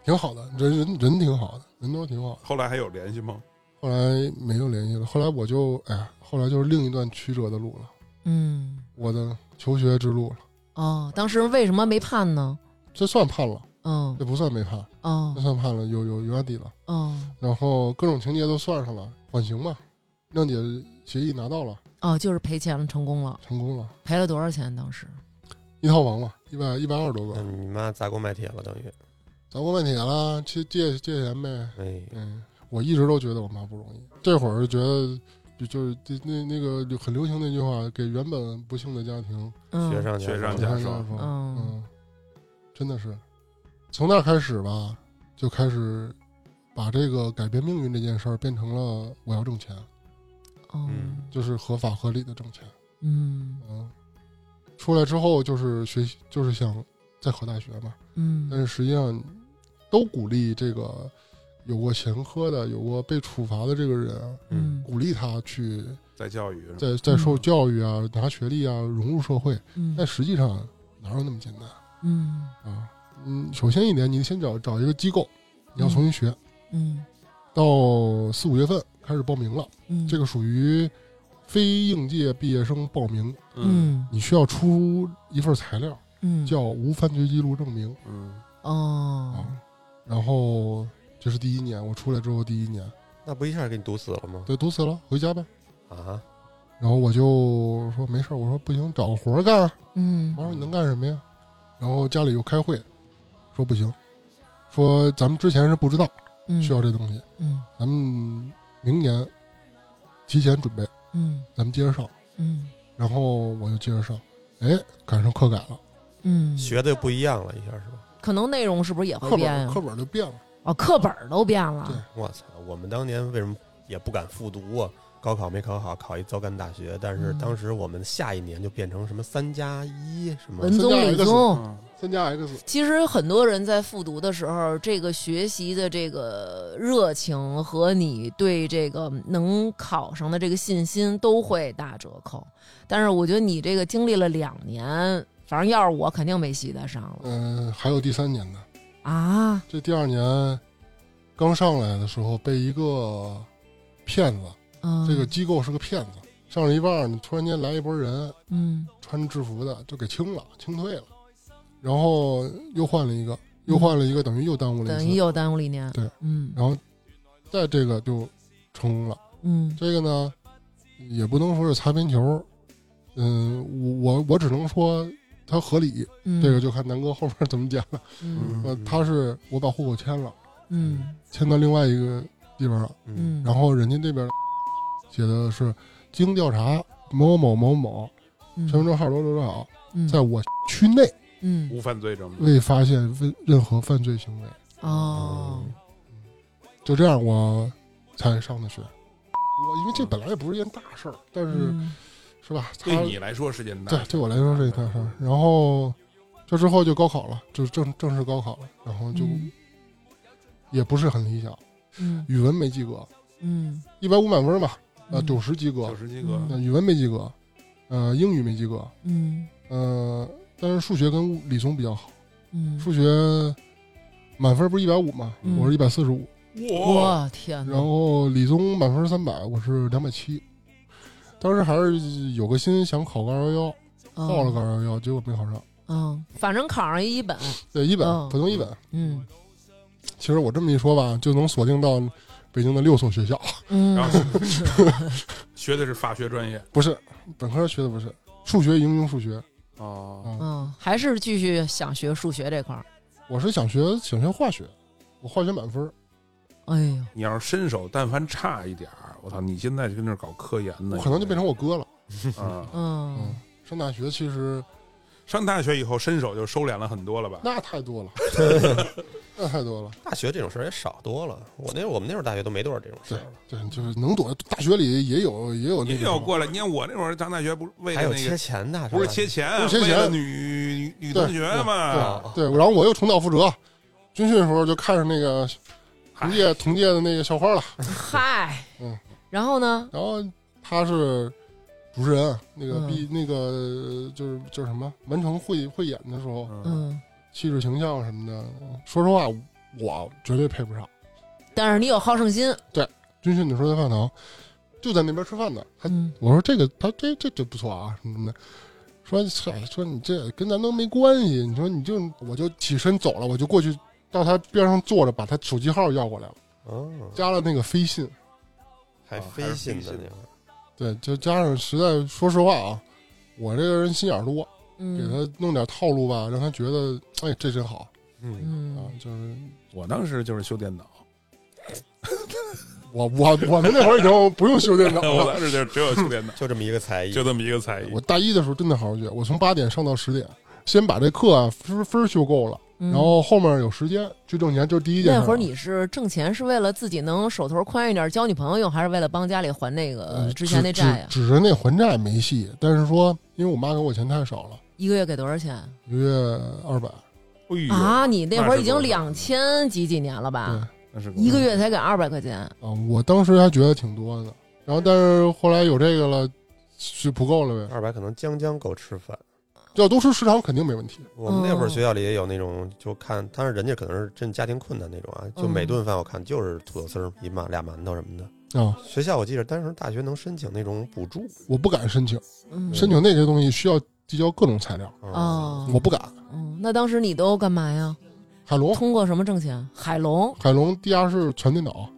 Speaker 4: 挺好的，人人人挺好的，人都挺好的。
Speaker 3: 后来还有联系吗？
Speaker 4: 后来没有联系了，后来我就哎呀，后来就是另一段曲折的路了，
Speaker 2: 嗯
Speaker 4: 我的求学之路了。
Speaker 2: 哦，当时为什么没判呢？
Speaker 4: 这算判了，
Speaker 2: 嗯
Speaker 4: 这不算没判，这
Speaker 2: 哦
Speaker 4: 算判了，有有有案底了。
Speaker 2: 哦
Speaker 4: 然后各种情节都算上了，缓刑吧，谅解协议拿到了，
Speaker 2: 哦，就是赔钱了，成功了，
Speaker 4: 成功了，
Speaker 2: 赔了多少钱？当时
Speaker 4: 一套房嘛，一百一百二十多个
Speaker 5: 那。你妈砸锅卖铁了，等于，
Speaker 4: 砸锅卖铁啦，去借借钱呗。
Speaker 5: 哎，
Speaker 4: 嗯，我一直都觉得我妈不容易，这会儿觉得就就是这那那个就很流行那句话，给原本不幸的家庭
Speaker 2: 嗯
Speaker 5: 学上
Speaker 3: 学上
Speaker 4: 加
Speaker 3: 加
Speaker 4: 霜
Speaker 3: 霜。
Speaker 2: 嗯
Speaker 4: 嗯，真的是从那开始吧，就开始把这个改变命运这件事儿变成了我要挣钱，
Speaker 2: 哦
Speaker 5: 嗯
Speaker 4: 就是合法合理的挣钱。
Speaker 2: 嗯
Speaker 4: 嗯，出来之后就是学习，就是想再考大学嘛，但
Speaker 2: 嗯
Speaker 4: 是实际上都鼓励这个有过前科的、有过被处罚的这个人，
Speaker 5: 嗯
Speaker 4: 鼓励他去
Speaker 3: 在教育是吧
Speaker 4: 再再受
Speaker 2: 嗯
Speaker 4: 教育啊、拿学历啊、融入社会。但
Speaker 2: 嗯
Speaker 4: 实际上哪有那么简单
Speaker 2: 嗯
Speaker 4: 啊？嗯，首先一点，你先找找一个机构，你要重新学。
Speaker 2: 嗯
Speaker 4: 到四五月份开始报名了，
Speaker 2: 嗯，
Speaker 4: 这个属于非应届毕业生报名，
Speaker 2: 嗯
Speaker 4: 你需要出一份材料，
Speaker 2: 嗯
Speaker 4: 叫无犯罪记录证明
Speaker 3: 嗯，
Speaker 2: 哦
Speaker 4: 啊。然后这是第一年，我出来之后第一年，
Speaker 5: 那不一下给你堵死了吗？
Speaker 4: 对，堵死了，回家呗。
Speaker 5: 啊，
Speaker 4: 然后我就说没事儿，我说不行，找个活儿干啊。
Speaker 2: 嗯
Speaker 4: 我说你能干什么呀？然后家里又开会，说不行，说咱们之前是不知道
Speaker 2: 嗯
Speaker 4: 需要这东西，
Speaker 2: 嗯
Speaker 4: 咱们明年提前准备，
Speaker 2: 嗯
Speaker 4: 咱们接着上。
Speaker 2: 嗯
Speaker 4: 然后我就接着上，哎，赶上课改了，
Speaker 2: 嗯，
Speaker 5: 学的不一样了，一下是吧？
Speaker 2: 可能内容是不是也会
Speaker 4: 课
Speaker 2: 变啊
Speaker 4: 本
Speaker 2: 呀
Speaker 4: 课？本就变了。
Speaker 2: 哦，课本儿都变了
Speaker 4: 对。
Speaker 5: 我操，我们当年为什么也不敢复读啊？高考没考好，考一糟干大学，但是
Speaker 2: 嗯
Speaker 5: 当时我们下一年就变成什么三加一什么
Speaker 2: 文综、理综，
Speaker 3: 嗯
Speaker 4: 三加 X，
Speaker 2: 其实很多人在复读的时候，这个学习的这个热情和你对这个能考上的这个信心都会打折扣。但是我觉得你这个经历了两年，反正要是我肯定没戏再上了
Speaker 4: 嗯、还有第三年的，
Speaker 2: 啊！
Speaker 4: 这第二年刚上来的时候被一个骗子，
Speaker 2: 嗯，
Speaker 4: 这个机构是个骗子，上了一半儿，突然间来一波人，
Speaker 2: 嗯
Speaker 4: 穿制服的就给清了，清退了，然后又换了一个，又换了一个，等于又耽误了
Speaker 2: 等
Speaker 4: 一
Speaker 2: 于
Speaker 4: 次，
Speaker 2: 又耽误了一年。
Speaker 4: 对，
Speaker 2: 嗯
Speaker 4: 然后再这个就成功了。
Speaker 2: 嗯
Speaker 4: 这个呢，也不能说是擦边球，嗯，我我我只能说它合理，
Speaker 2: 嗯，
Speaker 4: 这个就看南哥后面怎么讲了。
Speaker 2: 嗯
Speaker 4: 呃，他是我把户口迁了，
Speaker 2: 嗯
Speaker 4: 迁到另外一个地方了，
Speaker 5: 嗯
Speaker 2: 嗯，
Speaker 4: 然后人家那边写的是经调查某某某某身份证号多少多少，
Speaker 2: 嗯
Speaker 4: 在我区内。
Speaker 2: 嗯
Speaker 3: 无犯罪证明，
Speaker 4: 未发现任任何犯罪行为，
Speaker 2: 哦
Speaker 4: 就这样我才上的学。我因为这本来也不是一件大事儿，但是、
Speaker 2: 嗯
Speaker 4: 是吧？他
Speaker 3: 对你来说是件大
Speaker 4: 对
Speaker 3: 事，
Speaker 4: 对我来说是一件大事儿。然后这之后就高考了，就正正式高考了，然后就
Speaker 2: 嗯
Speaker 4: 也不是很理想，
Speaker 2: 嗯
Speaker 4: 语文没及格，
Speaker 2: 嗯
Speaker 4: 一百五满分吧，呃
Speaker 2: 嗯
Speaker 4: 九十及
Speaker 3: 九
Speaker 4: 格，
Speaker 3: 十及格，
Speaker 4: 那语文没及格，呃英语没及格，
Speaker 2: 嗯
Speaker 4: 呃但是数学跟物理综比较好，
Speaker 2: 嗯，
Speaker 4: 数学满分不是一百五嘛，
Speaker 2: 嗯
Speaker 4: 我是一百四十五。
Speaker 3: 哇，
Speaker 2: 我天哪！
Speaker 4: 然后理综满分三百，我是两百七。当时还是有个心想考个二幺幺，报了个二幺幺，结果没考上。
Speaker 2: 嗯，反正考上一本，
Speaker 4: 对，一本
Speaker 2: 嗯
Speaker 4: 普通一本。
Speaker 2: 嗯
Speaker 4: 其实我这么一说吧，就能锁定到北京的六所学校，
Speaker 2: 嗯，
Speaker 3: 然后学的是法学专业
Speaker 4: 不是本科学的不是数学，应用数学。
Speaker 3: 哦
Speaker 4: 嗯，
Speaker 2: 嗯，还是继续想学数学这块儿。
Speaker 4: 我是想学想学化学，我化学满分。
Speaker 2: 哎呦，
Speaker 3: 你要是身手但凡差一点儿，我操，你现在就跟那儿搞科研呢，
Speaker 4: 我可能就变成我哥了。
Speaker 3: 成啊。
Speaker 2: 嗯
Speaker 4: 嗯，上大学其实
Speaker 3: 上大学以后，身手就收敛了很多了吧？
Speaker 4: 那太多 了，那太多了。
Speaker 5: 大学这种事儿也少多了。我那我们那会儿大学都没多少这种事儿了，
Speaker 4: 对，就是能躲。大学里也有也有那
Speaker 3: 也
Speaker 4: 种
Speaker 3: 有过来，你看我那会儿上大学不是为了
Speaker 5: 还有
Speaker 3: 那
Speaker 5: 切
Speaker 3: 个，
Speaker 5: 钱的，
Speaker 3: 不是切钱啊，
Speaker 4: 不是切
Speaker 3: 为了
Speaker 4: 钱
Speaker 3: 女女女
Speaker 4: 对
Speaker 3: 同学嘛，
Speaker 5: 啊，
Speaker 4: 对，然后我又重蹈覆辙，军训的时候就看上那个同届同届的那个校花了，
Speaker 2: 嗨，
Speaker 4: 嗯，
Speaker 2: 然后呢？
Speaker 4: 然后她是主持人，啊那个
Speaker 2: 嗯
Speaker 4: 毕、那个就是就是什么完成汇汇演的时候，
Speaker 3: 嗯，
Speaker 2: 嗯，
Speaker 4: 气质形象什么的，说实话我绝对配不上。
Speaker 2: 但是你有好胜心，
Speaker 4: 军训的时候在饭堂，就在那边吃饭呢，他
Speaker 2: 嗯
Speaker 4: 我说这个他这这这不错啊什么什么的。说哎说你这跟咱都没关系，你说你就我就起身走了，我就过去到他边上坐着，把他手机号要过来了，
Speaker 5: 嗯，
Speaker 4: 加了那个飞信，
Speaker 5: 还
Speaker 3: 啊
Speaker 5: 飞信
Speaker 3: 还是
Speaker 5: 的
Speaker 3: 飞信
Speaker 5: 那会儿，
Speaker 4: 对，就加上实在说实话啊，我这个人心眼儿多，给
Speaker 2: 嗯
Speaker 4: 他弄点套路吧，让他觉得哎这真好
Speaker 5: 嗯，
Speaker 4: 啊
Speaker 2: 嗯，，
Speaker 4: 就是
Speaker 3: 我当时就是修电脑，
Speaker 4: 我我我们那会儿已经不用修电脑
Speaker 3: 我
Speaker 4: 了。
Speaker 3: 当时就只有修电脑，
Speaker 5: 就这么一个才艺
Speaker 3: 就，这么一个才艺
Speaker 4: 我。大一的时候真的好好学，我从八点上到十点，先把这课啊分分儿修够了，
Speaker 2: 然
Speaker 4: 然后后面有时间去挣钱，就是第一件事儿
Speaker 2: 嗯那
Speaker 4: 啊。
Speaker 2: 会儿你是挣钱是为了自己能手头宽裕点儿交女朋友用，还是为了帮家里还那个
Speaker 4: 嗯
Speaker 2: 之前那
Speaker 4: 只
Speaker 2: 债呀？啊
Speaker 4: 只只是那还债没戏，但是说因为我妈给我钱太少了，
Speaker 2: 一个月给多少钱
Speaker 4: 一个月二百，
Speaker 3: 哎呦
Speaker 2: 啊？你那会
Speaker 3: 那
Speaker 2: 儿
Speaker 3: 是
Speaker 2: 已经
Speaker 3: 多少
Speaker 2: 两千几几年了吧？
Speaker 4: 对，
Speaker 3: 那是
Speaker 2: 一个月才给二百块钱，
Speaker 4: 嗯，我当时还觉得挺多的，然后但是后来有这个了，是不够了呗。
Speaker 5: 二百可能将将够吃饭。
Speaker 4: 要都吃食堂肯定没问题。
Speaker 5: 我们那
Speaker 2: 哦
Speaker 5: 会儿学校里也有那种，就看，但是人家可能是真家庭困难那种啊，就
Speaker 2: 嗯
Speaker 5: 每顿饭我看就是土豆丝儿、一馒俩馒头什么的。
Speaker 4: 啊，
Speaker 5: 学校我记得当时大学能申请那种补助，
Speaker 4: 我不敢申请，
Speaker 2: 嗯，
Speaker 4: 申请那些东西需要递交各种材料，
Speaker 5: 嗯
Speaker 2: 哦，
Speaker 4: 我不敢。
Speaker 2: 嗯，那当时你都干嘛呀？
Speaker 4: 海龙，
Speaker 2: 通过什么挣钱？海龙
Speaker 4: 海龙地下室全电脑，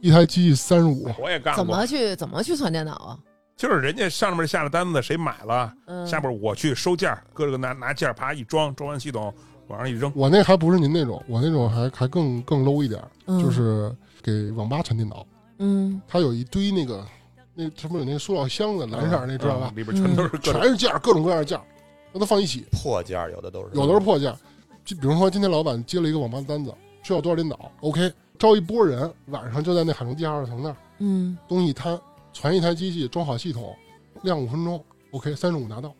Speaker 4: 一台机器三十五，
Speaker 3: 嗯我也干
Speaker 2: 怎
Speaker 3: 过
Speaker 2: 么，去怎么去窜电脑啊？
Speaker 3: 就是人家上面下了单子，谁买了，
Speaker 2: 嗯，
Speaker 3: 下边我去收件儿，搁这个拿拿件儿，啪一装，装完系统往上一扔，
Speaker 4: 我那还不是您那种，我那种还还更更 low 一点，
Speaker 2: 嗯
Speaker 4: 就是给网吧传电脑，
Speaker 2: 嗯
Speaker 4: 它有一堆那个那什么有那个塑料箱子，蓝色儿那知道吧
Speaker 3: 嗯？里边全都是各
Speaker 4: 全
Speaker 3: 种
Speaker 4: 是件儿，各种各样的件儿，让它放一起，
Speaker 5: 破件儿有的都是，
Speaker 4: 有的是破件儿，就比如说今天老板接了一个网吧的单子，需要多少电脑，OK，招一波人，晚上就在那海龙地下二层那儿
Speaker 2: 嗯，
Speaker 4: 东西一摊，传一台机器，装好系统，晾五分钟，OK，三十五拿到。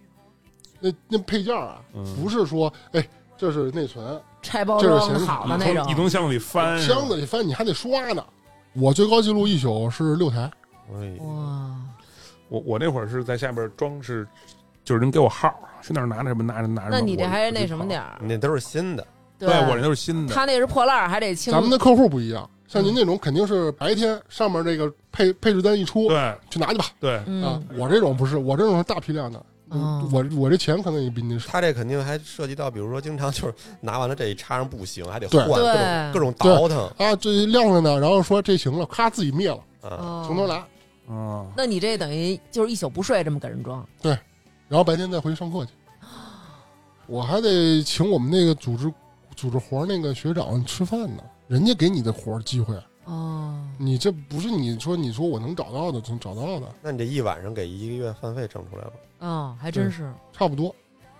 Speaker 4: 那那配件儿啊，
Speaker 3: 嗯
Speaker 4: 不是说哎这是内存，
Speaker 2: 拆包
Speaker 4: 这是
Speaker 2: 装
Speaker 4: 闲
Speaker 2: 好的那
Speaker 3: 一从一
Speaker 2: 种，
Speaker 3: 从箱子里翻，
Speaker 4: 哦箱子里翻你还得刷呢。我最高记录一宿是六台，
Speaker 5: 哎，
Speaker 2: 哇，
Speaker 3: 我我那会儿是在下边装饰，就是人给我号，去那儿拿着什么拿着拿着。
Speaker 2: 那你这
Speaker 3: 我
Speaker 2: 还是
Speaker 3: 我
Speaker 2: 那
Speaker 3: 去
Speaker 2: 什么
Speaker 3: 跑
Speaker 2: 点儿？
Speaker 5: 那都是新的，
Speaker 3: 对我这都是新的。
Speaker 2: 他那是破烂儿，还得清。
Speaker 4: 咱们的客户不一样，像您这种肯定是白天上面这个配配置单一出
Speaker 3: 对
Speaker 4: 去拿去吧
Speaker 3: 对，
Speaker 4: 啊
Speaker 2: 嗯，，
Speaker 4: 我这种不是，我这种是大批量的，
Speaker 2: 哦
Speaker 4: 我我这钱可能也比您少。
Speaker 5: 他这肯定还涉及到，比如说经常就是拿完了这一插上不行，还得
Speaker 4: 对
Speaker 5: 换各种
Speaker 2: 对
Speaker 5: 各种倒腾
Speaker 4: 啊，这晾着呢，然后说这行了，咔自己灭了，
Speaker 5: 啊，
Speaker 2: 哦
Speaker 4: 从头来，
Speaker 3: 嗯，
Speaker 2: 那你这等于就是一宿不睡，这么给人装。
Speaker 4: 然后白天再回去上课去。我还得请我们那个组织组织活儿那个学长吃饭呢，人家给你的活儿机会，啊
Speaker 2: 哦，
Speaker 4: 你这不是你说你说我能找到的，能找到的
Speaker 5: 那你这一晚上给一个月饭费挣出来了，
Speaker 2: 哦，还真是。
Speaker 4: 差不多。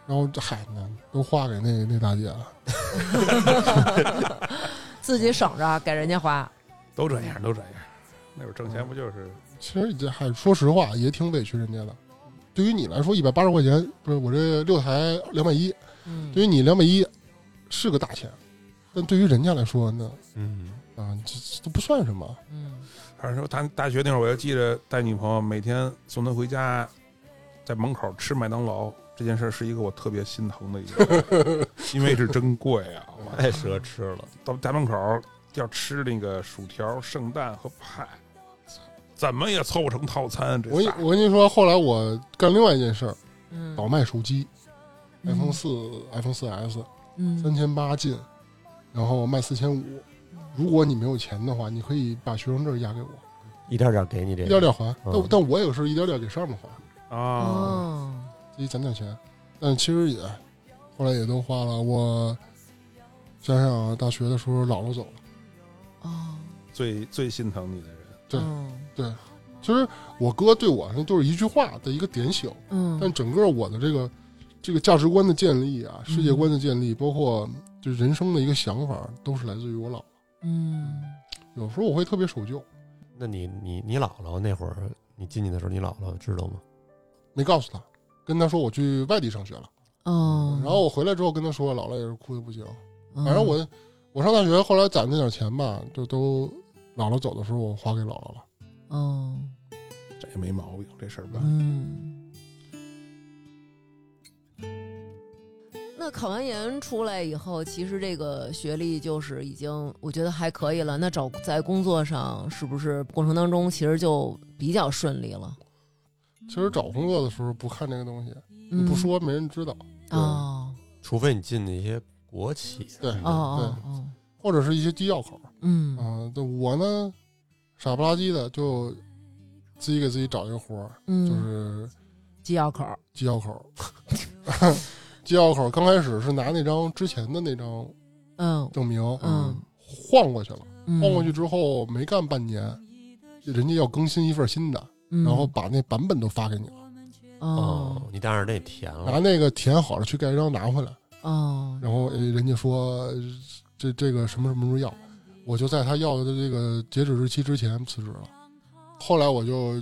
Speaker 4: 然后这嗨，那都花给那那大姐了。
Speaker 2: 自己省着给人家花，
Speaker 3: 都这样，都这样。那会儿挣钱
Speaker 4: 嗯
Speaker 3: 不就是
Speaker 4: 其实这还说实话也挺委屈人家的。对于你来说，一百八十块钱不是我这六台两百一，
Speaker 2: 嗯，
Speaker 4: 对于你两百一是个大钱，但对于人家来说呢，
Speaker 5: 嗯，
Speaker 4: 啊，这这都不算什么。
Speaker 2: 嗯，
Speaker 3: 反正说他大学那会儿，我就记着带女朋友每天送她回家，在门口吃麦当劳这件事儿是一个我特别心疼的一个， 因为是真贵啊！
Speaker 2: 哦
Speaker 3: 我
Speaker 5: 太奢侈了，
Speaker 3: 到家门口要吃那个薯条、圣诞和派，怎么也凑不成套餐。这
Speaker 4: 我
Speaker 3: 仨
Speaker 4: 我跟您说，后来我干另外一件事儿，
Speaker 2: 嗯
Speaker 4: 倒卖手机
Speaker 2: 嗯
Speaker 4: ，iPhone 四、iPhone 四 S
Speaker 2: 嗯
Speaker 4: 三千八进，然后卖四千五。如果你没有钱的话，你可以把学生证押给我，
Speaker 5: 一点点给你
Speaker 4: 一
Speaker 5: 这
Speaker 4: 点
Speaker 5: 个
Speaker 4: 点还。
Speaker 5: 嗯
Speaker 4: 但但我也是一点点给上面还，
Speaker 3: 啊，
Speaker 2: 哦，
Speaker 4: 自己攒点钱。但其实也后来也都花了。我想想啊，大学的时候姥姥走了。
Speaker 2: 哦，
Speaker 3: 最最心疼你的人，
Speaker 4: 啊对
Speaker 2: 嗯
Speaker 4: 其实我哥对我那就是一句话的一个点醒，但
Speaker 2: 嗯，
Speaker 4: 整个我的这个这个价值观的建立啊，世
Speaker 2: 嗯
Speaker 4: 界观的建立，包括就人生的一个想法，都是来自于我姥。
Speaker 2: 嗯，
Speaker 4: 有时候我会特别守旧，
Speaker 5: 那你你你姥姥那会儿，你进去的时候，你姥姥知道吗？
Speaker 4: 没告诉他，跟他说我去外地上学了。
Speaker 2: 哦，
Speaker 4: 然后我回来之后跟他说，姥姥也是哭的不行。
Speaker 2: 嗯
Speaker 4: 反正我我上大学后来攒那点钱吧，就都姥姥走的时候我花给姥姥了。
Speaker 2: 哦，
Speaker 3: 这也没毛病，这事儿吧。
Speaker 2: 嗯。那考完研出来以后，其实这个学历就是已经，我觉得还可以了。那找在工作上是不是过程当中，其实就比较顺利了？
Speaker 4: 其实找工作的时候不看这个东西，
Speaker 2: 嗯
Speaker 4: 不说没人知道，
Speaker 2: 哦
Speaker 5: 除非你进那些国企，
Speaker 4: 对
Speaker 2: 哦哦哦，
Speaker 4: 或者是一些低要口。
Speaker 2: 嗯
Speaker 4: 啊，对我呢，傻不拉几的就自己给自己找一个活儿，就
Speaker 2: 嗯，
Speaker 4: 是
Speaker 2: 机要口儿，
Speaker 4: 机要口儿。 机要口儿刚开始是拿那张之前的那张
Speaker 2: 嗯
Speaker 4: 证明，
Speaker 2: 嗯，
Speaker 4: 晃过去了。
Speaker 2: 嗯，
Speaker 4: 晃过去之后没干半年，人家要更新一份新的，
Speaker 2: 嗯，
Speaker 4: 然后把那版本都发给你了，
Speaker 5: 哦
Speaker 2: 哦，
Speaker 5: 你当然得填了
Speaker 4: 拿，那个填好了去盖章拿回来。
Speaker 2: 哦，
Speaker 4: 然后呃人家说这这个什么什么时候要，我就在他要的这个截止日期之前辞职了。后来我就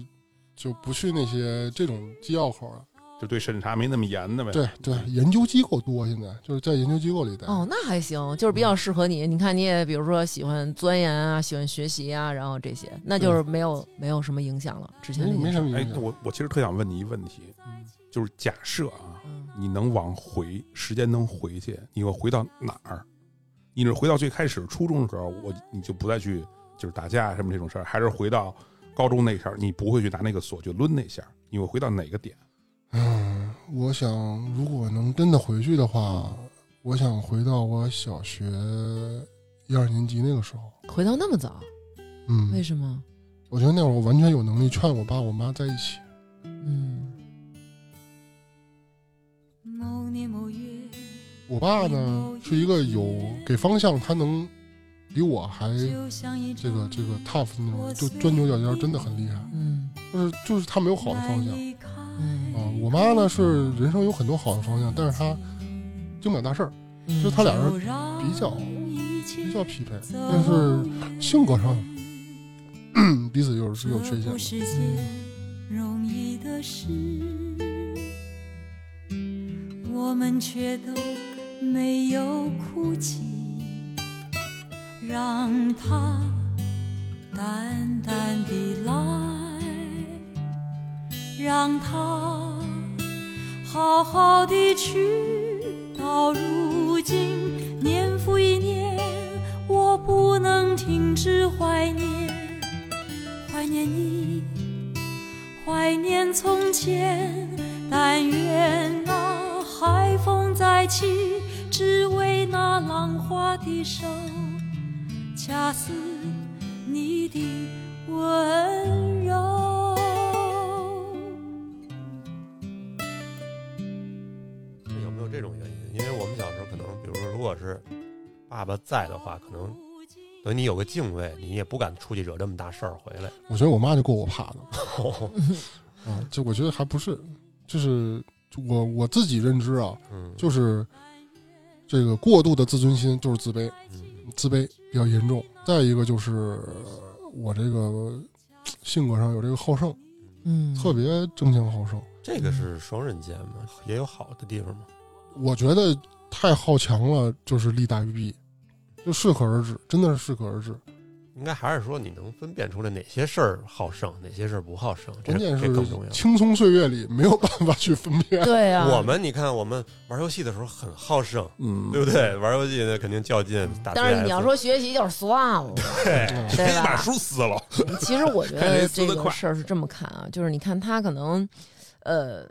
Speaker 4: 就不去那些这种机要口了，
Speaker 3: 就对审查没那么严的呗。
Speaker 4: 对对，研究机构多，现在就是在研究机构里待。
Speaker 2: 哦，那还行，就是比
Speaker 4: 嗯
Speaker 2: 较适合你。你看，你也比如说喜欢钻研啊，喜欢学习啊，然后这些，那就是没有没有什么影响了。之前
Speaker 4: 没
Speaker 2: 那
Speaker 4: 嗯
Speaker 2: 些事
Speaker 4: 没什
Speaker 2: 儿，
Speaker 4: 么
Speaker 3: 哎
Speaker 4: 影，
Speaker 3: 那
Speaker 4: 响。
Speaker 3: 我我其实特想问你一问题，
Speaker 4: 嗯
Speaker 3: 就是假设啊，
Speaker 2: 嗯，
Speaker 3: 你能往回时间能回去，你会回到哪儿？你是回到最开始初中的时候，我你就不再去就是打架什么这种事儿，还是回到高中那时候，你不会去拿那个锁去抡那下儿，你会回到哪个点？
Speaker 4: 嗯，我想如果能真的回去的话，我想回到我小学一二年级那个时候。
Speaker 2: 回到那么早，为
Speaker 4: 嗯，
Speaker 2: 什么？
Speaker 4: 我觉得那会儿我完全有能力劝我爸我妈在一起。
Speaker 2: 嗯，
Speaker 6: 某年某月，
Speaker 4: 我爸呢是一个有给方向，他能比我还
Speaker 6: 就像一
Speaker 4: 这个这个 tough 那种，
Speaker 6: 我
Speaker 4: 就
Speaker 6: 随
Speaker 4: 钻牛角尖儿，真的很厉害。
Speaker 2: 嗯，
Speaker 4: 就是就是他没有好的方向啊、
Speaker 2: 嗯，
Speaker 4: 我妈呢是人生有很多好的方向，但是她经不了大事儿，
Speaker 2: 嗯
Speaker 4: 就是他俩人比较比
Speaker 6: 比
Speaker 4: 较匹配，但是性格上 彼此有是有缺陷
Speaker 6: 不
Speaker 4: 的。
Speaker 6: 是件容易的事，我们却都没有哭泣，让它淡淡的来，让它好好的去。到如今，年复一年，我不能停止怀念。怀念你，怀念从前。但愿那海风再起，只为那浪花的手，恰似你的温柔。
Speaker 5: 那有没有这种原因？因为我们小时候可能，比如说，如果是爸爸在的话，可能等你有个敬畏，你也不敢出去惹这么大事儿回 来。嗯
Speaker 4: 我觉得我妈就够我怕的啊，这我觉得还不是，就是就我我自己认知啊，
Speaker 5: 嗯，
Speaker 4: 就是这个过度的自尊心就是自卑，
Speaker 5: 嗯
Speaker 4: 自卑比较严重。再一个就是呃我这个性格上有这个好胜，
Speaker 2: 嗯，
Speaker 4: 特别争强好胜。
Speaker 5: 这个是双刃剑嘛，也有好的地方嘛。
Speaker 4: 我觉得太好强了，就是利大于弊，就适可而止，真的是适可而止。
Speaker 5: 应该还是说你能分辨出来哪些事儿好胜，哪些事儿不好胜，这
Speaker 4: 关键是
Speaker 5: 这更重要。
Speaker 4: 青葱岁月里没有办法去分辨。
Speaker 2: 对啊，
Speaker 5: 我们你看，我们玩游戏的时候很好胜，
Speaker 3: 嗯
Speaker 5: 对不对？玩游戏那肯定较劲，打 CS。
Speaker 2: 但嗯是你要说学习就是算 了，
Speaker 4: 嗯
Speaker 2: 对吧？
Speaker 3: 书撕了，
Speaker 2: 其实我觉
Speaker 3: 看谁
Speaker 2: 得
Speaker 3: 撕
Speaker 2: 这
Speaker 3: 得
Speaker 2: 个
Speaker 3: 快
Speaker 2: 事儿是这么看啊，就是你看他可能，呃，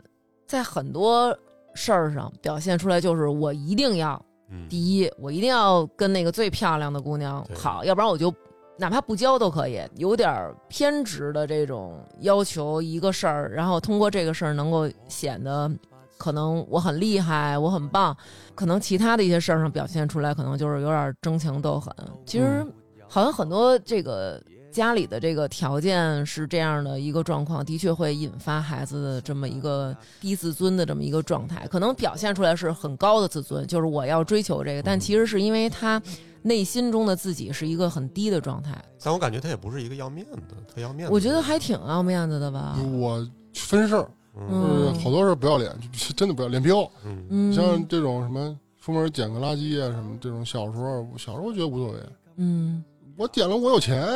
Speaker 2: 在很多事儿上表现出来，就是我一定要
Speaker 5: 嗯，
Speaker 2: 第一，我一定要跟那个最漂亮的姑娘
Speaker 5: 对
Speaker 2: 好，要不然我就哪怕不交都可以，有点儿偏执的这种要求一个事儿，然后通过这个事儿能够显得可能我很厉害，我很棒，可能其他的一些事儿上表现出来，可能就是有点儿争强斗狠。其实好像很多这个。家里的这个条件是这样的一个状况，的确会引发孩子的这么一个低自尊的这么一个状态，可能表现出来是很高的自尊，就是我要追求这个，但其实是因为他内心中的自己是一个很低的状态。
Speaker 5: 但我感觉他也不是一个要面子，特要面子。
Speaker 2: 我觉得还挺要面子的吧。
Speaker 4: 我分事儿，就
Speaker 5: 啊
Speaker 4: 是
Speaker 5: 嗯
Speaker 2: 嗯
Speaker 4: 好多事儿不要脸，就真的不要脸皮厚。
Speaker 5: 嗯，
Speaker 2: 嗯，
Speaker 4: 像这种什么出门捡个垃圾啊什么这种，小时候小时候觉得无所谓，
Speaker 2: 嗯
Speaker 4: 我捡了我有钱，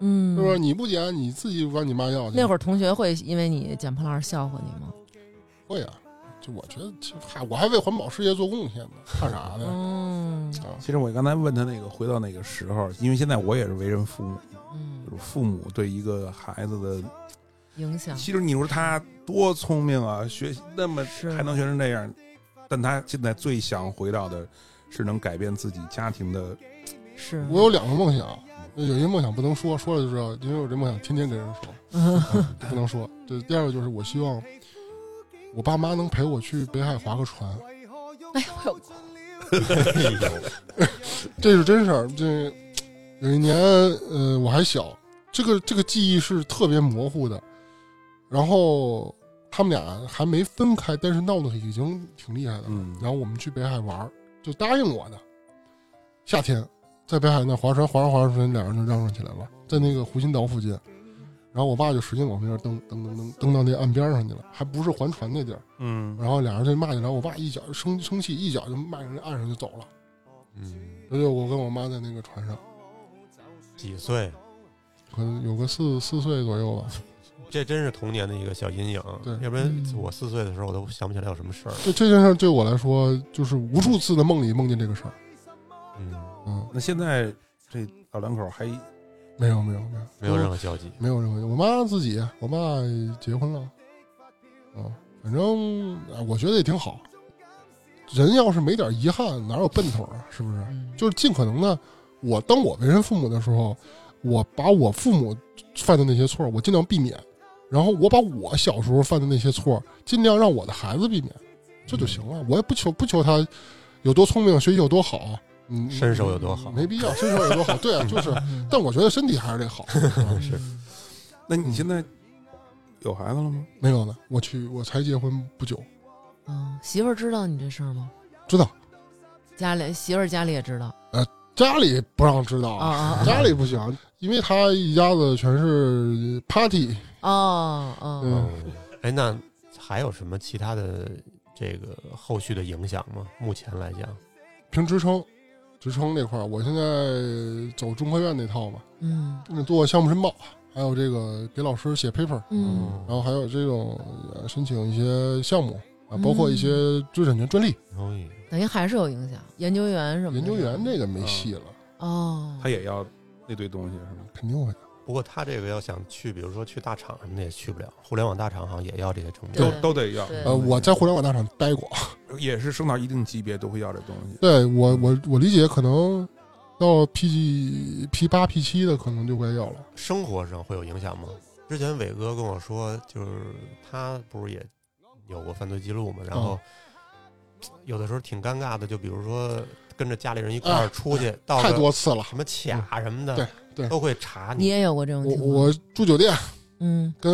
Speaker 2: 嗯，
Speaker 4: 是不是？你不捡你自己管你妈要去。
Speaker 2: 那会儿同学会因为你捡破烂儿笑话你吗？
Speaker 4: 会啊，就我觉得其实，嗨，我还为环保事业做贡献呢，怕啥呢？
Speaker 2: 嗯
Speaker 4: 啊，
Speaker 3: 其实我刚才问他那个回到那个时候，因为现在我也是为人父母，
Speaker 2: 嗯
Speaker 3: 就，是父母对一个孩子的
Speaker 2: 影响
Speaker 3: 其实你说他多聪明啊，学习那么
Speaker 2: 是
Speaker 3: 还能学成这样，但他现在最想回到的是能改变自己家庭的。
Speaker 2: 是
Speaker 4: 我有两个梦想，有些梦想不能说，说了就知道，因为我这梦想天天跟人说，
Speaker 2: 嗯
Speaker 4: 就不能说。这第二个就是我希望我爸妈能陪我去北海划个船，
Speaker 2: 哎呦，我有
Speaker 4: 这是真事儿。这有一年，呃，我还小，这个这个记忆是特别模糊的。然后他们俩还没分开，但是闹得已经挺厉害的了。
Speaker 3: 嗯
Speaker 4: 然后我们去北海玩儿，就答应我的。夏天在北海那划船，划着划着船，俩人就嚷嚷起来了，在那个湖心岛附近。然后我爸就使劲往那边蹬，蹬蹬蹬蹬到那岸边上去了，还不是环船那地儿。
Speaker 3: 嗯
Speaker 4: 然后俩人就骂起来，我爸一脚生生气，一脚就迈上那岸上就走了。
Speaker 5: 嗯，
Speaker 4: 这就我跟我妈在那个船上，
Speaker 5: 几岁？
Speaker 4: 可能有个四四岁左右吧。
Speaker 5: 这真是童年的一个小阴影
Speaker 4: 对，
Speaker 5: 要不然我四岁的时候我都想不起来有什么事儿。
Speaker 4: 嗯就这件事儿对我来说，就是无数次的梦里梦见这个事儿。
Speaker 5: 嗯，
Speaker 4: 嗯，
Speaker 3: 那现在这老两口还
Speaker 4: 没有没有没有
Speaker 5: 没有任何交集。
Speaker 4: 没有任何。我妈自己，我爸结婚了，嗯，反正哎我觉得也挺好。人要是没点遗憾，哪有奔头啊？是不是？
Speaker 2: 嗯
Speaker 4: 就是尽可能的，我当我为人父母的时候，我把我父母犯的那些错儿，我尽量避免，然后我把我小时候犯的那些错儿，尽量让我的孩子避免，这就行
Speaker 2: 嗯
Speaker 4: 了。我也不求不求他有多聪明，学习有多好，嗯，
Speaker 5: 身手有多好
Speaker 4: 没必要，身手有多好，对啊，就是。
Speaker 2: 嗯
Speaker 4: 但我觉得身体还是得好，
Speaker 5: 是
Speaker 3: 那你现在有孩子了吗？
Speaker 4: 没有呢，我去，我才结婚不久，
Speaker 2: 嗯，媳妇儿知道你这事儿吗？
Speaker 4: 知道
Speaker 2: 家里媳妇儿家里也知道
Speaker 4: 家里不让知道，
Speaker 2: 啊啊
Speaker 4: 哦家里不行，因为他一家子全是 party，
Speaker 2: 啊哦哦，
Speaker 4: 嗯，
Speaker 5: 嗯，哎，那还有什么其他的这个后续的影响吗？目前来讲，
Speaker 4: 凭职称，职称这块儿，我现在走中科院那套嘛，
Speaker 2: 嗯
Speaker 4: 做项目申报，还有这个给老师写 paper，
Speaker 2: 嗯
Speaker 4: 然后还有这种呃申请一些项目啊，
Speaker 2: 嗯
Speaker 4: 包括一些知识产权专利，
Speaker 5: 哦耶
Speaker 2: 等于还是有影响。研究员什么的
Speaker 4: 研究员这个
Speaker 2: 啊
Speaker 4: 没戏了，
Speaker 2: 哦，
Speaker 3: 他也要那堆东西是吗？
Speaker 4: 肯定会。
Speaker 5: 不过他这个要想去，比如说去大厂什么的也去不了，互联网大厂好像也要这些证
Speaker 2: 对
Speaker 5: 件。
Speaker 3: 都都得要。
Speaker 2: 对
Speaker 4: 呃，我在互联网大厂待过，
Speaker 3: 也是升到一定级别都会要这东西。
Speaker 2: 嗯
Speaker 4: 对我我我理解可能。到 P G P 八 P 七的可能就会要了，
Speaker 5: 生活上会有影响吗？之前伟哥跟我说，就是他不是也有过犯罪记录嘛，然后
Speaker 4: 嗯
Speaker 5: 有的时候挺尴尬的，就比如说跟着家里人一块儿
Speaker 4: 啊
Speaker 5: 出去，到
Speaker 4: 太
Speaker 5: 个
Speaker 4: 多次了。
Speaker 5: 什么卡什么的，
Speaker 4: 嗯对对
Speaker 5: 都会查
Speaker 2: 你
Speaker 5: 你。
Speaker 2: 也有过这种
Speaker 4: 我
Speaker 2: 情况？
Speaker 4: 我住酒店，
Speaker 2: 嗯
Speaker 4: 跟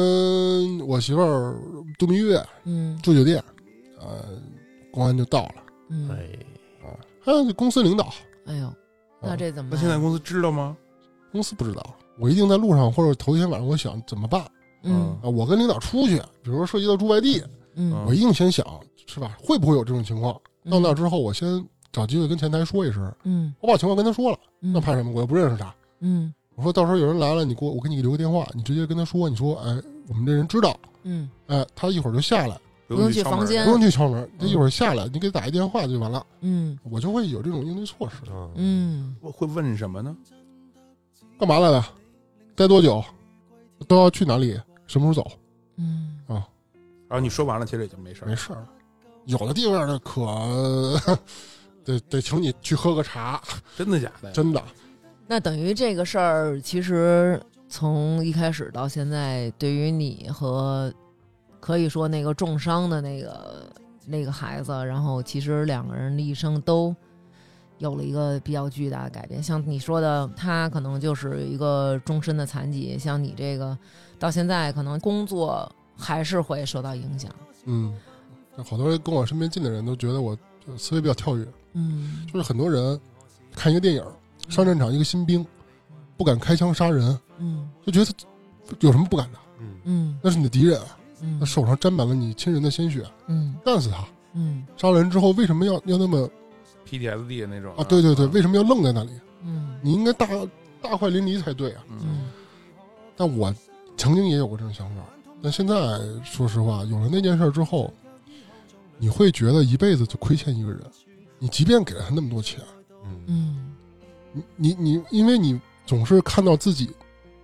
Speaker 4: 我媳妇儿度蜜月，
Speaker 2: 嗯
Speaker 4: 住酒店，呃，公安就到了
Speaker 2: 嗯，
Speaker 5: 哎，
Speaker 4: 啊，还有公司领导，
Speaker 2: 哎呦，那
Speaker 4: 哦
Speaker 2: 这怎么
Speaker 3: 那
Speaker 2: 办？
Speaker 3: 现在公司知道吗？
Speaker 4: 公司不知道，我一定在路上或者头一天晚上，我想怎么办
Speaker 2: 嗯
Speaker 4: 啊？我跟领导出去，比如说涉及到住外地，
Speaker 2: 嗯
Speaker 4: 我一定先想是吧，会不会有这种情况？
Speaker 2: 嗯
Speaker 4: 到那之后，我先找机会跟前台说一声，
Speaker 2: 嗯，
Speaker 4: 我把情况跟他说了，
Speaker 2: 嗯
Speaker 4: 那怕什么？我又不认识他，
Speaker 2: 嗯
Speaker 4: 我说到时候有人来了，你给我，我给你留个电话，你直接跟他说，你说，哎，我们这人知道，
Speaker 2: 嗯
Speaker 4: 哎，他一会儿就下来。
Speaker 3: 不
Speaker 2: 不用去
Speaker 3: 去敲门
Speaker 2: 房间
Speaker 4: 不用去敲门，他一会儿下来，你给打一电话就完了，
Speaker 2: 嗯
Speaker 4: 我就会有这种应对措施。
Speaker 5: 嗯，
Speaker 2: 嗯
Speaker 3: 会会问什么呢？
Speaker 4: 干嘛来了？待多久？都要去哪里？什么时候走？
Speaker 2: 嗯
Speaker 3: 然后你说完了，其实也就没事儿
Speaker 4: 没。事儿，有的地方呢可 得得请你去喝个茶，
Speaker 3: 真的假的呀？
Speaker 4: 真的。
Speaker 2: 那等于这个事儿，其实从一开始到现在，对于你和可以说那个重伤的那个那个孩子，然后其实两个人的一生都有了一个比较巨大的改变。像你说的，他可能就是一个终身的残疾；像你这个，到现在可能工作还是会受到影响。
Speaker 4: 嗯，好多人跟我身边近的人都觉得我就思维比较跳跃，
Speaker 2: 嗯
Speaker 4: 就是很多人看一个电影，上战场一个新兵不敢开枪杀人，
Speaker 2: 嗯
Speaker 4: 就觉得有什么不敢的？
Speaker 5: 嗯，
Speaker 2: 嗯
Speaker 4: 那是你的敌人啊，
Speaker 2: 嗯
Speaker 4: 那手上沾满了你亲人的鲜血，
Speaker 2: 嗯
Speaker 4: 干死他！
Speaker 2: 嗯
Speaker 4: 杀了人之后为什么要要那么
Speaker 3: PTSD 那种
Speaker 4: 啊？对对对，
Speaker 3: 嗯
Speaker 4: 为什么要愣在那里？
Speaker 2: 嗯
Speaker 4: 你应该大大快淋漓才对啊！
Speaker 3: 嗯
Speaker 2: 嗯
Speaker 4: 但我曾经也有过这种想法，但现在说实话，有了那件事之后，你会觉得一辈子就亏欠一个人。你即便给了他那么多钱，
Speaker 5: 嗯
Speaker 2: 嗯
Speaker 4: 你你你，因为你总是看到自己，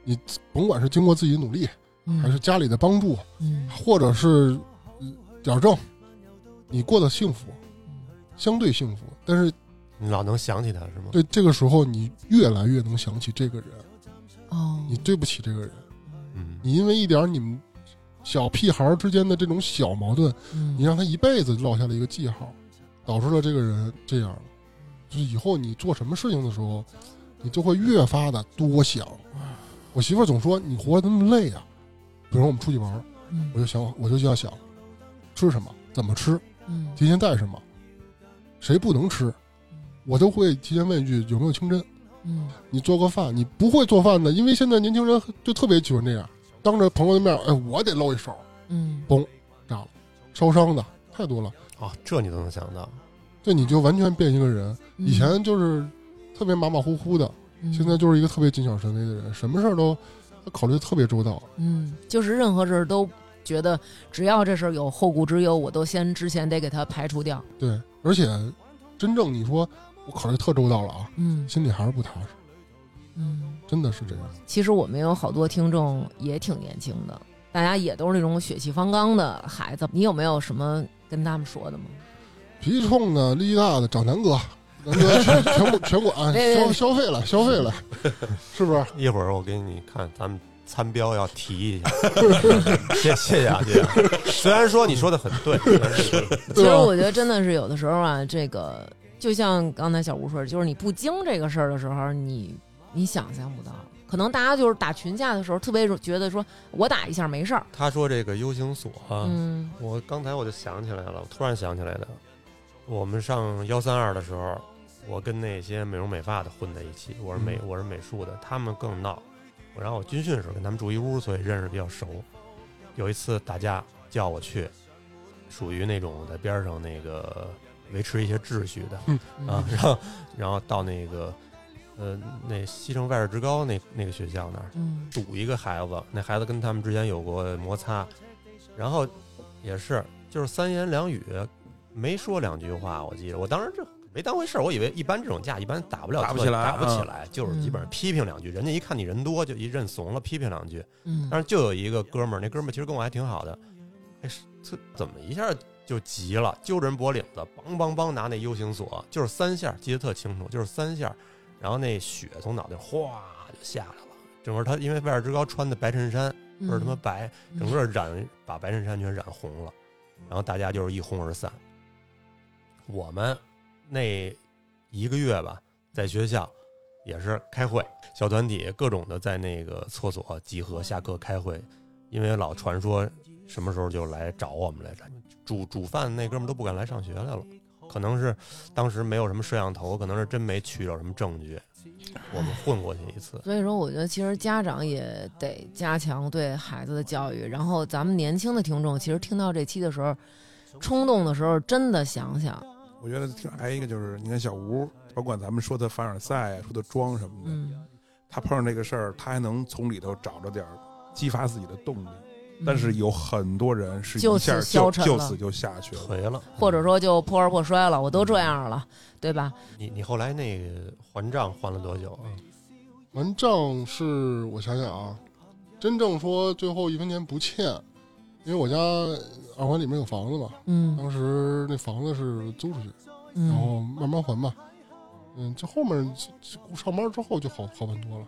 Speaker 4: 你甭管是经过自己努力，
Speaker 2: 嗯，
Speaker 4: 还是家里的帮助，
Speaker 2: 嗯
Speaker 4: 或者是呃点儿正，你过得幸福，相对幸福。但是
Speaker 5: 你老能想起他是吗？
Speaker 4: 对这个时候，你越来越能想起这个人，
Speaker 2: 哦，
Speaker 4: 你对不起这个人。
Speaker 5: 嗯，
Speaker 4: 你因为一点儿你们小屁孩儿之间的这种小矛盾，
Speaker 2: 嗯
Speaker 4: 你让他一辈子落下了一个记号，导致了这个人这样了。就是以后你做什么事情的时候，你就会越发的多想。我媳妇儿总说你活得那么累啊，比如我们出去玩儿，
Speaker 2: 嗯
Speaker 4: 我就想我就要想吃什么，怎么吃，
Speaker 2: 嗯
Speaker 4: 提前带什么，谁不能吃，我都会提前问一句有没有清真。
Speaker 2: 嗯
Speaker 4: 你做个饭，你不会做饭的，因为现在年轻人就特别喜欢这样，当着朋友的面，哎，我得露一手，
Speaker 2: 嗯
Speaker 4: 烧伤的太多了，
Speaker 5: 哦，这你都能想到，
Speaker 4: 这你就完全变一个人。
Speaker 2: 嗯
Speaker 4: 以前就是特别马马虎虎的，
Speaker 2: 嗯
Speaker 4: 现在就是一个特别谨小慎微的人，什么事儿都考虑得特别周到。
Speaker 2: 嗯，就是任何事儿都觉得只要这事儿有后顾之忧，我都先之前得给它排除掉。
Speaker 4: 对，而且真正你说我考虑特周到了啊，
Speaker 2: 嗯
Speaker 4: 心里还是不踏实，
Speaker 2: 嗯，
Speaker 4: 真的是这样。
Speaker 2: 其实我们有好多听众也挺年轻的，大家也都是那种血气方刚的孩子，你有没有什么跟他们说的吗？
Speaker 4: 脾气冲的、力气大的，找南哥，南哥全全部全管，
Speaker 2: 别别
Speaker 4: 消消费了，消费 了，是不是？
Speaker 5: 一会儿我给你看，咱们参标要提 一下。谢谢啊，谢谢啊。虽然说你说的很对，但是
Speaker 2: 其
Speaker 4: 对
Speaker 2: 实
Speaker 4: 啊吧？
Speaker 2: 我觉得真的是有的时候啊，这个就像刚才小吴说的，就是你不经这个事儿的时候，你你想象不到。可能大家就是打群架的时候，特别觉得说我打一下没事儿，
Speaker 5: 他说这个 U 型锁啊，
Speaker 2: 嗯
Speaker 5: 我刚才我就想起来了，我突然想起来的，我们上幺三二的时候，我跟那些美容美发的混在一起，我是美、我是美术的，他们更闹。然后我军训时候跟他们住一屋，所以认识比较熟。有一次打架叫我去，属于那种在边上那个维持一些秩序的，
Speaker 2: 嗯
Speaker 5: 啊，然后然后到那个呃那西城外事职高那那个学校那儿
Speaker 2: 嗯
Speaker 5: 堵一个孩子，那孩子跟他们之间有过摩擦，然后也是就是三言两语没说两句话，我记得我当时这没当回事儿，我以为一般这种架一般打不了
Speaker 3: 打不
Speaker 5: 特
Speaker 3: 起来
Speaker 5: 打不起
Speaker 3: 嗯
Speaker 5: 来，就是基本上批评两句，人家一看你人多就一认怂了，批评两句。
Speaker 2: 嗯
Speaker 5: 但是就有一个哥们儿，那哥们儿其实跟我还挺好的，哎，是这怎么一下就急了，揪着人脖领子，梆梆梆拿那 U 型锁，就是三下，记得特清楚，就是三下，然后那血从脑袋哗就下来了。整个他因为外边之高穿的白衬衫
Speaker 1: 嗯
Speaker 5: 倍儿他妈白，整个染把白衬衫全染红了，然后大家就是一哄而散。我们那一个月吧，在学校也是开会，小团体各种的在那个厕所集合，下课开会，因为老传说什么时候就来找我们来着。煮煮饭那哥们儿都不敢来上学来了，可能是当时没有什么摄像头，可能是真没取着什么证据，我们混过去一次。
Speaker 2: 所以说，我觉得其实家长也得加强对孩子的教育。然后，咱们年轻的听众其实听到这期的时候，冲动的时候，真的想想，
Speaker 3: 我觉得还有一个就是，你看小吴，甭管咱们说他凡尔赛啊，说他装什么的，
Speaker 2: 嗯，
Speaker 3: 他碰上这个事儿，他还能从里头找着点儿激发自己的动力。但是
Speaker 2: 嗯
Speaker 3: 有很多人是
Speaker 2: 就
Speaker 3: 一
Speaker 2: 此
Speaker 3: 下
Speaker 2: 消
Speaker 3: 就
Speaker 2: 沉
Speaker 3: 就
Speaker 2: 了
Speaker 3: 此就下去了。
Speaker 5: 颓了，
Speaker 2: 或者说就破罐破摔了，我都这样了，对吧？
Speaker 5: 你你后来那个还账还了多久啊？
Speaker 4: 完账是我想想啊，真正说最后一分钱不欠，因为我家二环里面有房子嘛，
Speaker 2: 嗯
Speaker 4: 当时那房子是租出去，然
Speaker 2: 嗯
Speaker 4: 后慢慢还吧。嗯，这后面上班之后就好好很多了，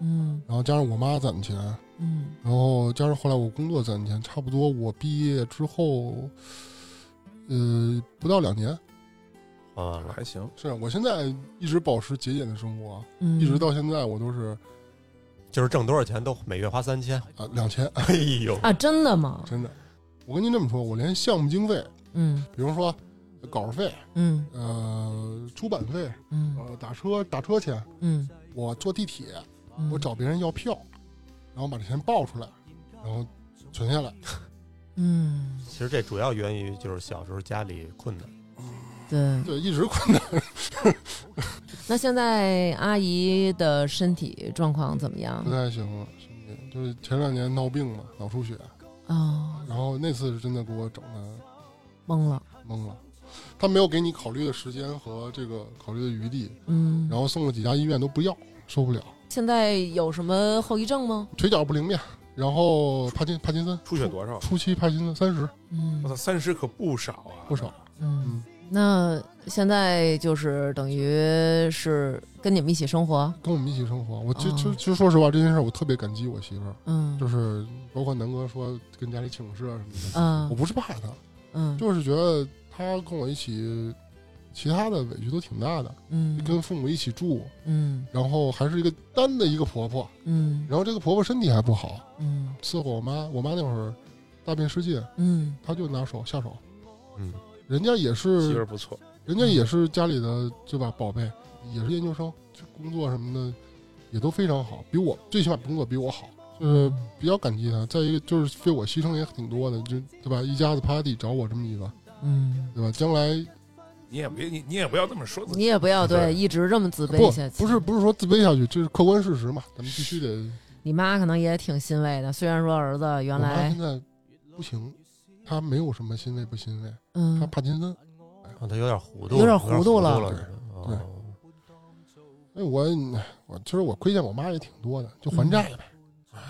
Speaker 2: 嗯
Speaker 4: 然后加上我妈攒的钱，
Speaker 2: 嗯
Speaker 4: 然后加上后来我工作攒的钱，差不多我毕业之后，呃，不到两年。
Speaker 5: 还完了，
Speaker 3: 还行，
Speaker 4: 是啊我现在一直保持节俭的生活啊，
Speaker 2: 嗯，
Speaker 4: 一直到现在我都是
Speaker 5: 就是挣多少钱都每月花三千。
Speaker 4: 啊两千，
Speaker 5: 哎呦，
Speaker 2: 啊，真的吗？
Speaker 4: 真的。我跟您这么说，我连项目经费，
Speaker 2: 嗯
Speaker 4: 比如说稿费、
Speaker 2: 嗯
Speaker 4: 呃出版费、
Speaker 2: 嗯
Speaker 4: 呃打车打车钱，
Speaker 2: 嗯，
Speaker 4: 我坐地铁，
Speaker 2: 嗯
Speaker 4: 我找别人要票，然后把这钱报出来，然后存下来。
Speaker 2: 嗯，
Speaker 5: 其实这主要源于就是小时候家里困难。
Speaker 2: 对。
Speaker 4: 对，一直困难。
Speaker 2: 那现在阿姨的身体状况怎么样
Speaker 4: 不？太行了，身体就是前两年闹病嘛，脑出血，
Speaker 2: 啊，
Speaker 4: 然后那次是真的给我整的
Speaker 2: 懵了。
Speaker 4: 懵了。他没有给你考虑的时间和这个考虑的余地，
Speaker 2: 嗯，
Speaker 4: 然后送了几家医院都不要，受不了，
Speaker 2: 现在有什么后遗症吗？
Speaker 4: 腿脚不灵便，然后帕金帕金森
Speaker 3: 出血多少？
Speaker 4: 初期帕金森三十
Speaker 2: 嗯
Speaker 3: 我操，三十可不少啊！
Speaker 4: 不少，
Speaker 2: 嗯，那现在就是等于是跟你们一起生活，
Speaker 4: 跟我们一起生活。我就就
Speaker 2: 哦
Speaker 4: 就说实话，这件事儿我特别感激我媳妇儿，
Speaker 2: 嗯，
Speaker 4: 就是是包括南哥说跟家里请示啊什么的，我
Speaker 2: 嗯
Speaker 4: 不是怕她，
Speaker 2: 嗯
Speaker 4: 就是觉得她跟我一起，其他的委屈都挺大的，
Speaker 2: 嗯
Speaker 4: 跟父母一起住，
Speaker 2: 嗯
Speaker 4: 然后还是一个单的一个婆婆，
Speaker 2: 嗯
Speaker 4: 然后这个婆婆身体还不好，
Speaker 2: 嗯
Speaker 4: 伺候我妈，我妈那会儿大便失禁，
Speaker 2: 嗯
Speaker 4: 她就拿手下手，
Speaker 5: 嗯，
Speaker 4: 人家也
Speaker 3: 媳妇
Speaker 4: 是
Speaker 3: 儿不错，
Speaker 4: 人家也是家里的对吧宝贝，也是研究生，就工作什么的也都非常好，比我最起码工作比我好，就是比较感激他。再一个就是为我牺牲也挺多的，就对吧？一家子趴地找我这么一个，
Speaker 2: 嗯，
Speaker 4: 对吧？将来
Speaker 3: 你也别你你也不要这么说自己
Speaker 2: 你。也不要对
Speaker 3: 对
Speaker 2: 一直这么自卑
Speaker 4: 不
Speaker 2: 下去。
Speaker 4: 不是不是说自卑下去，这是客观事实嘛，咱们必须得。
Speaker 2: 你妈可能也挺欣慰的，虽然说儿子
Speaker 4: 我
Speaker 2: 原
Speaker 4: 妈
Speaker 2: 来
Speaker 4: 现在不行，她没有什么欣慰不欣慰，她
Speaker 2: 嗯
Speaker 4: 帕金森。
Speaker 5: 啊他有点糊涂，
Speaker 2: 有点糊
Speaker 5: 糊
Speaker 2: 涂了
Speaker 5: 了，
Speaker 4: 对
Speaker 5: 哦
Speaker 4: 哎，我我其实我亏欠我妈也挺多的，就还
Speaker 2: 嗯
Speaker 4: 债呗，哎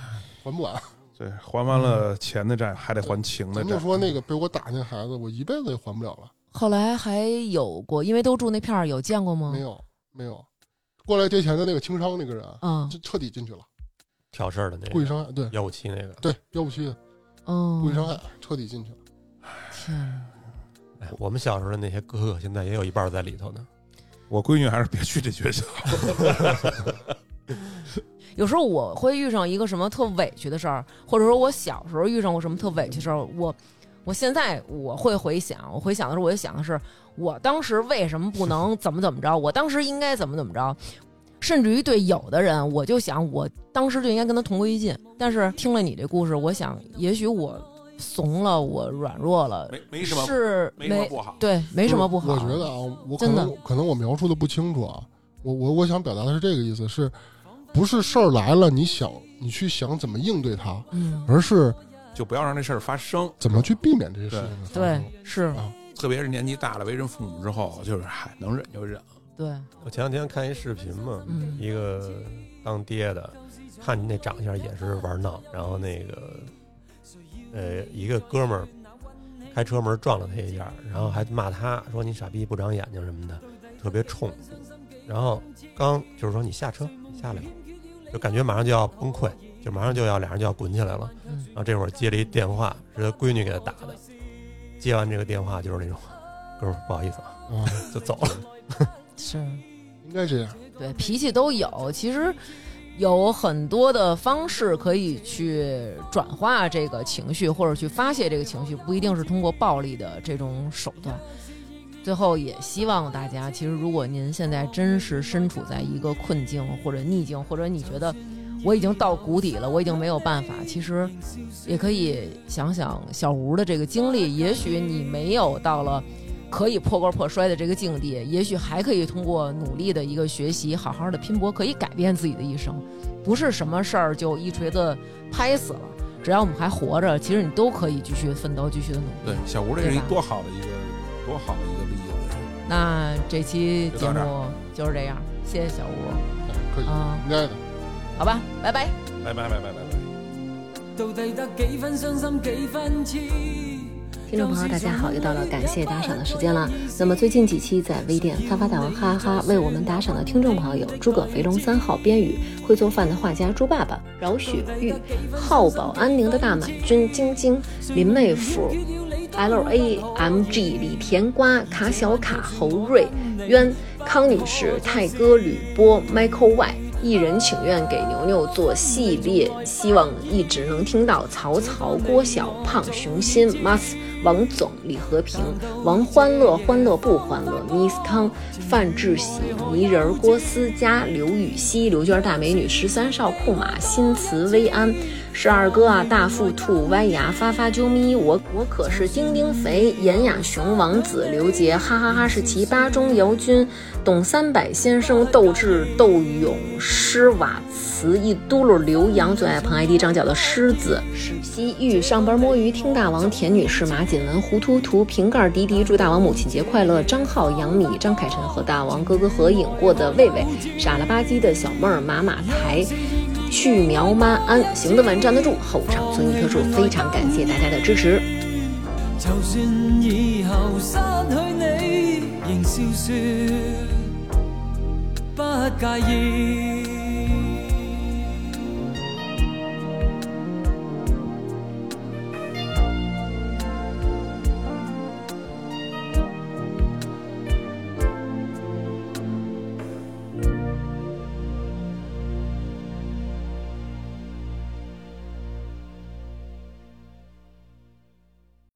Speaker 4: 还不完。
Speaker 3: 对，还完了钱的债，还得还情的
Speaker 4: 嗯咱
Speaker 3: 债
Speaker 4: 就。说那个被我打那孩子，我一辈子也还不了了。
Speaker 2: 后来还有过，因为都住那片儿，有见过吗？
Speaker 4: 没。有，没有。过来借钱的那个轻商那个人，啊
Speaker 2: 嗯
Speaker 4: 就彻底进去了，
Speaker 5: 挑事儿的那
Speaker 4: 故意
Speaker 5: 个，
Speaker 4: 伤害，对
Speaker 5: 幺五七那个，
Speaker 4: 对，要不去的
Speaker 2: 嗯，
Speaker 4: 故意伤害，彻底进去了。
Speaker 2: 天哪，
Speaker 5: 哎我们小时候的那些哥哥，现在也有一半在里头呢。
Speaker 3: 我闺女还是别去这学校。
Speaker 2: 有时候我会遇上一个什么特委屈的事儿，或者说我小时候遇上过什么特委屈的事儿，我我现在我会回想，我回想的时候我就想的是，我当时为什么不能怎么怎么着，我当时应该怎么怎么着，甚至于对有的人，我就想我当时就应该跟他同归于尽。但是听了你这故事，我想也许我怂了，我软弱了，
Speaker 3: 没没什么
Speaker 2: 是
Speaker 3: 没什么不好
Speaker 2: 对，没什么不好。
Speaker 4: 我觉得啊，我可
Speaker 2: 真的
Speaker 4: 能可能我描述的不清楚啊，我我我想表达的是这个意思，是不是事儿来了，你想你去想怎么应对它，
Speaker 2: 嗯，
Speaker 4: 而是
Speaker 3: 就不要让这事儿发生。
Speaker 4: 怎么去避免这些事
Speaker 3: 对
Speaker 4: 情的发
Speaker 2: 对
Speaker 4: 生。，
Speaker 2: 是，
Speaker 3: 特别是年纪大了，为人父母之后，就是嗨，能忍就忍。
Speaker 2: 对，
Speaker 5: 我前两天看一视频嘛，
Speaker 2: 嗯
Speaker 5: 一个当爹的，看那长相也是玩闹，然后那个呃一个哥们儿开车门撞了他一下，然后还骂他说你傻逼不长眼睛什么的，特别冲。然后刚就是说你下车，你下来吧，就感觉马上就要崩溃，就马上就要俩人就要滚起来了。
Speaker 2: 嗯
Speaker 5: 然后这会儿接了一电话，是他闺女给他打的，接完这个电话就是那种哥们儿不好意思啊，
Speaker 4: 啊，
Speaker 5: 就走了。
Speaker 2: 是。
Speaker 4: 应该这样。
Speaker 2: 对，脾气都有。其实有很多的方式可以去转化这个情绪，或者去发泄这个情绪，不一定是通过暴力的这种手段。最后也希望大家，其实如果您现在真是身处在一个困境或者逆境，或者你觉得我已经到谷底了，我已经没有办法，其实也可以想想小吴的这个经历，也许你没有到了。可以破罐破摔的这个境地，也许还可以通过努力的一个学习，好好的拼搏，可以改变自己的一生。不是什么事儿就一锤子拍死了，只要我们还活着，其实你都可以继续奋斗，继续的努力
Speaker 3: 对。，小吴这是一多好的一个多好的一个例子。
Speaker 2: 那这期节
Speaker 3: 就到这
Speaker 2: 目就是这样，谢谢小吴，
Speaker 4: 哎可以，
Speaker 2: 嗯
Speaker 4: 应该的。
Speaker 2: 好吧，拜拜。
Speaker 3: 拜拜拜拜拜拜。
Speaker 7: 到底得几分伤心几分痴？
Speaker 1: 听众朋友，大家好，又到了感谢打赏的时间了。那么最近几期在微店发发大王哈哈哈为我们打赏的听众朋友有诸葛肥龙三号边宇、会做饭的画家猪爸爸、饶雪玉、浩宝安宁的大满军晶晶、林妹夫、L A M G 李甜瓜、卡小卡、侯瑞、渊、康女士、泰哥、吕波、Michael Y。一人请愿给牛牛做系列，希望一直能听到曹操、郭小胖、熊心、Mas、王总、李和平、王欢乐、欢乐不欢乐、Miss 康、范志喜、泥人儿郭思佳、刘禹锡、刘娟大美女、十三少库马、新慈薇安、十二哥啊、大腹兔、歪牙、发发啾咪、我我可是丁丁肥、严雅熊、王子、刘杰、哈哈哈士奇、巴中、姚军、董三百先生、斗智、斗勇、施瓦茨、一嘟噜、刘洋、最爱捧 ID 张角的狮子、史西玉、上班摸鱼、听大王、田女士、马锦文、胡图图、瓶盖儿迪迪、祝大王母亲节快乐、张浩、杨米、张凯晨和大王哥哥合影过的魏魏、傻了吧唧的小妹儿、马马台。去苗妈安，行得稳，站得住。后场村一棵树，非常感谢大家的支持。
Speaker 7: 就算以后失去你，仍笑说不介意。